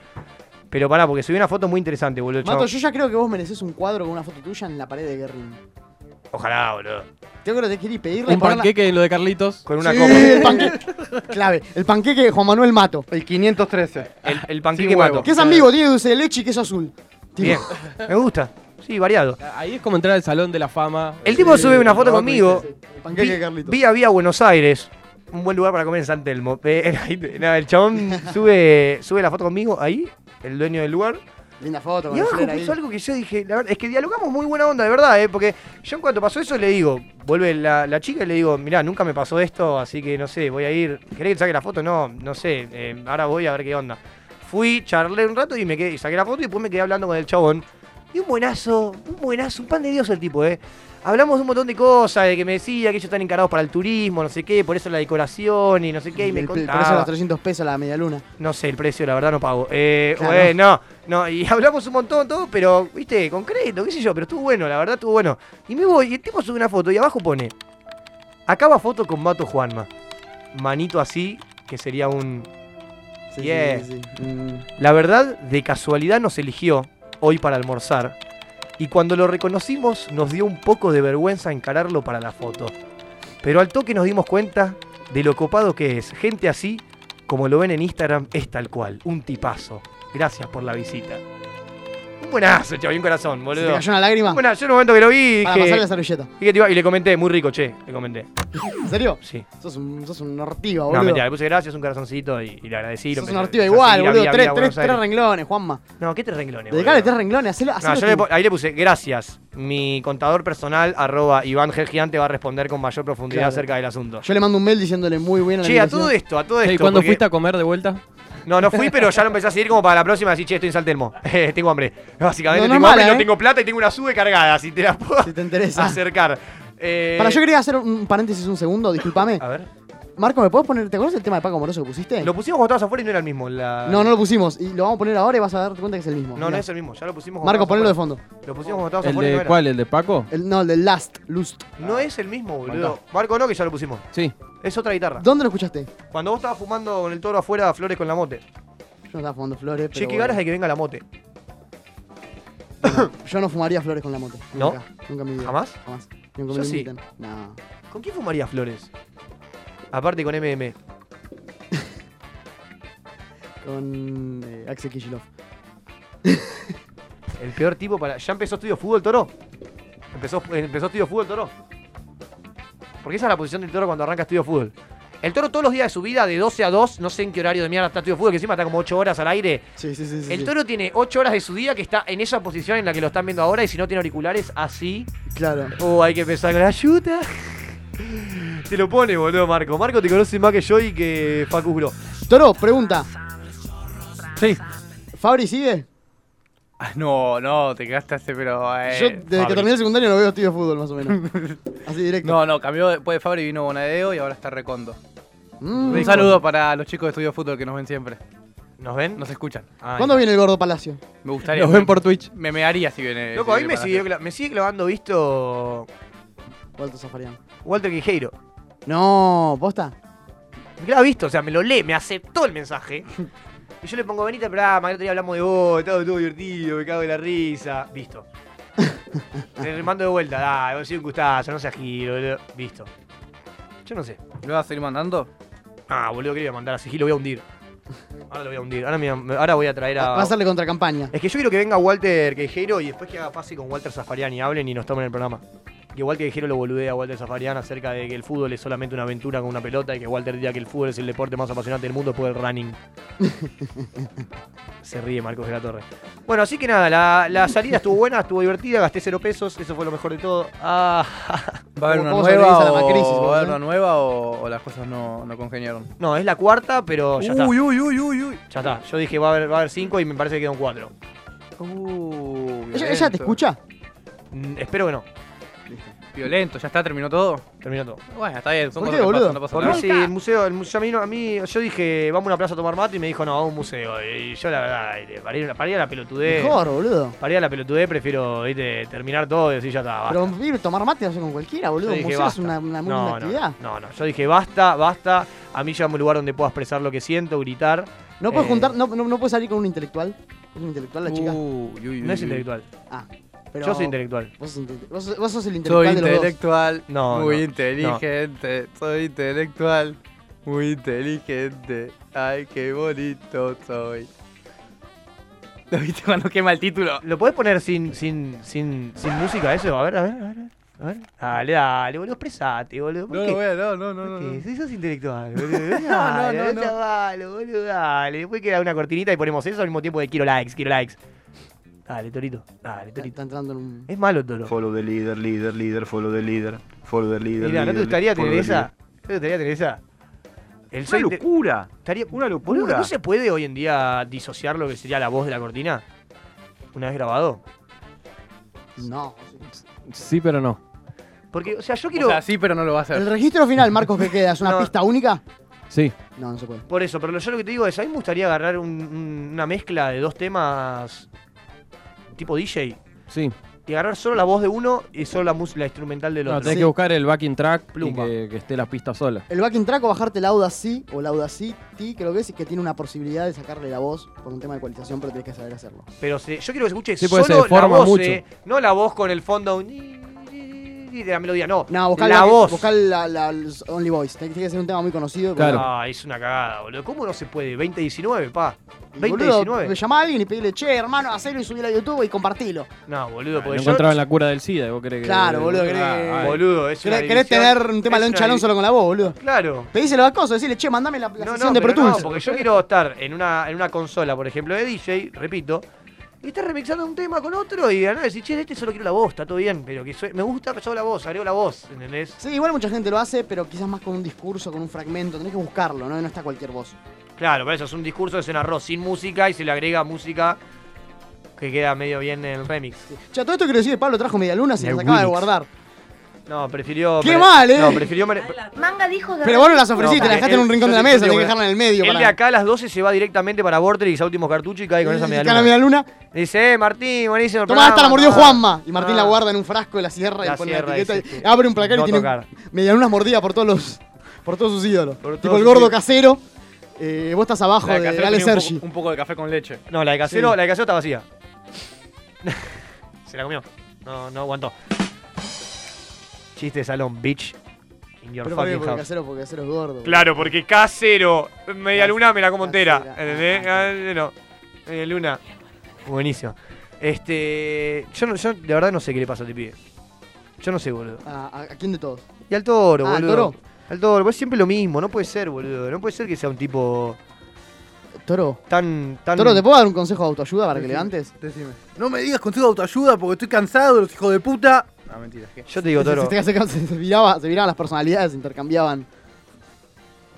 Pero pará, porque subí una foto muy interesante, boludo. el
Mato,
chabón.
yo ya creo que vos mereces un cuadro con una foto tuya en la pared de Guerrín.
Ojalá, boludo.
Yo creo que te quiero ir pedirle.
Un
ponerla-
panqueque de lo de Carlitos.
Con
Sí, el panqueque. Clave. El panqueque de Juan Manuel Mato. El 513.
El, el panqueque mato.
Que es ambiguo, tiene dulce de leche y queso azul. Tipo,
Bien, me gusta. Sí, variado.
Ah, Ahí es como entrar al Salón de la Fama.
El tipo
Eh,
sube una foto
ropa y
conmigo.
dice,
Panqueque
Vi-
Carlitos.
Vía vía Buenos Aires. Un buen lugar para comer en San Telmo. Eh, ahí te- nada, el chabón sube, sube la foto conmigo ahí, el dueño del lugar.
Linda foto. con
Y
el
abajo
flor ahí.
pasó algo que yo dije, la verdad, es que dialogamos muy buena onda, de verdad, eh, porque yo en cuanto pasó eso le digo, vuelve la, la chica y le digo, mirá, nunca me pasó esto, así que no sé, voy a ir. ¿Querés que saque la foto? No, no sé, eh, ahora voy a ver qué onda. Fui, charlé un rato y me quedé, saqué la foto y después me quedé hablando con el chabón. Y un buenazo, un buenazo, un pan de Dios el tipo, ¿eh? Hablamos de un montón de cosas, de que me decía que ellos están encargados para el turismo, no sé qué, por eso la decoración y no sé qué, y,
Y
me
el- Por
contaba.
eso los 300 pesos la media luna.
No sé, el precio, la verdad no pago. Eh,
Claro.
güey, no, no, y hablamos un montón, todo, pero, viste, concreto, qué sé yo, pero estuvo bueno, la verdad estuvo bueno. Y me voy, y el tipo sube una foto y abajo pone, acaba foto con Mato Juanma. Manito así, que sería un...
Sí,
Yeah.
sí, sí, sí. Mm.
La verdad, de casualidad nos eligió hoy para almorzar. Y cuando lo reconocimos, nos dio un poco de vergüenza encararlo para la foto. Pero al toque nos dimos cuenta de lo copado que es. Gente así, como lo ven en Instagram, es tal cual. Un tipazo. Gracias por la visita. Un buenazo, chaval, un corazón, boludo.
¿Se te cayó una lágrima?
Bueno, yo en un momento que lo vi,
Para
dije-
pasarle la servilleta.
Dije, te iba- Y le comenté, muy rico, che, le comenté.
¿En serio?
Sí.
Sos un, sos un ortiva,
No,
boludo.
mentira, le puse gracias, un corazoncito y, y le agradecí. lo
sos un
empecé-
ortiva
empecé a
igual,
seguir a
boludo.
Vía-
tres,
Vía
tres,
Buenos Aires.
tres renglones, Juanma.
No, ¿qué tres renglones?
Dedicale tres renglones, hacelo,
No,
hacelo
yo
tú.
le po- ahí le puse, gracias. Mi contador personal, arroba Iván G. Gigante, va a responder con mayor profundidad
Claro.
acerca del asunto.
Yo le mando un mail diciéndole muy bien
Che, a todo esto, a todo esto.
¿Y cuándo
porque-
fuiste a comer de vuelta?
No, no fui, pero ya lo empecé a seguir como para la próxima. Así, che, estoy en Saltelmo. Eh, tengo hambre. Básicamente,
No, no
tengo
es
hambre,
mala,
no
¿eh?
tengo plata y tengo una sube cargada. Si te la puedo
Si te interesa.
acercar. Eh,
Para, yo quería hacer un paréntesis un segundo, discúlpame.
A ver.
Marco, ¿me puedes poner? ¿Te acuerdas el tema de Paco Moroso que pusiste?
Lo pusimos cuando estabas afuera y no era el mismo. la-
No, no lo pusimos. Y lo vamos a poner ahora y vas a darte cuenta que es el mismo.
No, no
Mirá.
es el mismo. Ya lo pusimos. cuando
Marco,
estabas
ponelo de
afuera.
fondo.
Lo pusimos cuando estabas
¿El
afuera. y no
de
era.
cuál? ¿El de Paco?
El- no, el del Last, Lust.
No es el mismo, boludo. Marco, no, que ya lo pusimos.
Sí.
Es otra guitarra.
¿Dónde lo escuchaste?
Cuando vos estabas fumando con el toro afuera, flores con la mote.
Yo estaba fumando flores. Pero
Che, qué
bueno.
ganas de que venga la mote.
Yo no fumaría flores con la moto.
¿No?
Nunca, nunca en mi vida.
¿Jamás?
Jamás. Nunca me
Yo
lo
sí.
invitan. No.
¿Con quién fumaría flores? Aparte con MM.
Con eh, Axel Kicillof.
El peor tipo para. ¿Ya empezó estudio fútbol toro? ¿Empezó, eh, empezó estudio fútbol toro? Porque esa es la posición del toro cuando arranca estudio fútbol. El toro todos los días de su vida, de 12 a 2, no sé en qué horario de mierda está estudio fútbol, que encima está como 8 horas al aire.
Sí, sí, sí. sí,
el
sí.
toro tiene 8 horas de su día que está en esa posición en la que lo están viendo ahora y si no tiene auriculares, así.
Claro.
Oh, hay que empezar con la ayuda. Te lo pone, boludo, Marco. Marco te conoce más que yo y que Facu Gro.
Toro, pregunta.
Sí.
¿Fabri sigue?
Ah, No, no, te gastaste, pero. eh,
Yo desde que
Fabri.
terminé el secundario no veo estudio de fútbol, más o menos. Así directo.
No, no, cambió después de Fabri vino Bonadeo y ahora está Recondo.
Mm.
Un saludo para los chicos de Estudio Fútbol que nos ven siempre.
¿Nos ven?
Nos escuchan. Ah,
¿Cuándo viene el Gordo Palacio?
Me gustaría.
Nos ven por Twitch.
Me mearía si viene.
Loco, a
si
mí
viene
me,
para
siguió
hacer.
cla- me sigue clavando visto
Walter Zafarian.
Walter Quijeiro.
No, posta.
Me clava visto, o sea, me lo lee, me aceptó el mensaje. Y yo le pongo, venite, pero ah, otro día hablamos de vos, todo, todo divertido, me cago en la risa. Visto. Le mando de vuelta, dale, vos sos un gustazo, no seas giro, boludo. Visto. Yo no sé.
¿Lo vas a seguir mandando?
Ah, boludo, que le voy a mandar así, lo voy a hundir. Ahora lo voy a hundir, ahora, me- me- ahora voy a traer a...
Va a hacerle contracampaña.
Es que yo quiero que venga Walter Quejero y después que haga pase con Walter Zafarian y hablen y nos tomen el programa. Que Walter Quejero lo boludea a Walter Zafarian acerca de que el fútbol es solamente una aventura con una pelota y que Walter diga que el fútbol es el deporte más apasionante del mundo después del running. Se ríe Marcos de la Torre. Bueno, así que nada, la, la salida estuvo buena, estuvo divertida, gasté cero pesos, eso fue lo mejor de todo. Ah,
¿Va a haber una nueva? O, ¿Va a haber una nueva o, o las cosas no, no congeniaron?
No, es la cuarta, pero ya está.
Uy, uy, uy, uy, uy.
Ya está. Yo dije va a haber, va a haber cinco y me parece que quedan cuatro.
Uh,
¿Ella, ella te
violento.
escucha?
Mm, espero que no.
Violento, ¿ya está? ¿Terminó todo?
Terminó todo.
Bueno, está bien, son
¿Por
cosas
qué,
que
boludo?
pasan, no pasa
Porque
nada.
sí, el museo, el museo a, mí, no- a mí- yo dije, vamos a una plaza a tomar mate y me dijo, no, vamos a un museo. Y yo la verdad, eh, para ir, para ir a la pelotudez,
Mejor, boludo.
para ir a la pelotudez prefiero viste, terminar todo y decir, ya está, basta.
Pero ir a tomar mate no sé con cualquiera,
Yo
boludo. Un
dije,
museo es
basta.
una, una, una
No, no,
actividad.
No, no, yo dije, basta, basta, a mí llame un lugar donde pueda expresar lo que siento, gritar.
No puedes
Eh,
juntar, no, no, no puedes salir con un intelectual. Es un intelectual la chica.
Uh, Uy, uy, uy,
No es
uy.
intelectual,
Ah, pero.
yo soy intelectual.
Vos sos, inte- vos sos- vos sos el intelectual
Soy
de los dos.
intelectual,
No,
muy
no,
inteligente, soy intelectual, muy inteligente. Ay, qué bonito soy. ¿Lo viste cuando quema el título?
¿Lo podés poner sin, sin, sin, sin música eso? A ver, a ver, a ver. A ver. Dale, dale, boludo, expresate, boludo. ¿por
No,
qué?
no, voy a- no, no, no, no.
¿Qué?
no.
Si sos intelectual, boludo.
No, no, no, no.
Chaval, eh, boludo, dale. Después queda una cortinita y ponemos eso al mismo tiempo de quiero likes, quiero likes. Dale, Torito. Dale,
Está,
Torito.
está entrando en un.
Es malo, Toro.
Follow the leader, leader, leader, follow the leader, follow the leader.
Mirá, ¿no te
leader,
gustaría
follow
tener
the
esa? ¿No te gustaría tener esa? El
leader. Una locura.
Estaría,
Una
Boludo,
locura.
¿No se puede hoy en día disociar lo que sería la voz de la cortina? Una vez grabado.
No.
Sí, pero no.
Porque, o sea, yo quiero.
O sea, sí, pero no lo va a
El
hacer.
registro final, Marcos, que queda, es una
No.
pista única.
Sí.
No, no se puede.
Por eso, pero yo lo que te digo es, a mí me gustaría agarrar un- un- una mezcla de dos temas tipo DJ
Sí.
y agarrar solo la voz de uno y solo la música la instrumental del
No,
otro.
tenés que buscar el backing track y
Pluma.
que, que esté la pista sola.
El backing track o bajarte el Audacity o el Audacity, creo que es, y que tiene una posibilidad de sacarle la voz por un tema de ecualización, pero tenés que saber hacerlo.
Pero se- yo quiero que se escuche
Sí, porque
solo
se
la
deforma
voz,
mucho.
eh, no la voz con el fondo un ni- ni- ni de la melodía, no.
No, buscar
la voz.
Buscar la, la- los Only Voice. Tiene que- tiene que ser un tema muy conocido.
Ah, es una cagada, boludo. ¿Cómo no se puede? 2019, pa.
Y, Boludo,
2019.
llamá a alguien y pedirle, che, hermano, hacelo y subilo a YouTube y compartilo.
No, boludo,
Ah, No
porque pues, yo-
encontraban la cura del SIDA, y vos querés que.
Claro, boludo, querés
Ah,
que-
Boludo, es una
¿Querés, querés
división-
tener un tema
es
de un
una
chalón
divi-
solo con la voz, boludo?
Claro.
Pedíselo a Coso, decirle, che, mandame la, la
No,
sesión
no,
de Pro
pero no,
Tools.
porque yo quiero estar en una, en una consola, por ejemplo, de DJ, repito, y estar remixando un tema con otro y ganar decir, che, este solo quiero la voz, está todo bien, pero que soy- me gusta solo la voz, agrego la voz, ¿entendés?
Sí, igual mucha gente lo hace, pero quizás más con un discurso, con un fragmento. Tenés que buscarlo, ¿no? No está cualquier voz.
Claro, por eso es un discurso de cena arroz sin música y se le agrega música que queda medio bien en el remix.
Che, a todo esto quiero decir que Pablo trajo media luna, se las acaba de guardar.
No, prefirió.
¡Qué
mere-
mal, eh!
No, prefirió. mere-
Manga dijo de
Pero vos no las ofreciste,
No,
las dejaste
él-
en un rincón de
yo
la
te
mesa, tenés
digo
que
que
dejarla en el medio.
Él
para-
de acá a las 12 se va directamente para Vortrix a últimos cartuchos y cae con esa
Y
media
cae la media luna.
Dice, eh, Martín, buenísimo. el
Tomá, esta la
programa,
mordió
no.
Juanma. Y Martín
Ah.
la guarda en un frasco de la sierra
La
y pone la
sierra, este.
etiqueta.
dice,
y abre un placar
no
y tiene
tocar.
medialunas mordidas por todos los. Por todos sus ídolos. tipo
todos
el
sus
gordo
ídolos.
casero. eh, vos estás abajo
La de
de,
casero
Ale
tenía un
Sergi.
poco- Un poco de café con leche.
No, la de casero,
Sí.
la de casero está vacía. se la comió. No, no aguantó. Chiste de salón, bitch. In your
Pero por
fucking
porque
house.
casero, porque casero es gordo.
Claro, porque casero, media luna me la como entera. ¿Entendés?
Ah, no. Media luna. Buenísimo. Este. Yo, no- yo de verdad no sé qué le pasa a este pibe. Yo no sé, boludo.
Ah, ¿A, a- a quién de todos?
Y al toro,
Ah, ¿al
boludo.
toro?
Al toro, pues siempre lo mismo, no puede ser, boludo. No puede ser que sea un tipo.
Toro.
Tan. tan...
Toro, ¿te puedo dar un consejo de autoayuda para que
Decime,
levantes?
Decime. No me digas consejo de autoayuda porque estoy cansado de los hijos de puta. No, mentira. ¿qué?
Yo te digo, Toro.
Se, se- se- se- se viraba- se viraban las personalidades, se intercambiaban.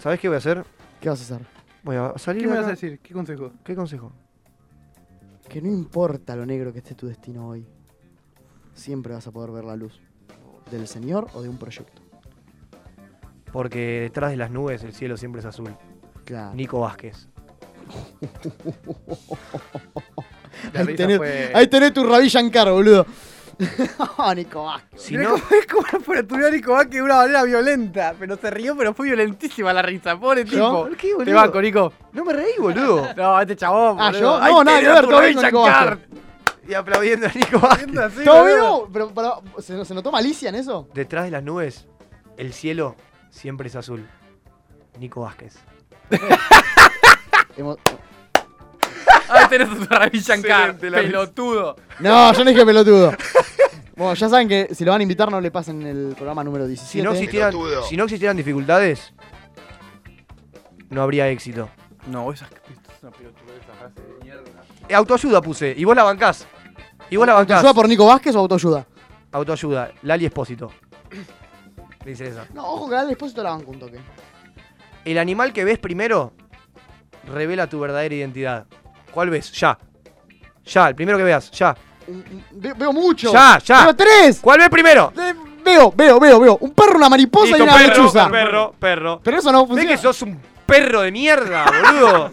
¿Sabes qué voy a hacer?
¿Qué vas a hacer?
Voy a salir.
¿Qué me
de
vas a
acá.
decir? ¿Qué consejo?
¿Qué consejo?
Que no importa lo negro que esté tu destino hoy. Siempre vas a poder ver la luz. Del Señor o de un proyecto.
Porque detrás de las nubes el cielo siempre es azul.
Claro.
Nico Vázquez.
La
Ahí
risa
tenés,
fue-
ahí tenés tu Ravi Shankar, boludo. Ah, Nico Vázquez.
Si
Mirá cómo- cómo la fracturó a Nico Vázquez de una manera violenta. Pero se rió, pero fue violentísima la risa. Pobre tipo.
¿Por qué,
Te
boludo?
banco, Nico.
No me reí, boludo.
No, este chabón.
Ah,
boludo.
¿yo?
Ahí
No, nada
tenés
que ver,
tu
todo bien
Ravi
con Nico
Shankar.
Y aplaudiendo a Nico Vázquez.
Así,
¿Todo
boludo.
vivo? Pero, pero, ¿se, ¿Se notó malicia en eso?
Detrás de las nubes, el cielo siempre es azul. Nico Vázquez.
Hemos-
Ahí tenés a tu Ravi Shankar.
Excelente la risa.
Pelotudo.
No, yo no dije pelotudo. Bueno, ya saben que si lo van a invitar no le pasen el programa número 17.
Si no, existieran, si no existieran dificultades, no habría éxito.
No, esa es una pelotudez, esa frase de mierda.
Eh, Autoayuda puse, y vos la bancás. Y vos la bancás.
¿Autoayuda por Nico Vázquez o autoayuda?
Autoayuda, Lali Espósito. Dice esa.
No, ojo que al despósito la banco un toque.
El animal que ves primero revela tu verdadera identidad. ¿Cuál ves? Ya. Ya, el primero que veas, ya.
Un- un- ve- veo mucho.
Ya, ya.
Veo tres.
¿Cuál ves primero?
Veo, veo, veo, veo. Un perro, una mariposa y
Listo,
una
perro,
lechuza.
perro, perro.
Pero eso no
¿Ves
funciona.
que sos un perro de mierda, boludo?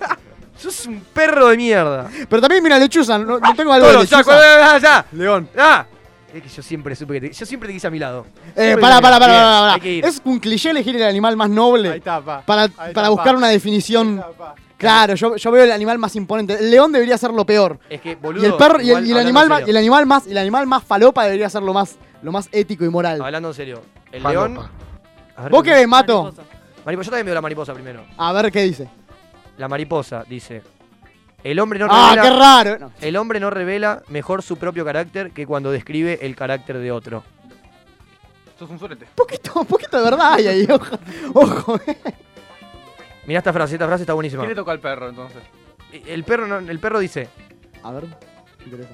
sos un perro de mierda.
Pero también mira lechuza, no, no tengo algo de
Toro, ya,
lechuza.
ya, ya.
León.
ya. Ah. Es que yo siempre supe que te, yo siempre te quise a mi lado.
Eh,
Siempre
pará, pará,
te quise a mi
pará, pará,
lado. Bien,
pará.
hay que ir.
Es un cliché elegir el animal más noble.
Ahí está, pa.
Para,
Ahí
para
está,
buscar
pa.
una definición.
Ahí está, pa.
Claro, yo, yo veo el animal más imponente. El león debería ser lo peor.
Es que,
Y
boludo,
el perro y el,
igual,
y el
hablando
animal
en
más, y
serio,
el animal más y el animal más falopa debería ser lo más lo más ético y moral.
Hablando en serio. El
Falopa.
león. A ver
¿Vos qué ves, Mato?
Mariposa, yo también veo la mariposa primero.
A ver qué dice.
La mariposa dice. El hombre no
ah,
revela.
qué raro. No.
El hombre no revela mejor su propio carácter que cuando describe el carácter de otro.
Sos un sorete.
Poquito, poquito de verdad hay ahí, ojo. ojo, eh.
Mirá esta frase, esta frase está buenísima.
¿Qué le toca al perro entonces?
El perro, no- el perro dice,
A ver. me interesa.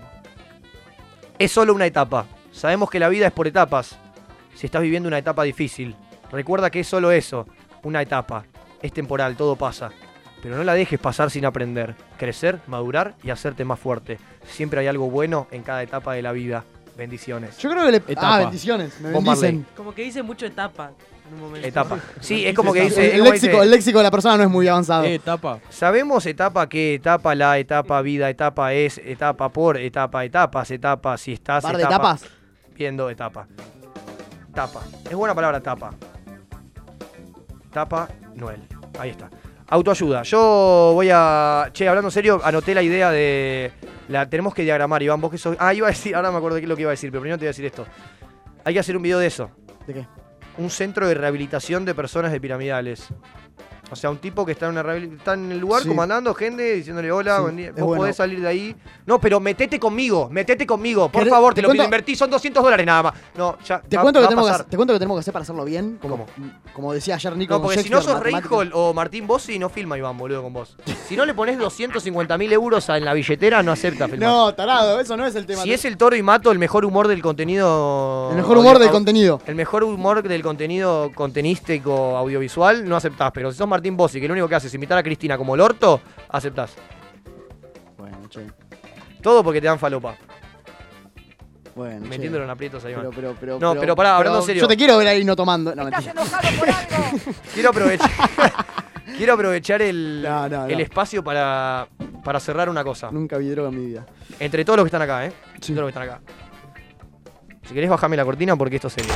es solo una etapa. Sabemos que la vida es por etapas. Si estás viviendo una etapa difícil, recuerda que es solo eso, una etapa. Es temporal, todo pasa. Pero no la dejes pasar sin aprender, crecer, madurar y hacerte más fuerte. Siempre hay algo bueno en cada etapa de la vida. Bendiciones.
Yo creo que le
Etapa.
Ah, bendiciones, me
Bob
bendicen.
Como que dice mucho etapa en un momento.
Etapa. Sí, es como que
El-
dice... es
el,
como
léxico,
dice-
el léxico de la persona no es muy avanzado.
Eh, tapa.
Sabemos etapa que etapa la etapa vida, etapa es, etapa por, etapa, etapas, etapa, si estás
Par de
etapa,
tapas.
viendo etapa. Tapa. Es buena palabra tapa. Tapa Noel. Ahí está. Autoayuda. Yo voy a. Che, hablando en serio, anoté la idea de. La tenemos que diagramar, Iván. Vos que sos. Ah, iba a decir, ahora me acuerdo qué es lo que iba a decir, pero primero te voy a decir esto. Hay que hacer un video de eso.
¿De qué?
Un centro de rehabilitación de personas de piramidales. O sea, un tipo que está en, una rehabil- está en el lugar
Sí.
comandando gente, diciéndole hola,
Sí,
buen día.
es
Vos
bueno.
podés salir de ahí. No, pero metete conmigo, metete conmigo. Por
¿Querés-
favor,
te
te lo pido.
cuento-
Invertí, son 200 dólares nada más. No, ya.
Te
va-
cuento
va
que
a
tenemos que,
pasar.
hacer- te cuento que tenemos que hacer para hacerlo bien, como, como decía ayer Nico
No,
con
porque si no sos
Shakespeare, matemáticas.
Reinhold o Martín Bossi, no filma Iván, boludo, con vos. Si no le pones 250 mil euros a- en la billetera, no acepta filmar.
No, tarado, eso no es el tema.
si es el toro y mato, el mejor humor del contenido.
El mejor humor
audio-
del
au-
contenido.
El mejor humor del contenido contenístico audiovisual, no aceptás. Pero si sos Martín Bossi, que lo único que haces es imitar a Cristina como el orto, aceptás.
Bueno, che.
Todo porque te dan falopa.
Bueno, che.
Metiéndolo en aprietos ahí,
Pero,
man.
pero, pero,
No, pero pará, hablando en serio.
Yo te quiero ver ahí no tomando. No, mentira.
Quiero aprovechar. quiero aprovechar el,
no,
el
no.
espacio para, para cerrar una cosa.
Nunca vi droga en mi vida.
Entre todos los que están acá, ¿eh? Todos los que están acá. Si querés, bajame la cortina porque esto es serio.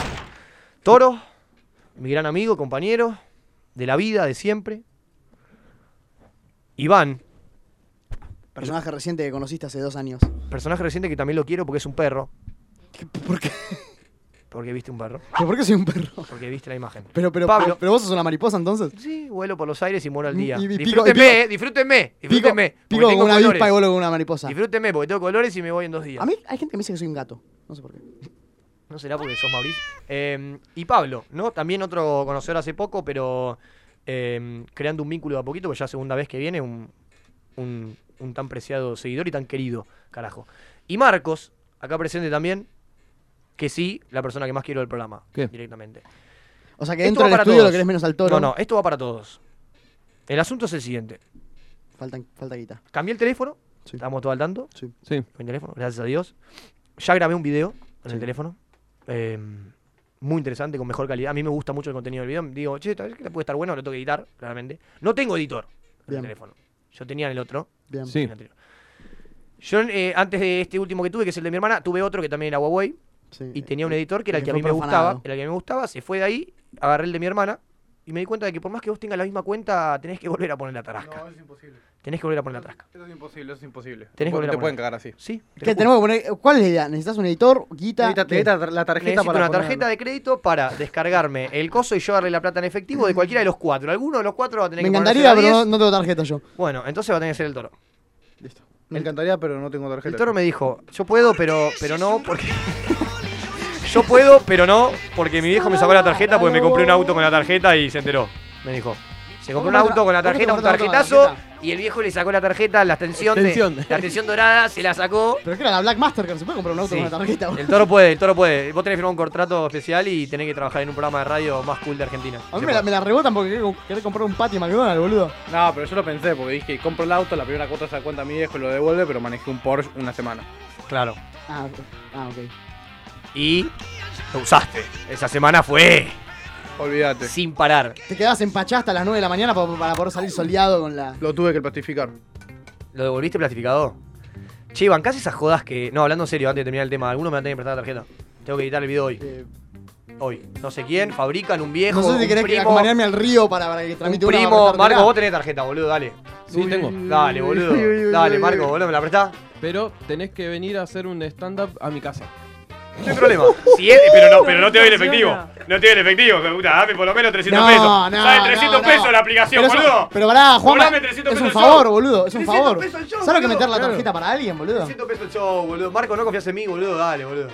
Toro, mi gran amigo, compañero, de la vida, de siempre. Iván,
Personaje reciente que conociste hace dos años.
personaje reciente que también lo quiero porque es un perro. ¿Por qué? Porque viste un perro.
¿Pero por qué soy un perro?
Porque viste la imagen.
Pero, pero,
Pablo.
pero, pero vos sos una mariposa entonces.
Sí, vuelo por los aires y muero al día.
Y- y pico-
disfrútenme,
y pico-
eh, disfrútenme,
Pico-
disfrútenme. porque
Pico con
tengo
una
colores.
avispa y vuelo con una mariposa.
Disfrútenme porque tengo colores y me voy en dos días.
A mí hay gente que me dice que soy un gato. No sé por qué.
No será porque sos Mauricio. Eh, y Pablo, ¿no? También otro conocedor hace poco, pero eh, creando un vínculo de a poquito, que ya segunda vez que viene, un, un- un tan preciado seguidor y tan querido, carajo. Y Marcos, acá presente también, que sí, la persona que más quiero del programa,
¿Qué?
directamente.
O sea que
Esto
dentro
va
del
para
estudio
todos.
lo querés menos al toro.
No, no, esto va para todos. El asunto es el siguiente.
Falta, falta guita.
Cambié el teléfono. Estamos todos al tanto.
Sí.
Sí.
Mi teléfono, gracias a Dios. Ya grabé un video en el
Sí.
teléfono. eh, muy interesante, con mejor calidad. A mí me gusta mucho el contenido del video. Digo, che, tal vez que puede estar bueno, lo tengo que editar, claramente. No tengo editor en
Bien.
el teléfono. Yo tenía en el otro.
Bien.
Sí.
en el anterior. Yo, eh, antes de este último que tuve, que es el de mi hermana, tuve otro que también era Huawei. y tenía un editor que era el
que
que a
fue
mí me
profanado.
gustaba. Era el que me gustaba. Se fue de ahí, agarré el de mi hermana. Y me di cuenta de que por más que vos tengas la misma cuenta, tenés que volver a poner la tarasca.
es imposible.
Tenés que volver a poner la tarasca.
Eso es imposible, eso es imposible.
Tenés que
Porque
volver a
te pueden
poner.
cagar así.
Sí. te
¿Qué
lo
tenemos que poner? ¿Cuál es la idea? ¿Necesitas un editor? ¿Guita?
Necesita-
¿Qué?
necesita la tarjeta
Necesito
para
una
ponerlo.
tarjeta de crédito para descargarme el coso y yo darle la plata en efectivo de cualquiera de los cuatro. Alguno de los cuatro va a tener
Me
que
encantaría,
ponerse la
pero no,
10.
no tengo tarjeta yo.
Bueno, entonces va a tener que ser el toro.
Me encantaría, pero no tengo tarjeta.
El toro me dijo, yo puedo, pero, pero no, porque... yo puedo, pero no, porque mi viejo me sacó la tarjeta porque me compré un auto con la tarjeta y se enteró. Me dijo. Se compró un auto con la tarjeta, un tarjetazo, y el viejo le sacó la tarjeta, la extensión, de-
Extensión.
la extensión dorada, se la sacó.
Pero es que era la Black Mastercard, se puede comprar un auto
Sí.
con la tarjeta. boludo?
El toro puede, el toro puede. Vos tenés que firmar un contrato especial y tenés que trabajar en un programa de radio más cool de Argentina.
A mí
Se
me
puede.
la, me la rebotan porque querés com- querés comprar un patio McDonald's, boludo.
No, pero yo lo pensé, porque dije, compro el auto, la primera cuota se la cuenta a mi viejo, lo devuelve, pero manejé un Porsche una semana.
Claro.
Ah, ah ok.
y lo usaste. Esa semana fue.
Olvídate.
Sin parar.
Te quedabas empachada hasta las 9 de la mañana pa- para poder salir soleado con la.
Lo tuve que plastificar.
¿Lo devolviste plastificado? Che, bancás esas jodas que. No, hablando en serio, antes de terminar el tema, alguno me va a tener que prestar la tarjeta. Tengo que editar el video hoy. Hoy. No sé quién, fabrican un viejo.
Eh. No sé si
un
querés que-
primo,
acompañarme al río para, para que tramite
un
una para
primo.
prestártela.
Marco, vos tenés tarjeta, boludo, dale.
Sí, tengo.
Dale, boludo. Dale, Marco, boludo, me la prestás.
Pero tenés que venir a hacer un stand-up a mi casa.
No hay problema. eh,
Si es- pero no, pero no te doy el efectivo. No te doy el efectivo. hijo de puta, dame por lo menos 300
No,
pesos.
no,
¿Sabes? 300
no, no.
pesos la aplicación,
pero, eso-
boludo.
pero pará, Juan.
Cobrame 300
Es un
pesos
favor,
yo.
boludo. Es un
300
favor.
pesos yo,
¿Sabes lo que
boludo?
meter la
Claro.
tarjeta para alguien, boludo?
300 pesos el show, boludo. Marco, no confías en mí, boludo. Dale, boludo.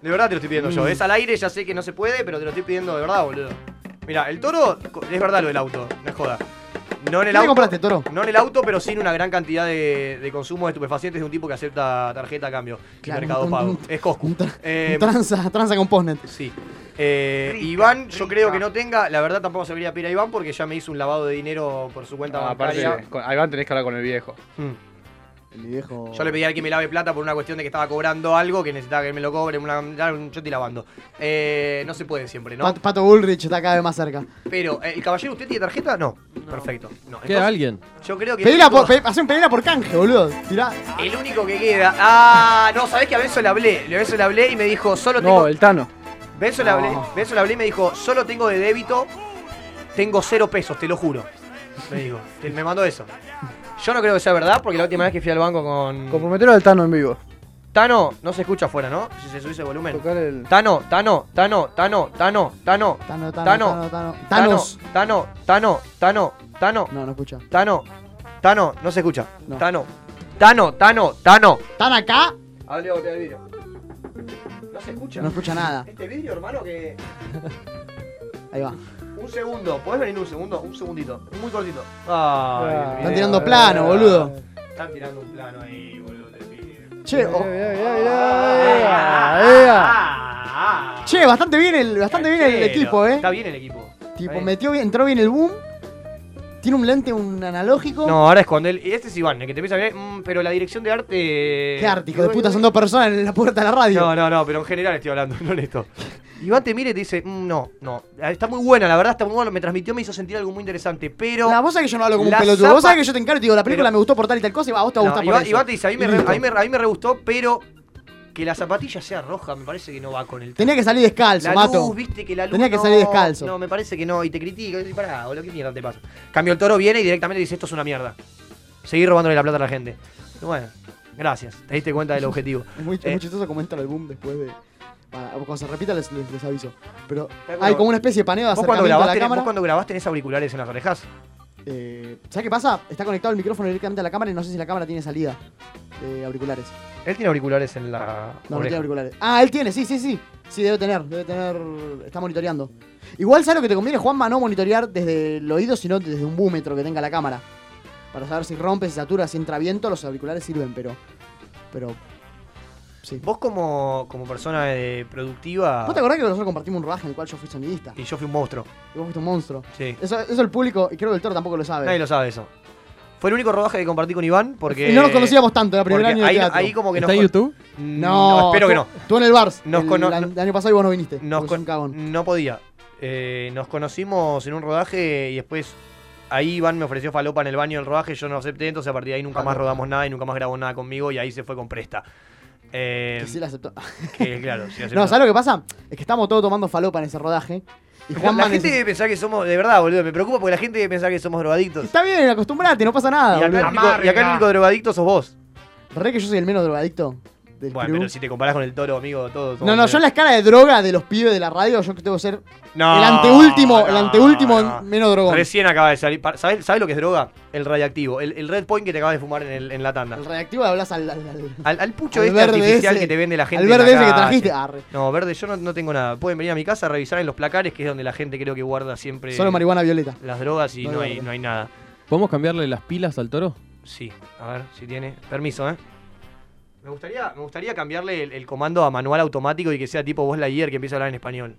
De verdad te lo estoy pidiendo yo.
Mm.
Es al aire, ya sé que no se puede, pero te lo estoy pidiendo de verdad, boludo. Mira, el toro co- es verdad lo del auto, no es joda. No en
¿Qué
el
le
auto.
compraste, toro?
No en el auto, pero sin una gran cantidad de, de consumo de estupefacientes de un tipo que acepta tarjeta a cambio. y
Claro,
mercado
un-
pago.
un-
es Coscu. Eh,
Tranza, tranza con Postnet.
Sí. Eh, Iván, yo creo que no tenga. La verdad tampoco se debería pedir a Iván porque ya me hizo un lavado de dinero por su cuenta
No, Ah, aparte,
bancaria.
con- a Iván tenés que hablar con el viejo.
El viejo.
Mm. Yo le pedí a alguien que me lave plata por una cuestión de que estaba cobrando algo que necesitaba que me lo cobre. Una, yo estoy lavando. Eh, no se puede siempre, ¿no?
Pat- Pato Bullrich está cada vez más cerca.
Pero, eh, ¿el caballero usted tiene tarjeta? No. Perfecto. No.
¿Queda
Entonces,
alguien?
Yo creo que. el
Pedila
único-
por, pe- hacé un pedila por canje, boludo. Tirá.
El único que queda. Ah, no, sabés que a Benzo le hablé. Le a Benzo le hablé y me dijo, solo tengo.
No, Oh, el Tano.
Benzo le hablé. Benzo le hablé y me dijo, solo tengo de débito, tengo cero pesos, te lo juro. Me dijo. Él Me mandó eso. Yo no creo que sea verdad, porque la última vez que fui al banco con.
Comprometer al Tano en vivo.
Tano, no se escucha afuera, ¿no? Si se subís el volumen. Tano, Tano, Tano, Tano, Tano, Tano,
Tano,
Tano,
Tano, Tano.
Tano,
Thanos.
Tano, Tano, Tano, Tano,
No, no escucha.
Tano, Tano, no se escucha.
No.
Tano, Tano, Tano, Tano.
¿Están acá?
Hable botea el vidrio. No se escucha.
No escucha nada.
Este vidrio, hermano, que.
Ahí va.
Un segundo, ¿podés venir un segundo? Un segundito. Muy cortito.
Ah, están tirando plano, boludo.
Están tirando un plano ahí, boludo, te pido.
Che, oh. o-
ea.
Che, bastante bien el, bastante bien el equipo, eh.
Está bien el equipo.
Tipo, metió bien, entró bien el boom. Tiene un lente, un analógico.
No, ahora es cuando él. Este es Iván, el que te empieza a mirar. "Mm, pero la dirección de arte.
Qué arte, hijo de puta, son dos personas en la puerta de la radio.
No, no, no, pero en general estoy hablando, no en esto. Iván te mira y te dice, "Mm, no, no. Está muy buena, la verdad, está muy buena. Me transmitió, me hizo sentir algo muy interesante, pero.
No, vos sabés que yo no hablo como un
la
pelotudo. Vos
zapa-
sabés que yo te encaro y te digo, la película
Pero-
me gustó por tal y tal cosa y a vos te va a
No,
gustar por
Iván,
eso.
Iván te dice, a mí, me
Y
re-
listo.
a mí me- a mí me re gustó, pero que la zapatilla sea roja me parece que no va con el
Tenía que salir descalzo,
la
mato.
luz, viste que la luz
Tenía que
no,
salir descalzo.
No, me parece que no. Y te critica. Y dice, pará, boludo, qué mierda te pasa. Cambio el toro, viene y directamente dice, esto es una mierda. Seguir robándole la plata a la gente. Y Bueno, gracias. Te diste cuenta del objetivo.
Es muy, es
Eh,
muy chistoso como entra el boom después de. para- cuando se repita les, les- les aviso. Pero
bueno,
hay como una especie de paneo de
eh, ¿Vos
acercamiento
cuando,
a la
grabaste,
cámara. Eh,
vos cuando grabaste tenés auriculares en las orejas?
¿Sabes qué pasa? Está conectado el micrófono directamente a la cámara y no sé si la cámara tiene salida de eh, auriculares.
Él tiene auriculares en la
No, no
oreja.
tiene auriculares. Ah, él tiene, sí, sí, sí. Sí, debe tener, debe tener. Está monitoreando. Igual, ¿sabes lo que te conviene, Juanma? No monitorear desde el oído, sino desde un búmetro que tenga la cámara. Para saber si rompe, si satura, si entra viento, los auriculares sirven, pero. Pero.
Vos como, como persona eh, productiva...
¿Vos te acordás que nosotros compartimos un rodaje en el cual yo fui sonidista?
Y yo fui un monstruo.
Y vos fuiste un monstruo.
Sí.
Eso, eso el público, y creo que el toro tampoco lo sabe.
Nadie lo sabe eso. Fue el único rodaje que compartí con Iván porque...
Y no nos conocíamos tanto, era primer
porque
año de
ahí,
teatro.
ahí como que
¿Está
nos
en YouTube?
No, espero
tú-
que no.
Tú en el Bars.
Nos
el,
cono-
el an- el año pasado y vos no viniste.
Nos
porque
con-
sos un cagón.
No podía. Eh, nos conocimos en un rodaje y después ahí Iván me ofreció falopa en el baño del rodaje, yo no acepté, entonces a partir de ahí
Ah,
nunca más rodamos nada y nunca más grabó nada conmigo y ahí se fue con presta. Eh,
Que sí la aceptó.
que, claro, sí la aceptó.
No, ¿sabes lo que pasa? Es que estamos todos tomando falopa en ese rodaje. Y Juan
la gente debe pensar que somos, de verdad, boludo, me preocupa porque la gente debe pensar que somos drogadictos.
Está bien, acostumbrate, no pasa nada.
y, acá el
boludo.
único, y acá el único drogadicto sos vos.
Re que yo soy el menos drogadicto. del
Bueno,
crew.
pero si te comparás con el toro, amigo, todo.
No, no, yo en la escala de droga de los pibes de la radio, yo tengo que ser
No,
el anteúltimo, el
no,
anteúltimo
no.
menos drogón.
Recién acaba de salir. ¿Sabes, lo que es droga? El radiactivo. El, el red point que te acabas de fumar en, el- en la tanda.
El reactivo le hablas al, al, al-
Al, al pucho
al
este
verde
artificial
ese-
que te vende la gente.
Al
en la
verde ese que
calle.
trajiste. Arre.
No, verde, yo no, no tengo nada. Pueden venir a mi casa a revisar en los placares, que es donde la gente creo que guarda siempre.
Solo marihuana violeta.
Las drogas y
No
no,
hay
hay,
verde.
no hay nada.
¿Podemos cambiarle las pilas al toro?
Sí, a ver si tiene. Permiso, ¿eh? Me gustaría, me gustaría cambiarle el, el comando a manual automático y que sea tipo voz Lightyear que empiece a hablar en español.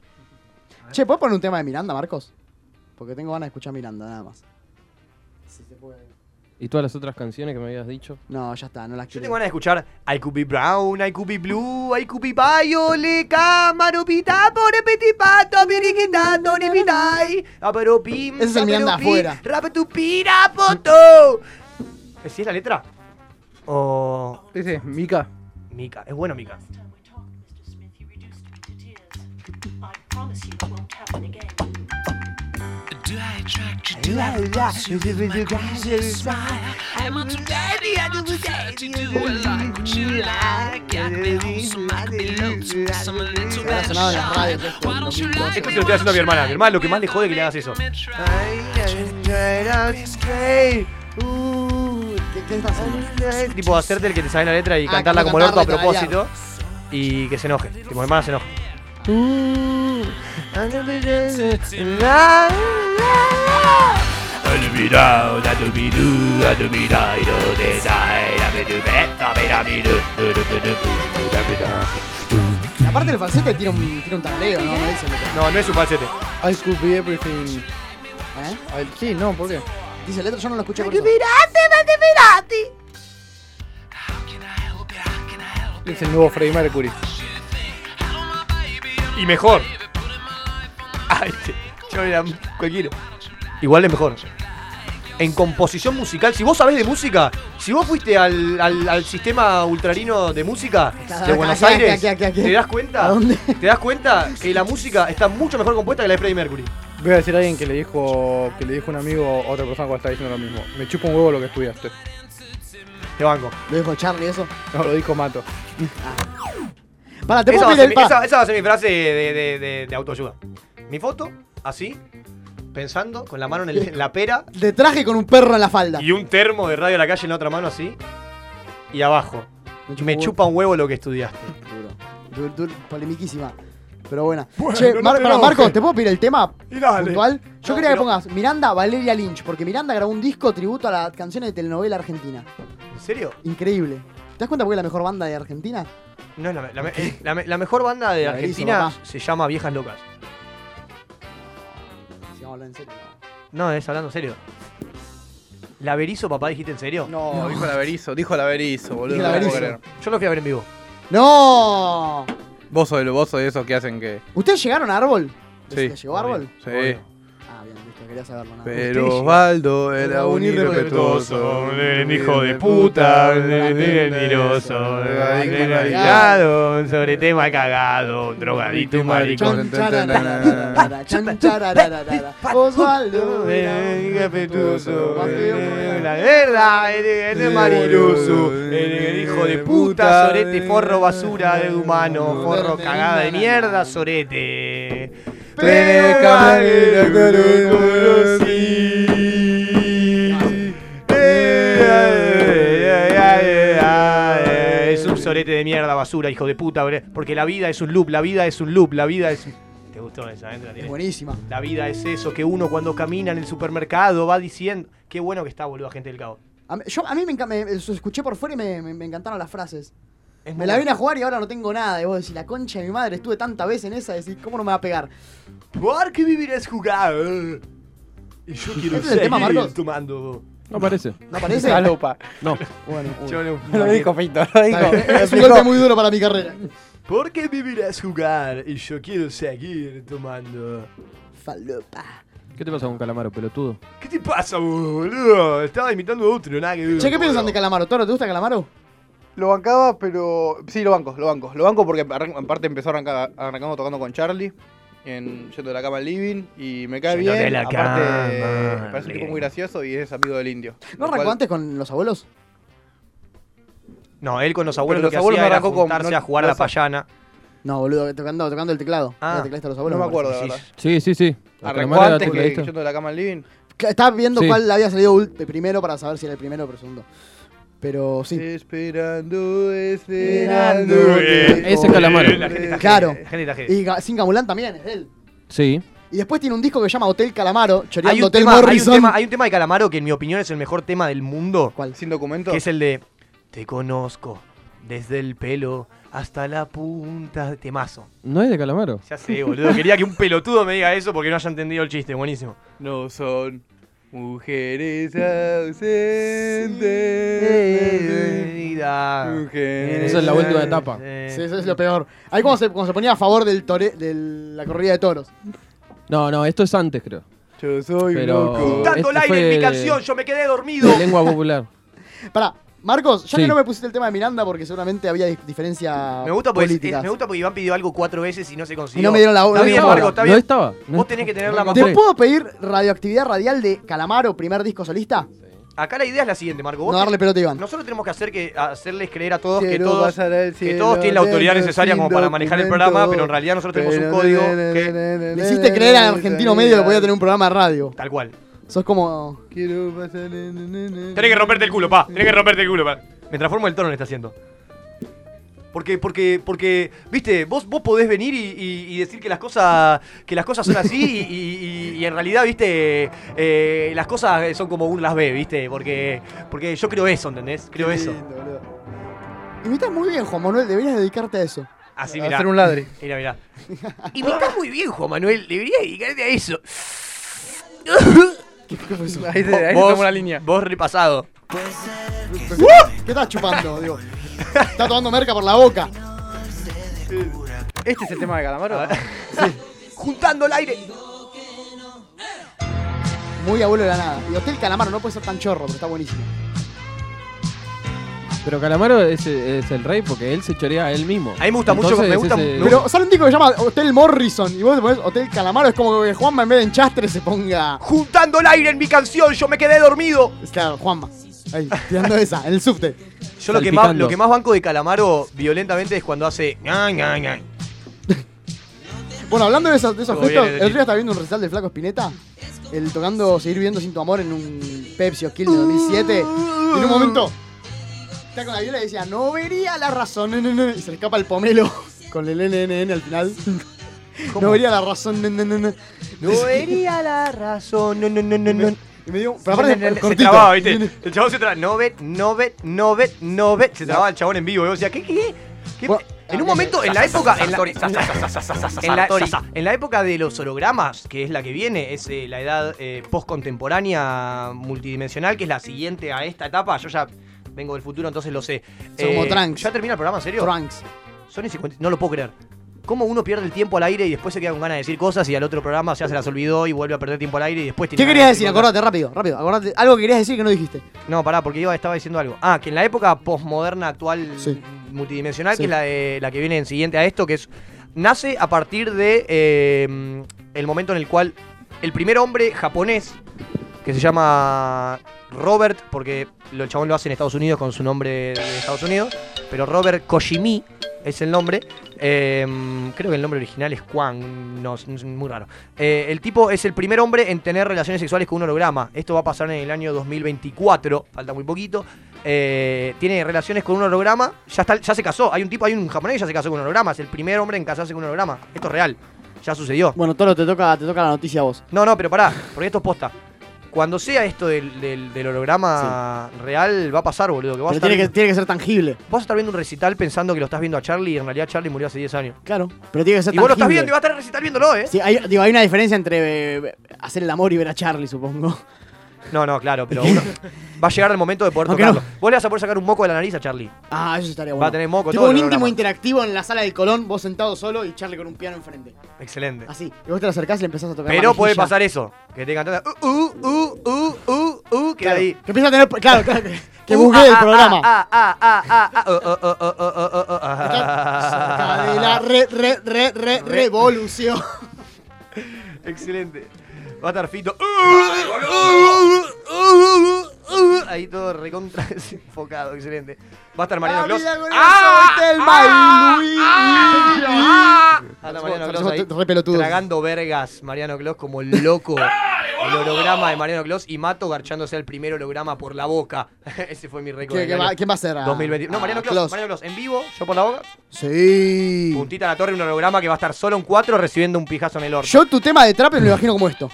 Che, ¿puedes poner un tema de Miranda, Marcos? Porque tengo ganas de escuchar Miranda, nada más. Si se puede.
¿Y todas las otras canciones que me habías dicho?
No, ya está, no las
Yo tengo ganas de escuchar I could be brown, I could be blue, I could be violet, camaro pita, pone petipato, piriquitato, ni pitai, Ah, apero pim,
Ese es el Miranda afuera.
Rapa tu pirapoto. ¿Sí es la letra? O.
Ese, Mika.
Mika, es bueno Mika.
Do I attract you? Do I repulse you with my crazy smile? I'm a daddy, I do what I do. I like what you like. Got me on some might be low, some a little
Ahora
bit
sonaba en la
shy.
radio, esto,
Why don't you like
Esto se lo estoy haciendo a mi hermana. Mi hermana lo que más le jode es que le hagas eso.
¿Qué, qué estás haciendo?
Tipo hacerte el que te sabe la letra y
Ah,
cantarla
como
como el orto a
cantarla y
propósito. Y que se enoje. Tipo, mi hermana se enoja.
Y aparte el falsete tiene un, tiene un tarleo, ¿no? No, dice el otro.
No, no es un falsete.
I could be everything.
¿Eh?
Al- Sí, no, ¿por qué?
Dice el otro, yo no lo escuché por
you.
eso.
Pirate, date pirate.
Es el nuevo Freddie Mercury.
Y mejor. Ay, te- yo era cualquiera. Igual es mejor. En composición musical, si vos sabés de música, si vos fuiste al, al- al sistema ultrarino de música de
acá,
Buenos
acá,
Aires,
acá, acá, acá.
¿te das cuenta? ¿Te das cuenta que la música está mucho mejor compuesta que la de Freddie Mercury?
Voy a decir a alguien que le dijo que le dijo un amigo a otra persona cuando estaba diciendo lo mismo. Me chupa un huevo lo que estudiaste.
Te banco.
Lo dijo Charlie eso.
No, lo dijo Mato.
Para, Ah. te
Esa
puedo
va,
pedir
a ser
el
mi,
pa-
esa- esa va a ser mi frase de, de- de- de autoayuda. Mi foto, así, pensando, con la mano en, el- en la pera,
De traje con un perro en la falda.
y un termo de radio a la calle en la otra mano, así, y abajo. Me
huevo.
chupa un huevo lo que estudiaste.
Du- du- polemiquísima. Pero buena.
Bueno,
che,
no
Mar-
te
pará,
enojes.
Marcos, ¿te puedo pedir el tema
Y dale.
puntual? Yo
No,
quería que
pero-
pongas Miranda Valeria Lynch, porque Miranda grabó un disco tributo a las canciones de telenovela argentina.
¿En serio?
Increíble. ¿Te das cuenta por qué es la mejor banda de Argentina?
No es la, me- la me- eh. la me- la mejor banda de
Clarísimo,
Argentina
papá.
se llama Viejas Locas.
Si vamos a hablar en serio.
No, es hablando en serio. ¿La Berizo, papá, dijiste en serio?
No, dijo la Berizo, dijo la Berizo, boludo.
Dijo la
no puedo
Berizo.
creer.
Yo lo fui a ver en vivo.
¡No!
Vos sos, de- vos sos de esos que hacen que.
¿Ustedes llegaron a árbol?
Sí.
¿Llegó árbol?
Sí.
Ah, bien, listo, quería saberlo. nada.
Pero Osvaldo era un irrespetuoso, un hijo de puta, un
mentiroso,
mentiroso,
un
adicto,
un sobre tema cagado, un drogadito, un maricón.
Chararara, chan, chararara. Osvaldo era un
irrespetuoso.
La verdad, eres eres mariluso, eres hijo de puta,
eh,
sorete, forro basura de humano, forro cagada de mierda, sorete.
Tiene camarera con un eh, eh,
Es un sorete de mierda, basura, hijo de puta, bre- porque la vida es un loop, la vida es un loop, la vida es... ¿Te gustó esa? Entra, tiene.
Buenísima.
La vida es eso, que uno cuando camina en el supermercado va diciendo... Qué bueno que está, boludo, gente del cabo.
A mí, yo, a mí me, enca- me- me- los escuché por fuera y me, me- me encantaron las frases.
Es
me
muy
la
bueno.
vine a jugar y ahora no tengo nada. Y vos decís, la concha de mi madre, estuve tanta vez en esa, decís, ¿cómo no me va a pegar?
¿Por qué vivir es jugar? Y yo
quiero ¿Este es el tema, seguir Marcos?
tomando...
No aparece.
¿No aparece?
Falopa.
No.
Bueno, uy.
Lo dijo Fito, lo dijo.
Es un golpe muy duro para mi carrera.
¿Por qué vivir es jugar? Y yo quiero seguir tomando...
Falopa.
¿Qué te pasa con Calamaro, pelotudo?
¿Qué te pasa, boludo? Estaba imitando a otro, nada que ver.
Che, ¿qué piensan de Calamaro? ¿Toro, te gusta Calamaro?
Lo bancaba, pero. Sí, lo banco, lo banco. Lo banco porque arran- aparte empezó arranca- arrancando tocando con Charlie. En, yendo de la cama al living y me cae
Yendo de
bien.
la
aparte,
cama al
parece un tipo
living.
muy gracioso y es amigo del indio.
¿No
Lo cual-
arrancó antes con los abuelos?
No, él con los abuelos
Pero
lo
los
que
abuelos no
hacía era
arrancó con-
juntarse
no-
a jugar a
no
la
sé.
payana.
No, boludo, tocando, tocando el teclado.
Ah,
Era teclado de los abuelos.
no me
parece.
acuerdo, la verdad.
Sí, sí, sí. La
Arrancó
Calamaro era
antes
tu-
que
¿viste?
yendo de la cama al living.
Que Estaba viendo
Sí.
cuál le había salido ul- primero para saber si era el primero o el segundo. Pero sí.
Esperando, esperando.
Esperando.
Ese es Calamaro. La gente
está
Claro.
jodida, la gente está jodida.
Y Ga- Sin Gamulán también, es de él.
Sí.
Y después tiene un disco que se llama Hotel Calamaro, choreando
Hay un,
Hotel
tema, hay un
Morrison.
tema- hay un tema de Calamaro que en mi opinión es el mejor tema del mundo.
¿Cuál?
Sin documento.
Que es el de Te conozco desde el pelo hasta la punta de temazo.
¿No es de Calamaro?
Ya sé, boludo. Quería que un pelotudo me diga eso porque no haya entendido el chiste. Buenísimo.
No son mujeres ausentes.
Ah. Esa
Esa es la última etapa.
eh.
Sí, eso es lo peor. Ahí cuando se, cuando se ponía a favor del tore, de la corrida de toros.
Este
No, no, esto es antes, creo.
Yo soy
Pero
Juntando el
este
aire en mi
fue
canción, yo me quedé dormido.
de lengua popular.
Pará, Marcos, ya
Sí.
que no me pusiste el tema de Miranda porque seguramente había di- diferencia
Me gusta, porque,
política.
eh, me gusta porque Iván pidió algo cuatro veces y no se consiguió.
Y no me dieron la-
Está
no
bien,
dieron
Marco,
bola.
está
No
bien.
estaba, no
Vos tenés que tener la
¿Te
más.
puedo pedir radioactividad radial de Calamaro, primer disco solista?
Acá la idea es la siguiente, Marco. Vos
No
te-
darle pelota a Iván.
Nosotros tenemos que hacer que hacerles creer a todos que
Quiero
todos,
pasar al
que
cielo
todos tienen la autoridad
lleno,
necesaria como
sin
para manejar el
documento,
programa, pero en realidad nosotros tenemos un
pero-
código que
Le hiciste creer al argentino medio que podía tener un programa de radio.
tal cual.
Sos como.
Quiero pasar en-
Tenés que romperte el culo, pa. Tenés que romperte el culo, pa. Me transformo el tono en está haciendo. Porque, porque, porque, viste, vos, vos podés venir y, y- y decir que las cosas, que las cosas son así y, y- y en realidad, viste, eh, las cosas son como uno las ve, viste, porque, porque yo creo eso, ¿entendés? Creo eso.
Imitas muy bien, Juan Manuel, deberías dedicarte a eso.
Así,
Va a
mirá.
ser un ladre.
Mirá, mirá. Y me está muy bien, Juan Manuel. Deberías dedicarte a eso.
Ahí se- ahí se tomó la línea.
Vos repasado.
¡Uh! ¿Qué estás chupando? Digo, está tomando merca por la boca.
Este es el tema de Calamaro.
Juntando el aire.
Muy abuelo de la nada. Y Hotel Calamaro no puede ser tan chorro, pero está buenísimo.
Pero Calamaro es, es el rey porque él se chorea a él mismo.
A mí me gusta mucho, me gusta- me
Pero sale un disco que se llama Hotel Morrison y vos te pones Hotel Calamaro, es como que Juanma en vez de en Chastre se ponga.
Juntando el aire en mi canción, yo me quedé dormido.
Claro, Juanma. Ahí, tirando esa, en el subte.
Yo lo que, más, lo que más banco de Calamaro violentamente es cuando hace. ña, ña, ña.
Bueno, hablando de esos, de esos
Todo
gestos, el
bien, Edith.
otro día estaba viendo un recital de Flaco Spinetta, el tocando Seguir viviendo sin tu amor en un Pepsi o Kill de 2007. Y en un momento, está con la viola y decía, no vería la razón, ne, ne, ne", y se le escapa el pomelo con el NNN al final. No vería la razón, ne, ne, ne, ne".
No vería la razón. No, no, no, no, no.
Y me dio, pero aparte,
se
cortito.
trababa, ¿viste? El chabón se trababa. No ve, no ve, no ve, no ve. Se trababa el chabón en vivo. Y vos decías, ¿qué, qué? ¿Qué? En un momento, en la época. En la,
Sartori, sa, sa, sa, sa, sa, sa, sa,
en la-
Sartori.
sa, sa, en la época de los hologramas, que es la que viene, es eh, la edad eh, postcontemporánea multidimensional, que es la siguiente a esta etapa. Yo ya vengo del futuro, entonces lo sé. Eh,
Son como Trunks.
¿Ya termina el programa, en serio?
Trunks.
Son y 50. No lo puedo creer. ¿Cómo uno pierde el tiempo al aire y después se queda con ganas de decir cosas y al otro programa ya se las olvidó y vuelve a perder tiempo al aire y después tiene
¿Qué
ganas
querías
de
decir?
cosas?
Acordate, rápido, rápido. Acordate. Algo que querías decir que no dijiste.
No, pará, porque iba, estaba diciendo algo. Ah, que en la época posmoderna actual multidimensional,
Sí.
que es la, de- la que viene en siguiente a esto, que es. Nace a partir de eh, el momento en el cual el primer hombre japonés, que se llama Robert, porque lo- el chabón lo hace en Estados Unidos con su nombre de Estados Unidos, pero Robert Koshimi es el nombre. eh, creo que el nombre original es Juan, no, es es muy raro. Eh, el tipo es el primer hombre en tener relaciones sexuales con un holograma. Esto va a pasar en el año 2024, falta muy poquito. Eh, tiene relaciones con un holograma, ya, está, ya se casó. Hay un tipo, hay un japonés que ya se casó con un holograma, es el primer hombre en casarse con un holograma. Esto es real, ya sucedió.
Bueno, Toro, te toca, te toca la noticia a vos.
No, no, pero pará, porque esto es posta. Cuando sea esto del, del- del holograma real, va a pasar, boludo. Que vas a
Pero
estar
tiene que,
viendo-
tiene que ser tangible.
Vas a estar viendo un recital pensando que lo estás viendo a Charlie y en realidad Charlie murió hace 10 años.
Claro. Pero tiene que ser
Y vos lo estás
tangible.
viendo y vas a estar en el recital viéndolo, ¿eh?
Sí, hay, digo, hay una diferencia entre eh, hacer el amor y ver a Charlie, supongo.
No, no, claro, pero uno- va a llegar el momento de poder
Aunque
tocarlo. Vos le vas a poder sacar un moco de la nariz a Charlie.
Ah, eso estaría bueno.
Va a tener moco
tipo
todo
un
el
íntimo
holograma.
interactivo en la sala del Colón, vos sentado solo y Charlie con un piano enfrente.
Excelente.
Así. Y vos te lo acercás y le empezás a tocar
Pero
la
puede
mejilla.
pasar eso. Que te cantan. Uh, uh, uh, uh, uh, uh, queda
Claro,
ahí.
Que empieza a tener. Claro, claro. Que, que
Uh,
buguee
ah,
el
ah,
programa.
ah, ah, ah, ah, ah, ah, oh, oh, oh, oh, oh, oh, oh, ah.
Cerca de la re, re, re, re, revolución.
Excelente. Va a estar fito. Uh, uh, uh, uh, uh, Ahí todo recontra desenfocado. Excelente. Va a estar
Ah,
Mariano Clos. ¡Ah!
Ah,
Anda Ah, Mariano Clos ahí.
Re pelotudo.
Tragando vergas, Mariano Clos como loco. El holograma de Mariano Clos y Mato garchándose al primer holograma por la boca. Ese fue mi récord.
¿Qué-
del
qué
año.
va- quién va a ser? Ah,
2020. No,
ah,
Mariano Clos,
Clos.
Mariano Clos, en vivo, yo por la boca.
Sí.
Puntita a la torre, un holograma que va a estar solo en cuatro recibiendo un pijazo en el orto.
Yo tu tema de trap me lo imagino como esto.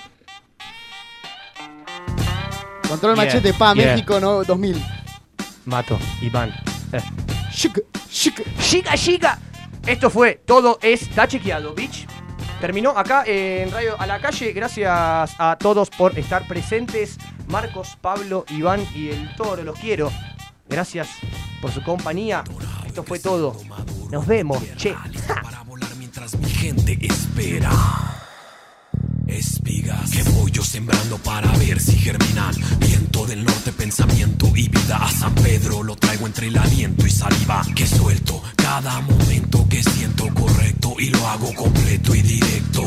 Control
Yeah,
machete, pa,
yeah.
México no, 2000.
Mato, Iván.
Chica, chica.
Chica, chica. Esto fue Todo Está Chequeado, bitch. Terminó acá eh, en Radio a la Calle. Gracias a todos por estar presentes. Marcos, Pablo, Iván y el Toro, los quiero. Gracias por su compañía. Esto fue todo. Nos vemos. Che.
mientras mi gente espera. Espigas que voy yo sembrando para ver si germinan. Viento del norte, pensamiento y vida a San Pedro lo traigo entre el aliento y saliva que suelto. Cada momento que siento correcto y lo hago completo y directo.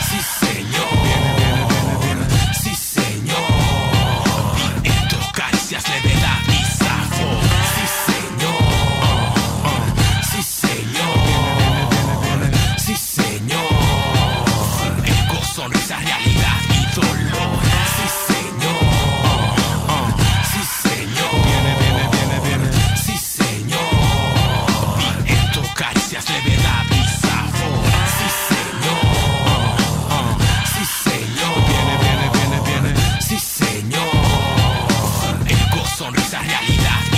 Sí, señor. Sí, señor. En tus caricias le de la sabor. Sí, señor.
esa realidad